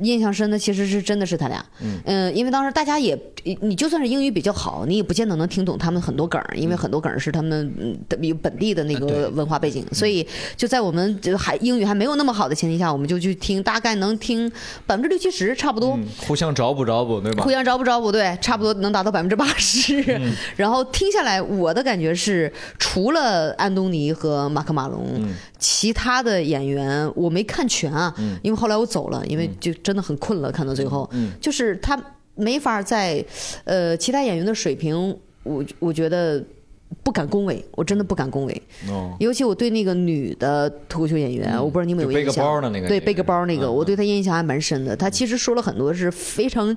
Speaker 4: 印象深的其实是真的是他俩，嗯、因为当时大家也，你就算是英语比较好，你也不见得能听懂他们很多梗儿，因为很多梗儿是他们嗯的有本地的
Speaker 1: 啊
Speaker 4: 那个文化背景，
Speaker 1: 嗯
Speaker 4: 所以就在我们就还英语还没有那么好的前提下，我们就去听，大概能听百分之六七十差不多。
Speaker 1: 嗯互相找补找补，对吧嗯
Speaker 4: 互？相找补找补，对，差不多能达到百分之八十。然后听下来，我的感觉是，除了安东尼和马克马龙，
Speaker 1: 嗯
Speaker 4: 其他的演员我没看全啊，
Speaker 1: 嗯
Speaker 4: 因为后来我走了，因为就真的很困了，看到最后，就是他没法在，呃，其他演员的水平，我我觉得。不敢恭维，我真的不敢恭维。
Speaker 1: 哦，嗯
Speaker 4: 尤其我对那个女的脱口秀演员，我不知道你们有没
Speaker 1: 就背
Speaker 4: 有印
Speaker 1: 个
Speaker 4: 象？
Speaker 1: 包的那个
Speaker 4: 对，
Speaker 1: 演员
Speaker 4: 背个包那个，
Speaker 1: 嗯嗯
Speaker 4: 我对她印象还蛮深的。她其实说了很多是非常。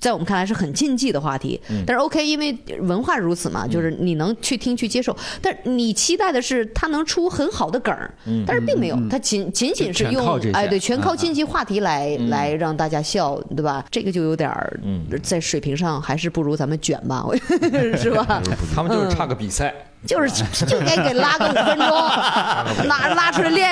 Speaker 4: 在我们看来是很禁忌的话题，
Speaker 1: 嗯
Speaker 4: 但是 OK，因为文化如此嘛，就是你能去听去接受，但你期待的是他能出很好的梗儿，
Speaker 1: 嗯
Speaker 4: 但是并没有，他仅仅仅是
Speaker 3: 就全
Speaker 4: 用
Speaker 3: 靠这些
Speaker 4: 哎对，全靠禁
Speaker 1: 嗯
Speaker 4: 忌话题来来让大家笑，对吧？这个就有点儿
Speaker 1: 嗯
Speaker 4: 在水平上还是不如咱们卷吧，我 *laughs* 是吧？
Speaker 1: *laughs* 他们就是差个比赛，
Speaker 4: 就是就该给拉个五分钟，拿拉出来练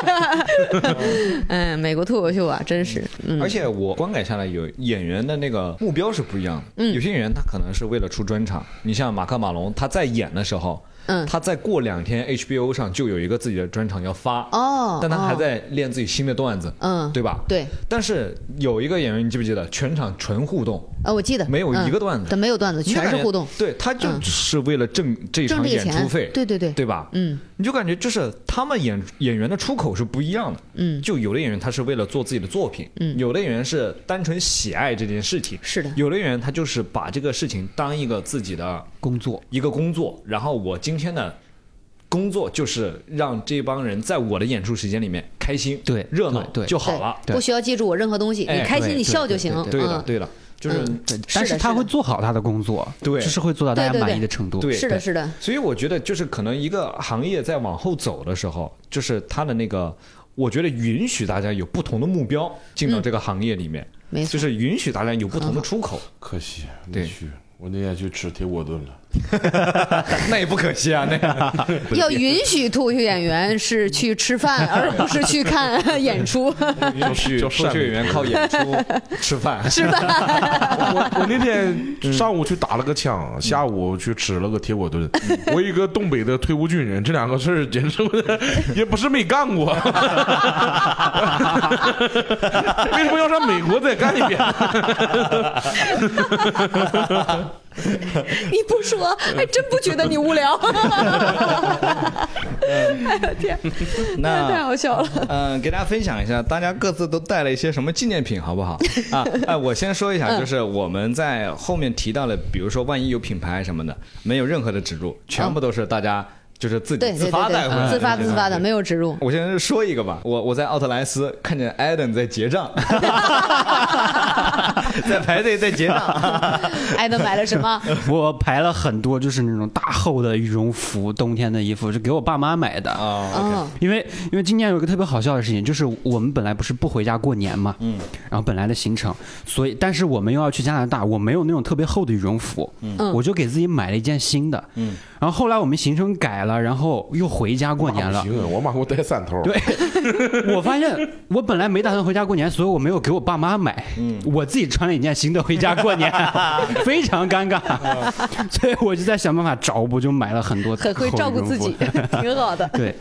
Speaker 4: 练。嗯，美国脱口秀啊，真是，嗯，
Speaker 1: 而且我观感下来有演员的那个目标是不一样
Speaker 4: 嗯
Speaker 1: 的，有些演员他可能是为了出专场，你像马克马龙，他在演的时候，
Speaker 4: 嗯
Speaker 1: 他再过两天 HBO 上就有一个自己的专场要发，
Speaker 4: 哦
Speaker 1: 但他还
Speaker 4: 哦
Speaker 1: 在练自己新的段子，
Speaker 4: 嗯
Speaker 1: 对吧？
Speaker 4: 对，
Speaker 1: 但是有一个演员，你记不记得，全场纯互动，
Speaker 4: 啊，我记得
Speaker 1: 没有
Speaker 4: 嗯
Speaker 1: 一个段子
Speaker 4: 但没有段子，
Speaker 1: 你就
Speaker 4: 全是
Speaker 1: 感觉
Speaker 4: 互动，
Speaker 1: 对他就
Speaker 4: 嗯
Speaker 1: 是为了挣这场
Speaker 4: 挣这个
Speaker 1: 演
Speaker 4: 钱
Speaker 1: 出费，，
Speaker 4: 对对对，
Speaker 1: 对吧？
Speaker 4: 嗯
Speaker 1: 你就感觉就是他们演演员的出口是不一样的，
Speaker 4: 嗯
Speaker 1: 就有的演员他是为了做自己的作品，
Speaker 4: 嗯
Speaker 1: 有的演员是单纯喜爱这件事情，
Speaker 4: 是的
Speaker 1: 有的演员他就是把这个事情当一个自己的
Speaker 3: 工作，
Speaker 1: 一个工作，然后我今天的工作就是让这帮人在我的演出时间里面开心，
Speaker 3: 对
Speaker 1: 热闹
Speaker 3: 对对
Speaker 1: 就好了，
Speaker 3: 对
Speaker 4: 不需要记住我任何东西，
Speaker 1: 哎
Speaker 4: 你开心
Speaker 3: 对
Speaker 4: 你笑就行，
Speaker 1: 对的
Speaker 4: 嗯，
Speaker 1: 对的，就是。
Speaker 4: 嗯
Speaker 3: 但
Speaker 4: 是
Speaker 3: 是
Speaker 4: 的
Speaker 3: 他
Speaker 4: 是的
Speaker 3: 会做好他的工作，
Speaker 1: 对
Speaker 3: 就是会做到大
Speaker 4: 对
Speaker 3: 家
Speaker 4: 对对
Speaker 3: 满意的程度。
Speaker 1: 对
Speaker 4: 是的，是的，
Speaker 1: 所以我觉得，就是可能一个行业在往后走的时候，就是它的那个，我觉得允许大家有不同的目标进到这个行业里面，
Speaker 4: 没
Speaker 1: 就
Speaker 4: 错，
Speaker 1: 是允许大家有不同的出
Speaker 4: *laughs*
Speaker 1: 口，
Speaker 5: 可惜
Speaker 1: 对
Speaker 5: 没去，我那天去吃铁锅炖了。
Speaker 1: 那也不可惜啊，那个
Speaker 4: 要允许脱口秀演员是去吃
Speaker 1: *laughs*
Speaker 4: 饭，而不是去看 *laughs* 演出。
Speaker 1: 允许
Speaker 5: 叫
Speaker 1: 脱口秀演员靠演出吃饭，
Speaker 5: 我我那
Speaker 4: 嗯
Speaker 5: 天上午去打了个枪，下午去吃了个铁锅炖。
Speaker 4: 嗯
Speaker 5: 我一个东北的退伍军人，这两个事儿简直我 *laughs* 也不是没干过。 *laughs*
Speaker 4: *laughs*
Speaker 5: 为什么要上美国再干一遍？
Speaker 4: 你不说，还真不觉得你无聊。 *laughs* 哎呀天，
Speaker 1: *laughs* 那
Speaker 4: 太好笑了。
Speaker 1: 嗯，给大家分享一下，大家各自都带了一些什么纪念品，好不好？
Speaker 4: *laughs*
Speaker 1: 啊，哎，我先说一
Speaker 4: 嗯
Speaker 1: 下，就是我们在后面提到了，比如说万一有品牌什么的，没有任何的植入，全部都是大家就是自己
Speaker 4: 哦对对
Speaker 1: 自
Speaker 4: 对
Speaker 1: 发带回来
Speaker 4: 对，自发的
Speaker 1: 的
Speaker 4: 自发的，没有植入。
Speaker 1: 我先说一个吧，我我在奥特莱斯看见艾登在结账， *laughs* 在排队在结账，
Speaker 4: 艾德买了什么？
Speaker 3: *laughs* 我排了很多，就是那种大厚的羽绒服，冬天的衣服是给我爸妈买的
Speaker 1: 啊
Speaker 3: 啊
Speaker 4: 嗯，
Speaker 3: 因为因为今年有一个特别好笑的事情，就是我们本来不是不回家过年嘛，嗯，然后本来的行程，所以但是我们又要去加拿大，我没有那种特别厚的羽绒服，嗯，我就给自己买了一件新的，嗯，然后后来我们行程改了，然后又回家过年了
Speaker 5: 不。行，我妈给我带三头。
Speaker 3: 对， *laughs* 我发现我本来没打算回家过年，所以我没有给我爸妈买，
Speaker 5: 嗯
Speaker 3: 我自己穿了一件新的回家
Speaker 5: *laughs*
Speaker 3: 过年，非常尴尬，
Speaker 5: 嗯
Speaker 3: *laughs* 所以我就在想办法找，我就买了很多
Speaker 4: 很会
Speaker 3: 厚
Speaker 4: 照顾
Speaker 3: 羽绒
Speaker 4: 自
Speaker 3: 服。
Speaker 4: 己， *laughs* 挺好的
Speaker 5: *laughs*
Speaker 3: 对，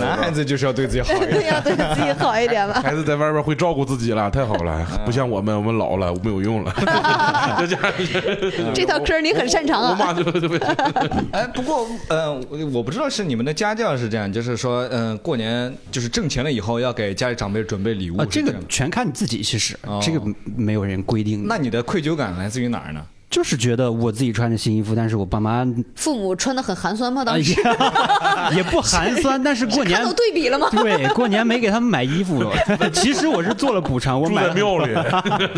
Speaker 1: 男孩子就是要对自己好一点。
Speaker 4: 对呀，对自己好一
Speaker 5: *laughs*
Speaker 4: 点吧。
Speaker 5: 孩子在外边会照顾自己了，太好了，
Speaker 4: 嗯
Speaker 5: 不像我们，我们老了没有
Speaker 4: *laughs*
Speaker 5: 用了。就这样，
Speaker 4: 这套嗑儿你很擅长
Speaker 5: 我
Speaker 4: 啊。
Speaker 5: 妈就
Speaker 1: 哎，不过，呃，我我不知道是你们的家教是这样，就是说，嗯、过年就是挣钱了以后要给家里长辈准备礼物、
Speaker 3: 啊，
Speaker 1: 是
Speaker 3: 这
Speaker 1: 这
Speaker 3: 个
Speaker 5: 哦
Speaker 1: 样吗
Speaker 3: 全看你自己，其实、
Speaker 1: 哦
Speaker 3: 这个没有人规定的
Speaker 1: 那。你的愧疚感来自于哪儿呢？
Speaker 3: 就是觉得我自己穿着新衣服，但是我爸妈
Speaker 4: 父母穿的很寒酸吗？
Speaker 3: 哎
Speaker 4: 当时
Speaker 3: 呀 *laughs* 也不寒酸，但是过年
Speaker 4: 看到对比了吗？
Speaker 3: 对过年没给他们买衣服， *laughs* 其实我是做了补偿，我
Speaker 5: 住
Speaker 3: 买
Speaker 5: 在
Speaker 3: 了
Speaker 5: 庙里，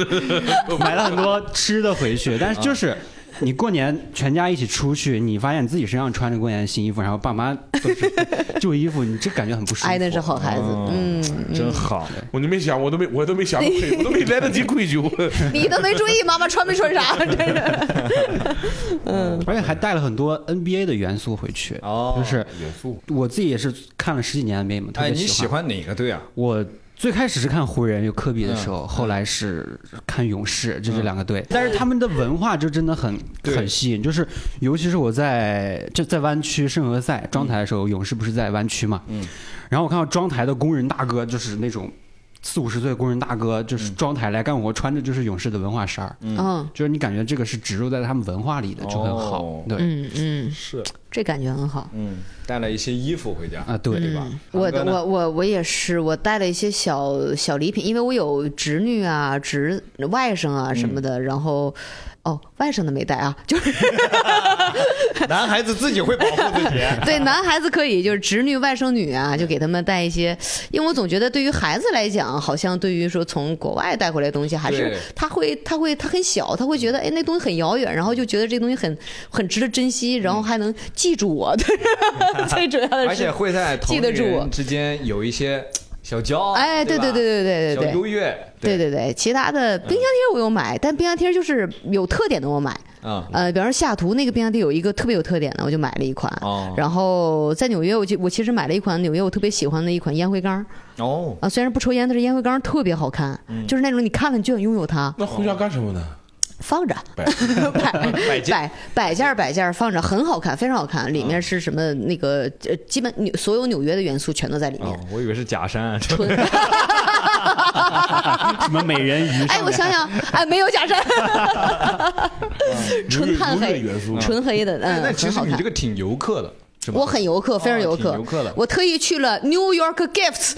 Speaker 3: *laughs* 买了很多吃的
Speaker 1: *laughs*
Speaker 3: 回去，但是
Speaker 1: 啊
Speaker 3: 就是。你过年全家一起出去，你发现你自己身上穿着过年的新衣服，然后爸妈都是旧衣服，你这感觉很不舒服。
Speaker 4: 艾登是好孩子，嗯，
Speaker 1: 哦真好，
Speaker 5: 我就没想，我都没，我都没想过愧，我都没
Speaker 4: *laughs*
Speaker 5: 来得及愧疚。
Speaker 4: 你都没注意妈妈穿没穿啥，真是。
Speaker 1: 嗯
Speaker 3: 而且还带了很多 NBA 的元素回去。
Speaker 1: 哦
Speaker 3: 就是
Speaker 5: 元素
Speaker 3: 我自己也是看了十几年 NBA 嘛，特
Speaker 1: 哎，
Speaker 3: 别
Speaker 1: 你
Speaker 3: 喜
Speaker 1: 喜
Speaker 3: 欢。
Speaker 1: 欢哪个队啊？
Speaker 3: 我最开始是看湖人有科比的时候，后来是看勇士，就这两个队。但是他们的文化就真的很
Speaker 1: 对
Speaker 3: 很吸引，就是尤其是我在就在湾区圣何塞庄台的时候，勇士不是在湾区嘛，嗯，然后我看到庄台的工人大哥就是那种。四五十岁的工人大哥就是庄台来干活，穿着就是勇士的文化衫儿，
Speaker 4: 嗯
Speaker 3: 就是你感觉这个是植入在他们文化里的，就很好。
Speaker 1: 哦
Speaker 3: 对
Speaker 4: 嗯嗯，
Speaker 1: 是，
Speaker 4: 这感觉很好。
Speaker 1: 嗯，带了一些衣服回家
Speaker 3: 啊，对，
Speaker 1: 对吧？
Speaker 4: 我
Speaker 1: 航哥呢
Speaker 4: 我我我也是，我带了一些小小礼品，因为我有侄女啊、侄外甥啊什么的，然后哦，外甥的没带啊，就是
Speaker 1: 男孩子自己会保护自己。 *laughs*
Speaker 4: 对，男孩子可以，就是侄女、外甥女啊，就给他们带一些，因为我总觉得对于孩子来讲，好像对于说从国外带回来的东西，还是
Speaker 1: 对
Speaker 4: 他会他会他很小，他会觉得哎那东西很遥远，然后就觉得这东西很很值得珍惜，然后还能记住我，对， *laughs* 最主要
Speaker 1: *laughs*
Speaker 4: 的
Speaker 1: 而且
Speaker 4: 呃是。
Speaker 1: 会在同
Speaker 4: 记得住
Speaker 1: 龄之间有一些小骄傲，
Speaker 4: 哎，对
Speaker 1: 对
Speaker 4: 对
Speaker 1: 吧
Speaker 4: 对对对
Speaker 1: 小
Speaker 4: 对对
Speaker 1: 优越，
Speaker 4: 对对对，其他的冰箱贴我有买，但冰箱贴就是有特点的我买，
Speaker 1: 啊，
Speaker 4: 呃，比方说西雅图那个冰箱贴有一个特别有特点的，我就买了一款。
Speaker 1: 哦
Speaker 4: 然后在纽约，我就我其实买了一款纽约我特别喜欢的一款烟灰缸，
Speaker 1: 哦，
Speaker 4: 啊，虽然不抽烟，但是烟灰缸特别好看，
Speaker 1: 嗯
Speaker 4: 就是那种你看了你就想拥有它，
Speaker 5: 那回家干什么呢？
Speaker 4: 放着
Speaker 5: 摆
Speaker 4: 摆摆摆件儿摆件儿放着，很好看，非常好看。里面是什么那个呃，基本纽所有纽约的元素全都在里面。
Speaker 1: 哦，我以为是假山啊，
Speaker 4: *laughs*
Speaker 1: 这
Speaker 3: *laughs* 什么美人鱼？ *laughs*
Speaker 4: 哎，我
Speaker 1: *laughs*
Speaker 4: 想想，哎，没有假山， *laughs* 纯碳
Speaker 5: 如月
Speaker 4: 黑
Speaker 5: 元素，
Speaker 4: 纯黑的，嗯，
Speaker 1: 那其
Speaker 4: 很
Speaker 1: 实
Speaker 4: 好
Speaker 1: 你
Speaker 4: 看
Speaker 1: 这。个挺游客的，是吧？
Speaker 4: 我很游客，非常游客。
Speaker 1: 挺游客的
Speaker 4: 我特意去了 New York Gifts，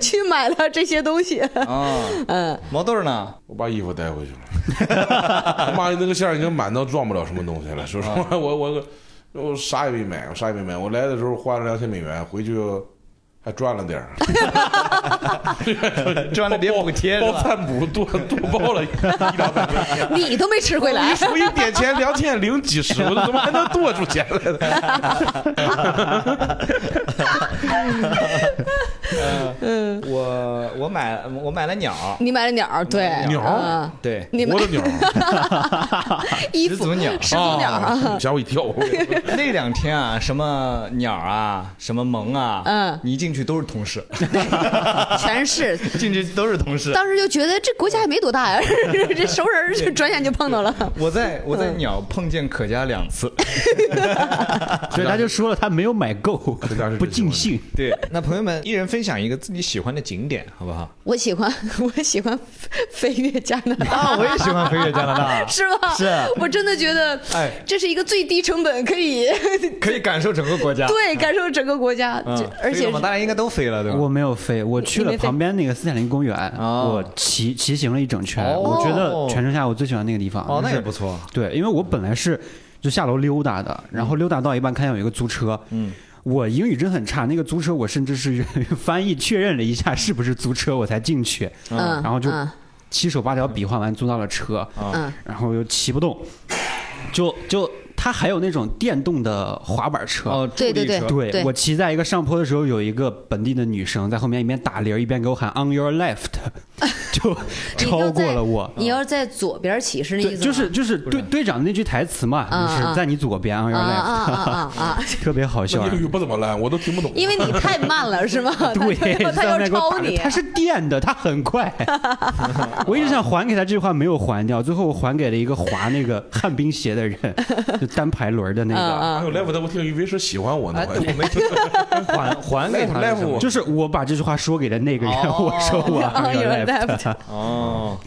Speaker 4: 去买了这些东
Speaker 1: *laughs*
Speaker 4: 西。
Speaker 1: 啊，嗯，毛豆儿 *laughs* 呢？
Speaker 5: 我把衣服带回去了。
Speaker 4: *laughs*
Speaker 5: 妈，那个馅儿已经满到装不了什么东西了。说实
Speaker 4: 啊
Speaker 5: 话， *laughs* 我我我啥也没买，我啥也没买。我来的时候花了两千美元，回去还赚了点儿。
Speaker 1: 赚了点补贴是
Speaker 5: 包
Speaker 1: 吧？
Speaker 5: 餐补多多报了一两百块钱。
Speaker 4: 你都没吃回来，
Speaker 5: 我一点钱两千零几十，我怎么还能多出钱来呢？
Speaker 1: *laughs*
Speaker 4: *laughs*
Speaker 1: 我我买我买了鸟，
Speaker 4: 你买了鸟儿，对
Speaker 5: 鸟儿
Speaker 4: 嗯
Speaker 1: 对，
Speaker 4: 你
Speaker 5: 我
Speaker 4: 们
Speaker 5: 的鸟儿
Speaker 4: 衣
Speaker 1: 始
Speaker 4: 服
Speaker 1: 祖鸟
Speaker 4: 始祖鸟啊，
Speaker 5: 啊，吓我一
Speaker 1: *laughs*
Speaker 5: 跳。
Speaker 4: *laughs*
Speaker 1: 那两天啊，什么鸟啊，什么萌啊，
Speaker 4: 嗯
Speaker 1: 你一进去都是同事，
Speaker 4: 全是。
Speaker 1: 进去都是同事。
Speaker 4: 当时就觉得这国家也没多大呀，这熟人儿就转眼就碰到了。
Speaker 1: 我在我在鸟碰见可嘉两次，
Speaker 3: 所以他就说了，他没有买够 *laughs*
Speaker 5: 家是，
Speaker 3: 不尽兴。
Speaker 1: 对，那朋友们一人
Speaker 6: 分享一个自己喜欢的景点，好不好？
Speaker 4: 我喜欢我喜欢飞越加拿大，，
Speaker 6: 啊， *laughs* 我也喜欢飞越加拿大
Speaker 4: 是吧？
Speaker 6: 是
Speaker 4: 我真的觉得
Speaker 6: 哎，
Speaker 4: 这是一个最低成本可以
Speaker 6: 可以感受整个国家。
Speaker 4: 对感受整个国家，
Speaker 6: 嗯，
Speaker 4: 这而且
Speaker 6: 我们大家应该都飞了，
Speaker 1: 啊
Speaker 6: 对吧？
Speaker 3: 我没有飞，我去
Speaker 4: 你
Speaker 3: 了
Speaker 4: 没飞
Speaker 3: 旁边那个斯坦林公园，
Speaker 6: 哦
Speaker 3: 我骑骑行了一整圈，
Speaker 6: 哦
Speaker 3: 我觉得全程下来我最喜欢那个地方。
Speaker 6: 哦，那也
Speaker 3: 就是
Speaker 6: 不错。嗯
Speaker 3: 对，因为我本来是就下楼溜达的，然后溜达到一半看见有一个租车，嗯。我英语真很差，那个租车我甚至是翻译确认了一下是不是租车，我才进去，
Speaker 4: 嗯，
Speaker 3: 然后就
Speaker 4: 嗯
Speaker 3: 七手八脚比划完租到了车，
Speaker 6: 哦
Speaker 4: 嗯
Speaker 3: 然后又骑不动，就就它还有那种电动的滑板车，
Speaker 6: 哦，
Speaker 4: 对对对
Speaker 6: 助力车
Speaker 3: 对
Speaker 4: 对
Speaker 3: 我骑在一个上坡的时候，有一个本地的女生在后面一边打铃儿一边给我喊 “on your left”，就
Speaker 4: *laughs* 你要
Speaker 3: 超过
Speaker 4: 在
Speaker 3: 了我。
Speaker 4: 你要是在左边起是那意
Speaker 3: 对，
Speaker 4: 思吗？
Speaker 3: 就是就是队队长的那句台词嘛，
Speaker 4: 嗯
Speaker 3: 就是在你左边
Speaker 4: 啊
Speaker 3: on your
Speaker 4: 啊啊
Speaker 3: left，
Speaker 4: 啊啊啊！
Speaker 3: 特别好笑
Speaker 4: *laughs*
Speaker 5: 那。英语不怎么烂，我都听不懂。
Speaker 4: 因为你太慢了是吗？
Speaker 3: 对，
Speaker 4: 他他
Speaker 3: 在
Speaker 4: 要
Speaker 3: 那给我打
Speaker 4: 超
Speaker 3: 铃
Speaker 4: 你，
Speaker 3: 他是电的，他
Speaker 4: *laughs*
Speaker 3: 很快。我一直想还给他这句话，没有还掉，最后我还给了一个滑那个旱冰鞋的人， *laughs* 就单排轮儿的那个。
Speaker 4: 嗯
Speaker 5: 还有 left，我听以为是喜欢我
Speaker 4: 啊
Speaker 5: 呢
Speaker 6: 哎，，我没听
Speaker 4: *laughs*
Speaker 6: 还还给他
Speaker 5: Left-
Speaker 4: 嗯
Speaker 6: 是吗
Speaker 5: left
Speaker 3: 就是我把这句话说给了那个人，我说
Speaker 4: *laughs*
Speaker 3: 我 on
Speaker 4: 有
Speaker 3: your
Speaker 4: 人
Speaker 3: left。
Speaker 4: 哦 left，
Speaker 6: 哦，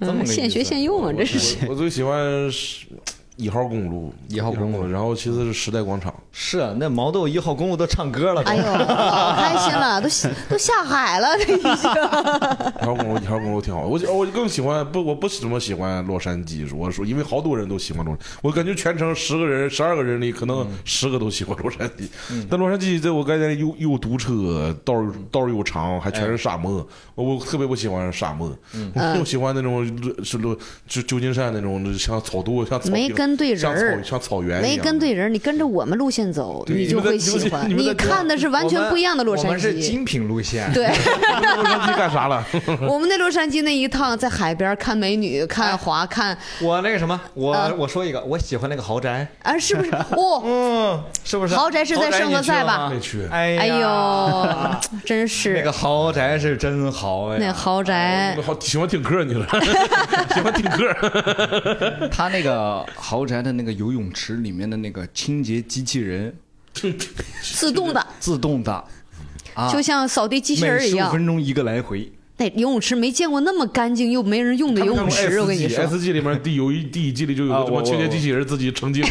Speaker 6: 这么个
Speaker 4: 嗯
Speaker 6: 意思
Speaker 4: 现学现用啊，这 *laughs* 是
Speaker 5: 我最喜欢是一号公路，
Speaker 6: 一号公路
Speaker 5: 然后其次是时代广
Speaker 6: *laughs*
Speaker 5: 场。
Speaker 6: 是啊那毛豆一号公路都唱歌了，都
Speaker 4: 哎呦，老开心了，都都下海了，这已经。
Speaker 5: 一号公路，一号公路挺好。我我更喜欢不，我不怎么喜欢洛杉矶。我说，因为好多人都喜欢洛杉矶，我感觉全城十个人、十二个人里，
Speaker 6: 嗯
Speaker 5: 可能十个都喜欢洛杉矶。但洛杉矶这我感觉又又堵车，道儿道儿又长，还全是沙
Speaker 6: 哎
Speaker 5: 漠。我我特别不喜欢沙漠，
Speaker 6: 嗯
Speaker 5: 我就喜欢那种是洛就旧金山那种像草垛、像草
Speaker 4: 没
Speaker 5: 坪
Speaker 4: 跟对
Speaker 5: 像
Speaker 4: 人儿
Speaker 5: 草像草原一
Speaker 4: 没
Speaker 5: 样
Speaker 4: 跟对人儿，你跟着我们路线走，
Speaker 5: 对
Speaker 4: 就
Speaker 5: 你们
Speaker 4: 会
Speaker 5: 在
Speaker 4: 喜欢。
Speaker 5: 你们在
Speaker 4: 看的是完全不一样的洛
Speaker 6: 我
Speaker 4: 杉
Speaker 6: 们是
Speaker 4: 矶。
Speaker 6: 精品路线， *laughs*
Speaker 4: 对
Speaker 5: 洛杉矶干啥
Speaker 4: *laughs*
Speaker 5: 了？
Speaker 4: 我们那洛杉矶那一趟，在海边看美女、看花、看
Speaker 6: 我那个什么，我、
Speaker 4: 啊
Speaker 6: 我说一个，我喜欢那个豪宅，
Speaker 4: 啊，是不是？哦，
Speaker 6: 嗯，是不是？
Speaker 4: 豪宅是在圣何塞吧
Speaker 6: 豪宅
Speaker 5: 没
Speaker 6: 你去
Speaker 5: 去
Speaker 6: 了吗？哎
Speaker 4: 哎
Speaker 6: 呀
Speaker 4: 呦，真
Speaker 6: 那个
Speaker 4: 是
Speaker 6: 豪宅是真豪
Speaker 4: 那
Speaker 6: 呀！
Speaker 4: 豪宅
Speaker 5: 好喜欢听课你了， *laughs* 喜欢听课。
Speaker 1: 他那个豪宅的那个游泳池里面的那个清洁机器人，
Speaker 4: 自动的，
Speaker 1: 自动的，啊，
Speaker 4: 就像扫地机器人
Speaker 1: 每
Speaker 4: 儿一
Speaker 1: 十五
Speaker 4: 样。
Speaker 1: 分钟一个来
Speaker 4: *laughs*
Speaker 1: 回。
Speaker 4: 那游泳池没见过那么干净又没人用的游
Speaker 5: 哎
Speaker 4: 泳池，我跟你说，
Speaker 5: S 季里面第有一第一季里就有
Speaker 6: 啊
Speaker 5: 个什么
Speaker 6: 我
Speaker 5: 清洁机器人自己成
Speaker 6: *laughs*
Speaker 5: 精了，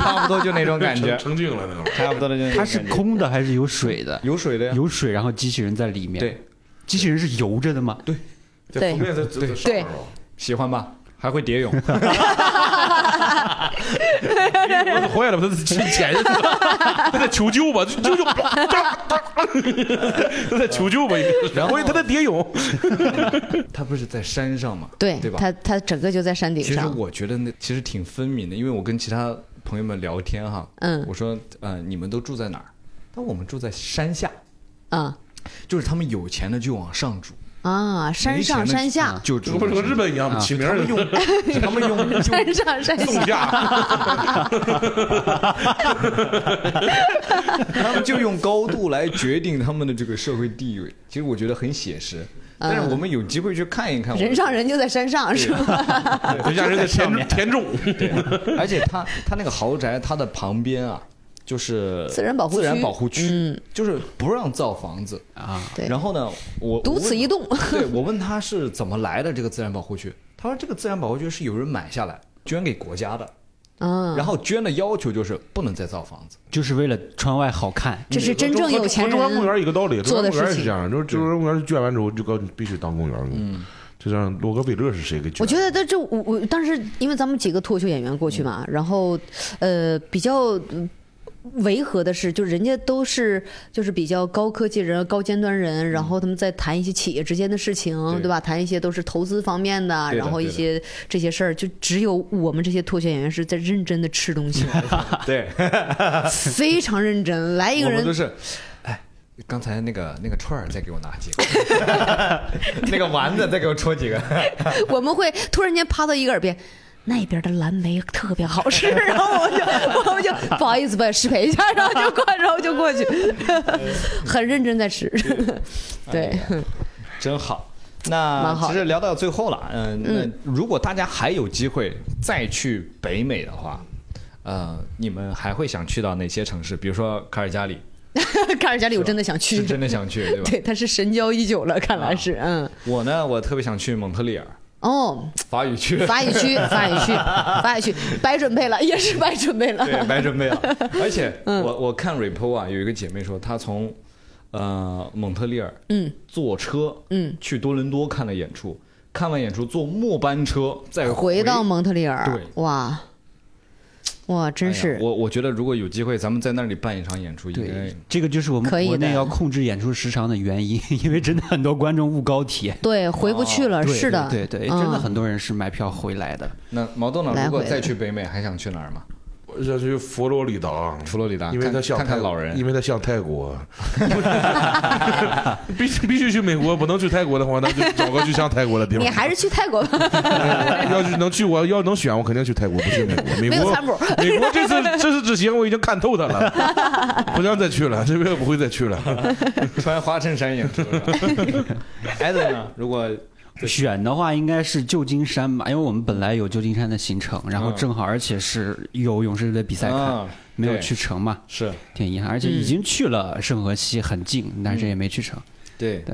Speaker 6: 差不多就那种感觉，
Speaker 5: 成成精了那种。
Speaker 6: *laughs* 差不多的就那种
Speaker 3: 它是
Speaker 6: 感觉
Speaker 3: 空的还是有水的？
Speaker 6: 有水的
Speaker 1: 啊
Speaker 6: 呀，
Speaker 3: 有水，然后机器人在里面。
Speaker 6: 对，
Speaker 3: 机器人是游着的吗？对，
Speaker 4: 对
Speaker 5: 在封面在在在上面吧
Speaker 6: 喜欢吧？还会蝶 *laughs* 泳，
Speaker 5: 我都坏了，他自己潜下去了，他在求救吧，就 *laughs* 救救，啪啪啪他在求救吧，应该是
Speaker 6: 然后
Speaker 5: 我以为他在蝶泳，
Speaker 1: 它不是在山上嘛？
Speaker 4: 对
Speaker 1: 对吧？
Speaker 4: 它它整个就在山顶
Speaker 1: 其实
Speaker 4: 上。
Speaker 1: 我觉得那其实挺分明的，因为我跟其他朋友们聊天哈，
Speaker 4: 嗯
Speaker 1: 我说呃你们都住在哪儿？但我们住在山下，
Speaker 4: 啊
Speaker 1: 就是他们有钱的就往上住，
Speaker 4: 啊，山上
Speaker 1: 没钱的
Speaker 4: 山下，
Speaker 1: 就
Speaker 5: 这
Speaker 1: 住
Speaker 5: 不是和
Speaker 1: 在
Speaker 5: 日本一
Speaker 6: 啊
Speaker 5: 样吗？起名儿就
Speaker 1: 山下，他们用
Speaker 4: 山上山
Speaker 5: 送
Speaker 4: 下。
Speaker 6: *laughs*
Speaker 5: 价，
Speaker 1: 他们就用高度来决定他们的这个社会地位。其实我觉得很写实，但是我们有机会去看一看我啊们
Speaker 4: 嗯人上人就在山上是吗？
Speaker 5: 人家人在田田种，
Speaker 1: 而且他他那个豪宅，它的旁边啊，就是
Speaker 4: 自然保护
Speaker 1: 自
Speaker 4: 区
Speaker 1: 然保护区，
Speaker 4: 嗯
Speaker 1: 就是不让造房子
Speaker 3: 啊。
Speaker 4: 对
Speaker 1: 然后呢，我
Speaker 4: 独此一。动
Speaker 1: 我问对，我问他是怎么来的这个自然保护区，他说这个自然保护区是有人买下来捐给国家的，
Speaker 4: 啊，
Speaker 1: 然后捐的要求就是不能再造房子。
Speaker 3: 就是为了窗外好看。
Speaker 4: *laughs* 这是真正有钱
Speaker 5: 和中央公
Speaker 4: 人。
Speaker 5: 园一个道理，中
Speaker 4: 做
Speaker 5: 央
Speaker 4: 的
Speaker 5: 公园也
Speaker 4: 事
Speaker 5: 是
Speaker 4: 情
Speaker 5: 这样，就是中央公园捐完之后就告诉你必须当公园了，
Speaker 6: 嗯
Speaker 5: 就像洛克菲勒是谁给捐？
Speaker 4: 我觉得这这我我当时因为咱们几个脱口秀演员过去嘛，然后呃比较。嗯违和的是，就人家都是就是比较高科技人、高尖端人，然后他们在谈一些企业之间的事情，对吧？谈一些都是投资方面的，
Speaker 6: 对的
Speaker 4: 然后一
Speaker 6: 对
Speaker 4: 些这些事儿，就只有我们这些脱口秀演员是在认真的吃东西，
Speaker 6: 对，
Speaker 4: 非常认真。来一个
Speaker 1: 我
Speaker 4: 人
Speaker 1: 们都是，哎，刚才那个那个串儿再给我拿几
Speaker 4: *laughs*
Speaker 1: 个， *laughs*
Speaker 6: 那个丸子再给我戳几个，
Speaker 4: *laughs* 我们会突然间趴到一个耳边。那边的蓝莓特别好
Speaker 1: *laughs*
Speaker 4: 吃，然后我就我就不好意思吧，失陪一下，然后就过，然后就
Speaker 1: *laughs*
Speaker 4: 过去，很认真在吃， *laughs* 对，
Speaker 1: 哎
Speaker 6: 真好。
Speaker 4: 蛮
Speaker 6: 那
Speaker 4: 好
Speaker 6: 其实聊到最后了，
Speaker 1: 呃
Speaker 6: 嗯、那如果大家还有机会再去北美的话，呃，你们还会想去到哪些城市？比如说卡尔加里，
Speaker 4: 卡尔加里我真的想去
Speaker 1: 是，真的啊想
Speaker 4: *laughs*
Speaker 1: 去，对吧？
Speaker 4: 对，他是神交已久了，看来是，嗯，
Speaker 1: 我呢，我特别想去蒙特利尔，
Speaker 4: 哦，
Speaker 1: 法语
Speaker 4: *laughs*
Speaker 1: 区。
Speaker 4: 法语
Speaker 1: *laughs*
Speaker 4: 区，法语区，法语区，白准备了，也是白准备了，
Speaker 1: 对，白准
Speaker 4: *laughs*
Speaker 1: 备了。而且
Speaker 4: 嗯
Speaker 1: 我我看 report 啊，有一个姐妹说她从呃蒙特利尔
Speaker 4: 嗯
Speaker 1: 坐车
Speaker 4: 嗯，
Speaker 1: 去多伦多看了演出，看完演出坐末班车再
Speaker 4: 啊回到蒙特利尔，
Speaker 1: 对
Speaker 4: 哇，哇，真
Speaker 1: 哎呀
Speaker 4: 是，
Speaker 1: 我我觉得如果有机会，咱们在那里办一场演出，应该
Speaker 3: 对，这个就是我们
Speaker 4: 可以的
Speaker 3: 国内要控制演出时长的原因， *laughs* 因为真的很多观众误高铁。
Speaker 4: 对，回不去
Speaker 1: 啊
Speaker 4: 了，
Speaker 3: 对
Speaker 4: 是的，
Speaker 3: 对对，对
Speaker 4: 嗯
Speaker 3: 真的很多人是买票回来的。
Speaker 1: 那毛豆呢？
Speaker 4: 来
Speaker 1: 如果
Speaker 4: 回
Speaker 1: 再
Speaker 4: 的
Speaker 1: 去北美，还想去哪儿吗？
Speaker 5: 我想去佛罗里达，啊
Speaker 1: 佛罗里达，
Speaker 5: 因
Speaker 1: 啊
Speaker 5: 为
Speaker 1: 看
Speaker 5: 它像
Speaker 1: 看
Speaker 5: 泰
Speaker 1: 看老人，
Speaker 5: 因为它像
Speaker 1: *laughs*
Speaker 5: 泰国，必须必须去美国，不能去泰国的话，那就找个去像泰国的地方。
Speaker 4: 你还是去泰国吧，
Speaker 5: 要是能去，我要能选，我肯定去泰国，不去美国。美
Speaker 4: 没有
Speaker 5: 国
Speaker 4: 参谋，
Speaker 5: *laughs* 美国这次这次之行我已经看透它了，
Speaker 4: *laughs*
Speaker 5: 不想再去了，这边不会再去
Speaker 4: 啊
Speaker 5: 了。
Speaker 1: 穿花衬衫演出是吧。
Speaker 5: *laughs*
Speaker 1: 艾德呢？如果
Speaker 3: 选的话应该是旧金山吧，因为我们本来有旧金山的行程，然后
Speaker 1: 嗯
Speaker 3: 正好而且是有勇士队比赛看，
Speaker 1: 啊
Speaker 3: 没有
Speaker 1: 对
Speaker 3: 去成嘛，
Speaker 1: 是
Speaker 3: 挺遗憾。而且已
Speaker 4: 嗯
Speaker 3: 经去了圣河西很近，但是也没去成。
Speaker 1: 对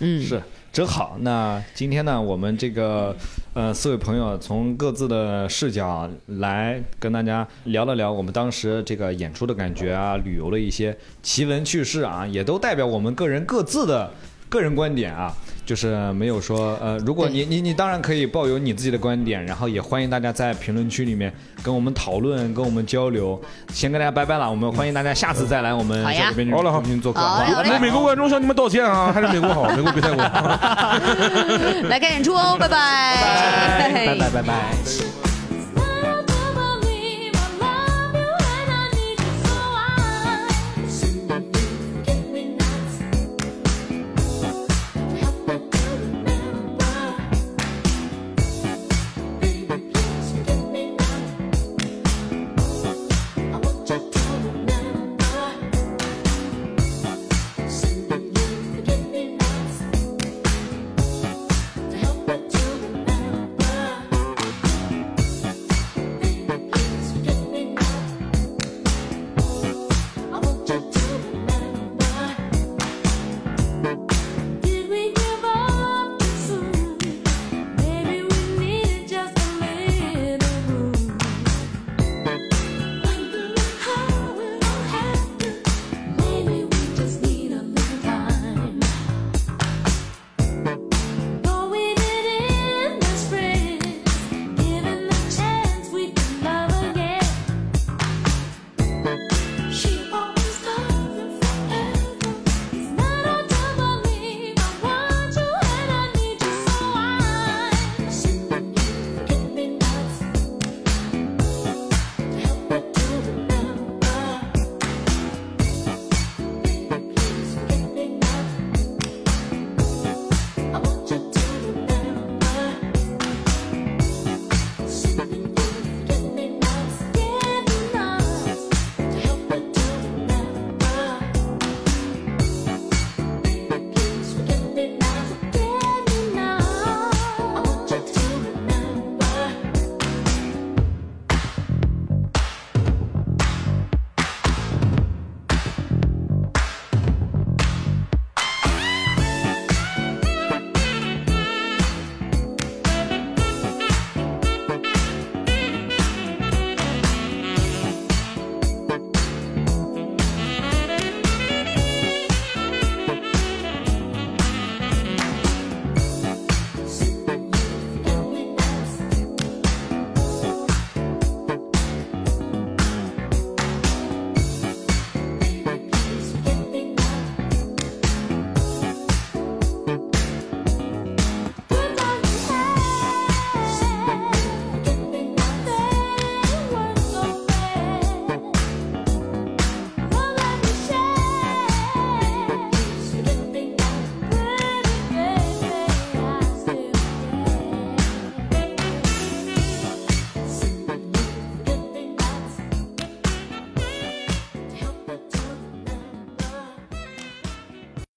Speaker 4: 嗯，
Speaker 1: *laughs* 是，真好。那今天呢，我们这个呃四位朋友从各自的视角来跟大家聊了聊我们当时这个演出的感觉啊，旅游的一些奇闻趣事啊，也都代表我们个人各自的个人观点啊。就是没有说，呃，如果你你你当然可以抱有你自己的观点，然后也欢迎大家在评论区里面跟我们讨论，跟我们交流。先跟大家拜拜了，我们欢迎大家下次再来我们
Speaker 4: 好呀
Speaker 1: 小编
Speaker 5: 好了好
Speaker 1: 中心做客，
Speaker 4: 好
Speaker 1: 好
Speaker 4: 嘞
Speaker 1: 吧
Speaker 4: 好嘞
Speaker 5: 那美国观众向你们道歉啊，还是美国好，美国比泰国好。
Speaker 4: 来看演出哦，拜拜，
Speaker 1: 拜拜拜拜。
Speaker 5: 哎
Speaker 9: should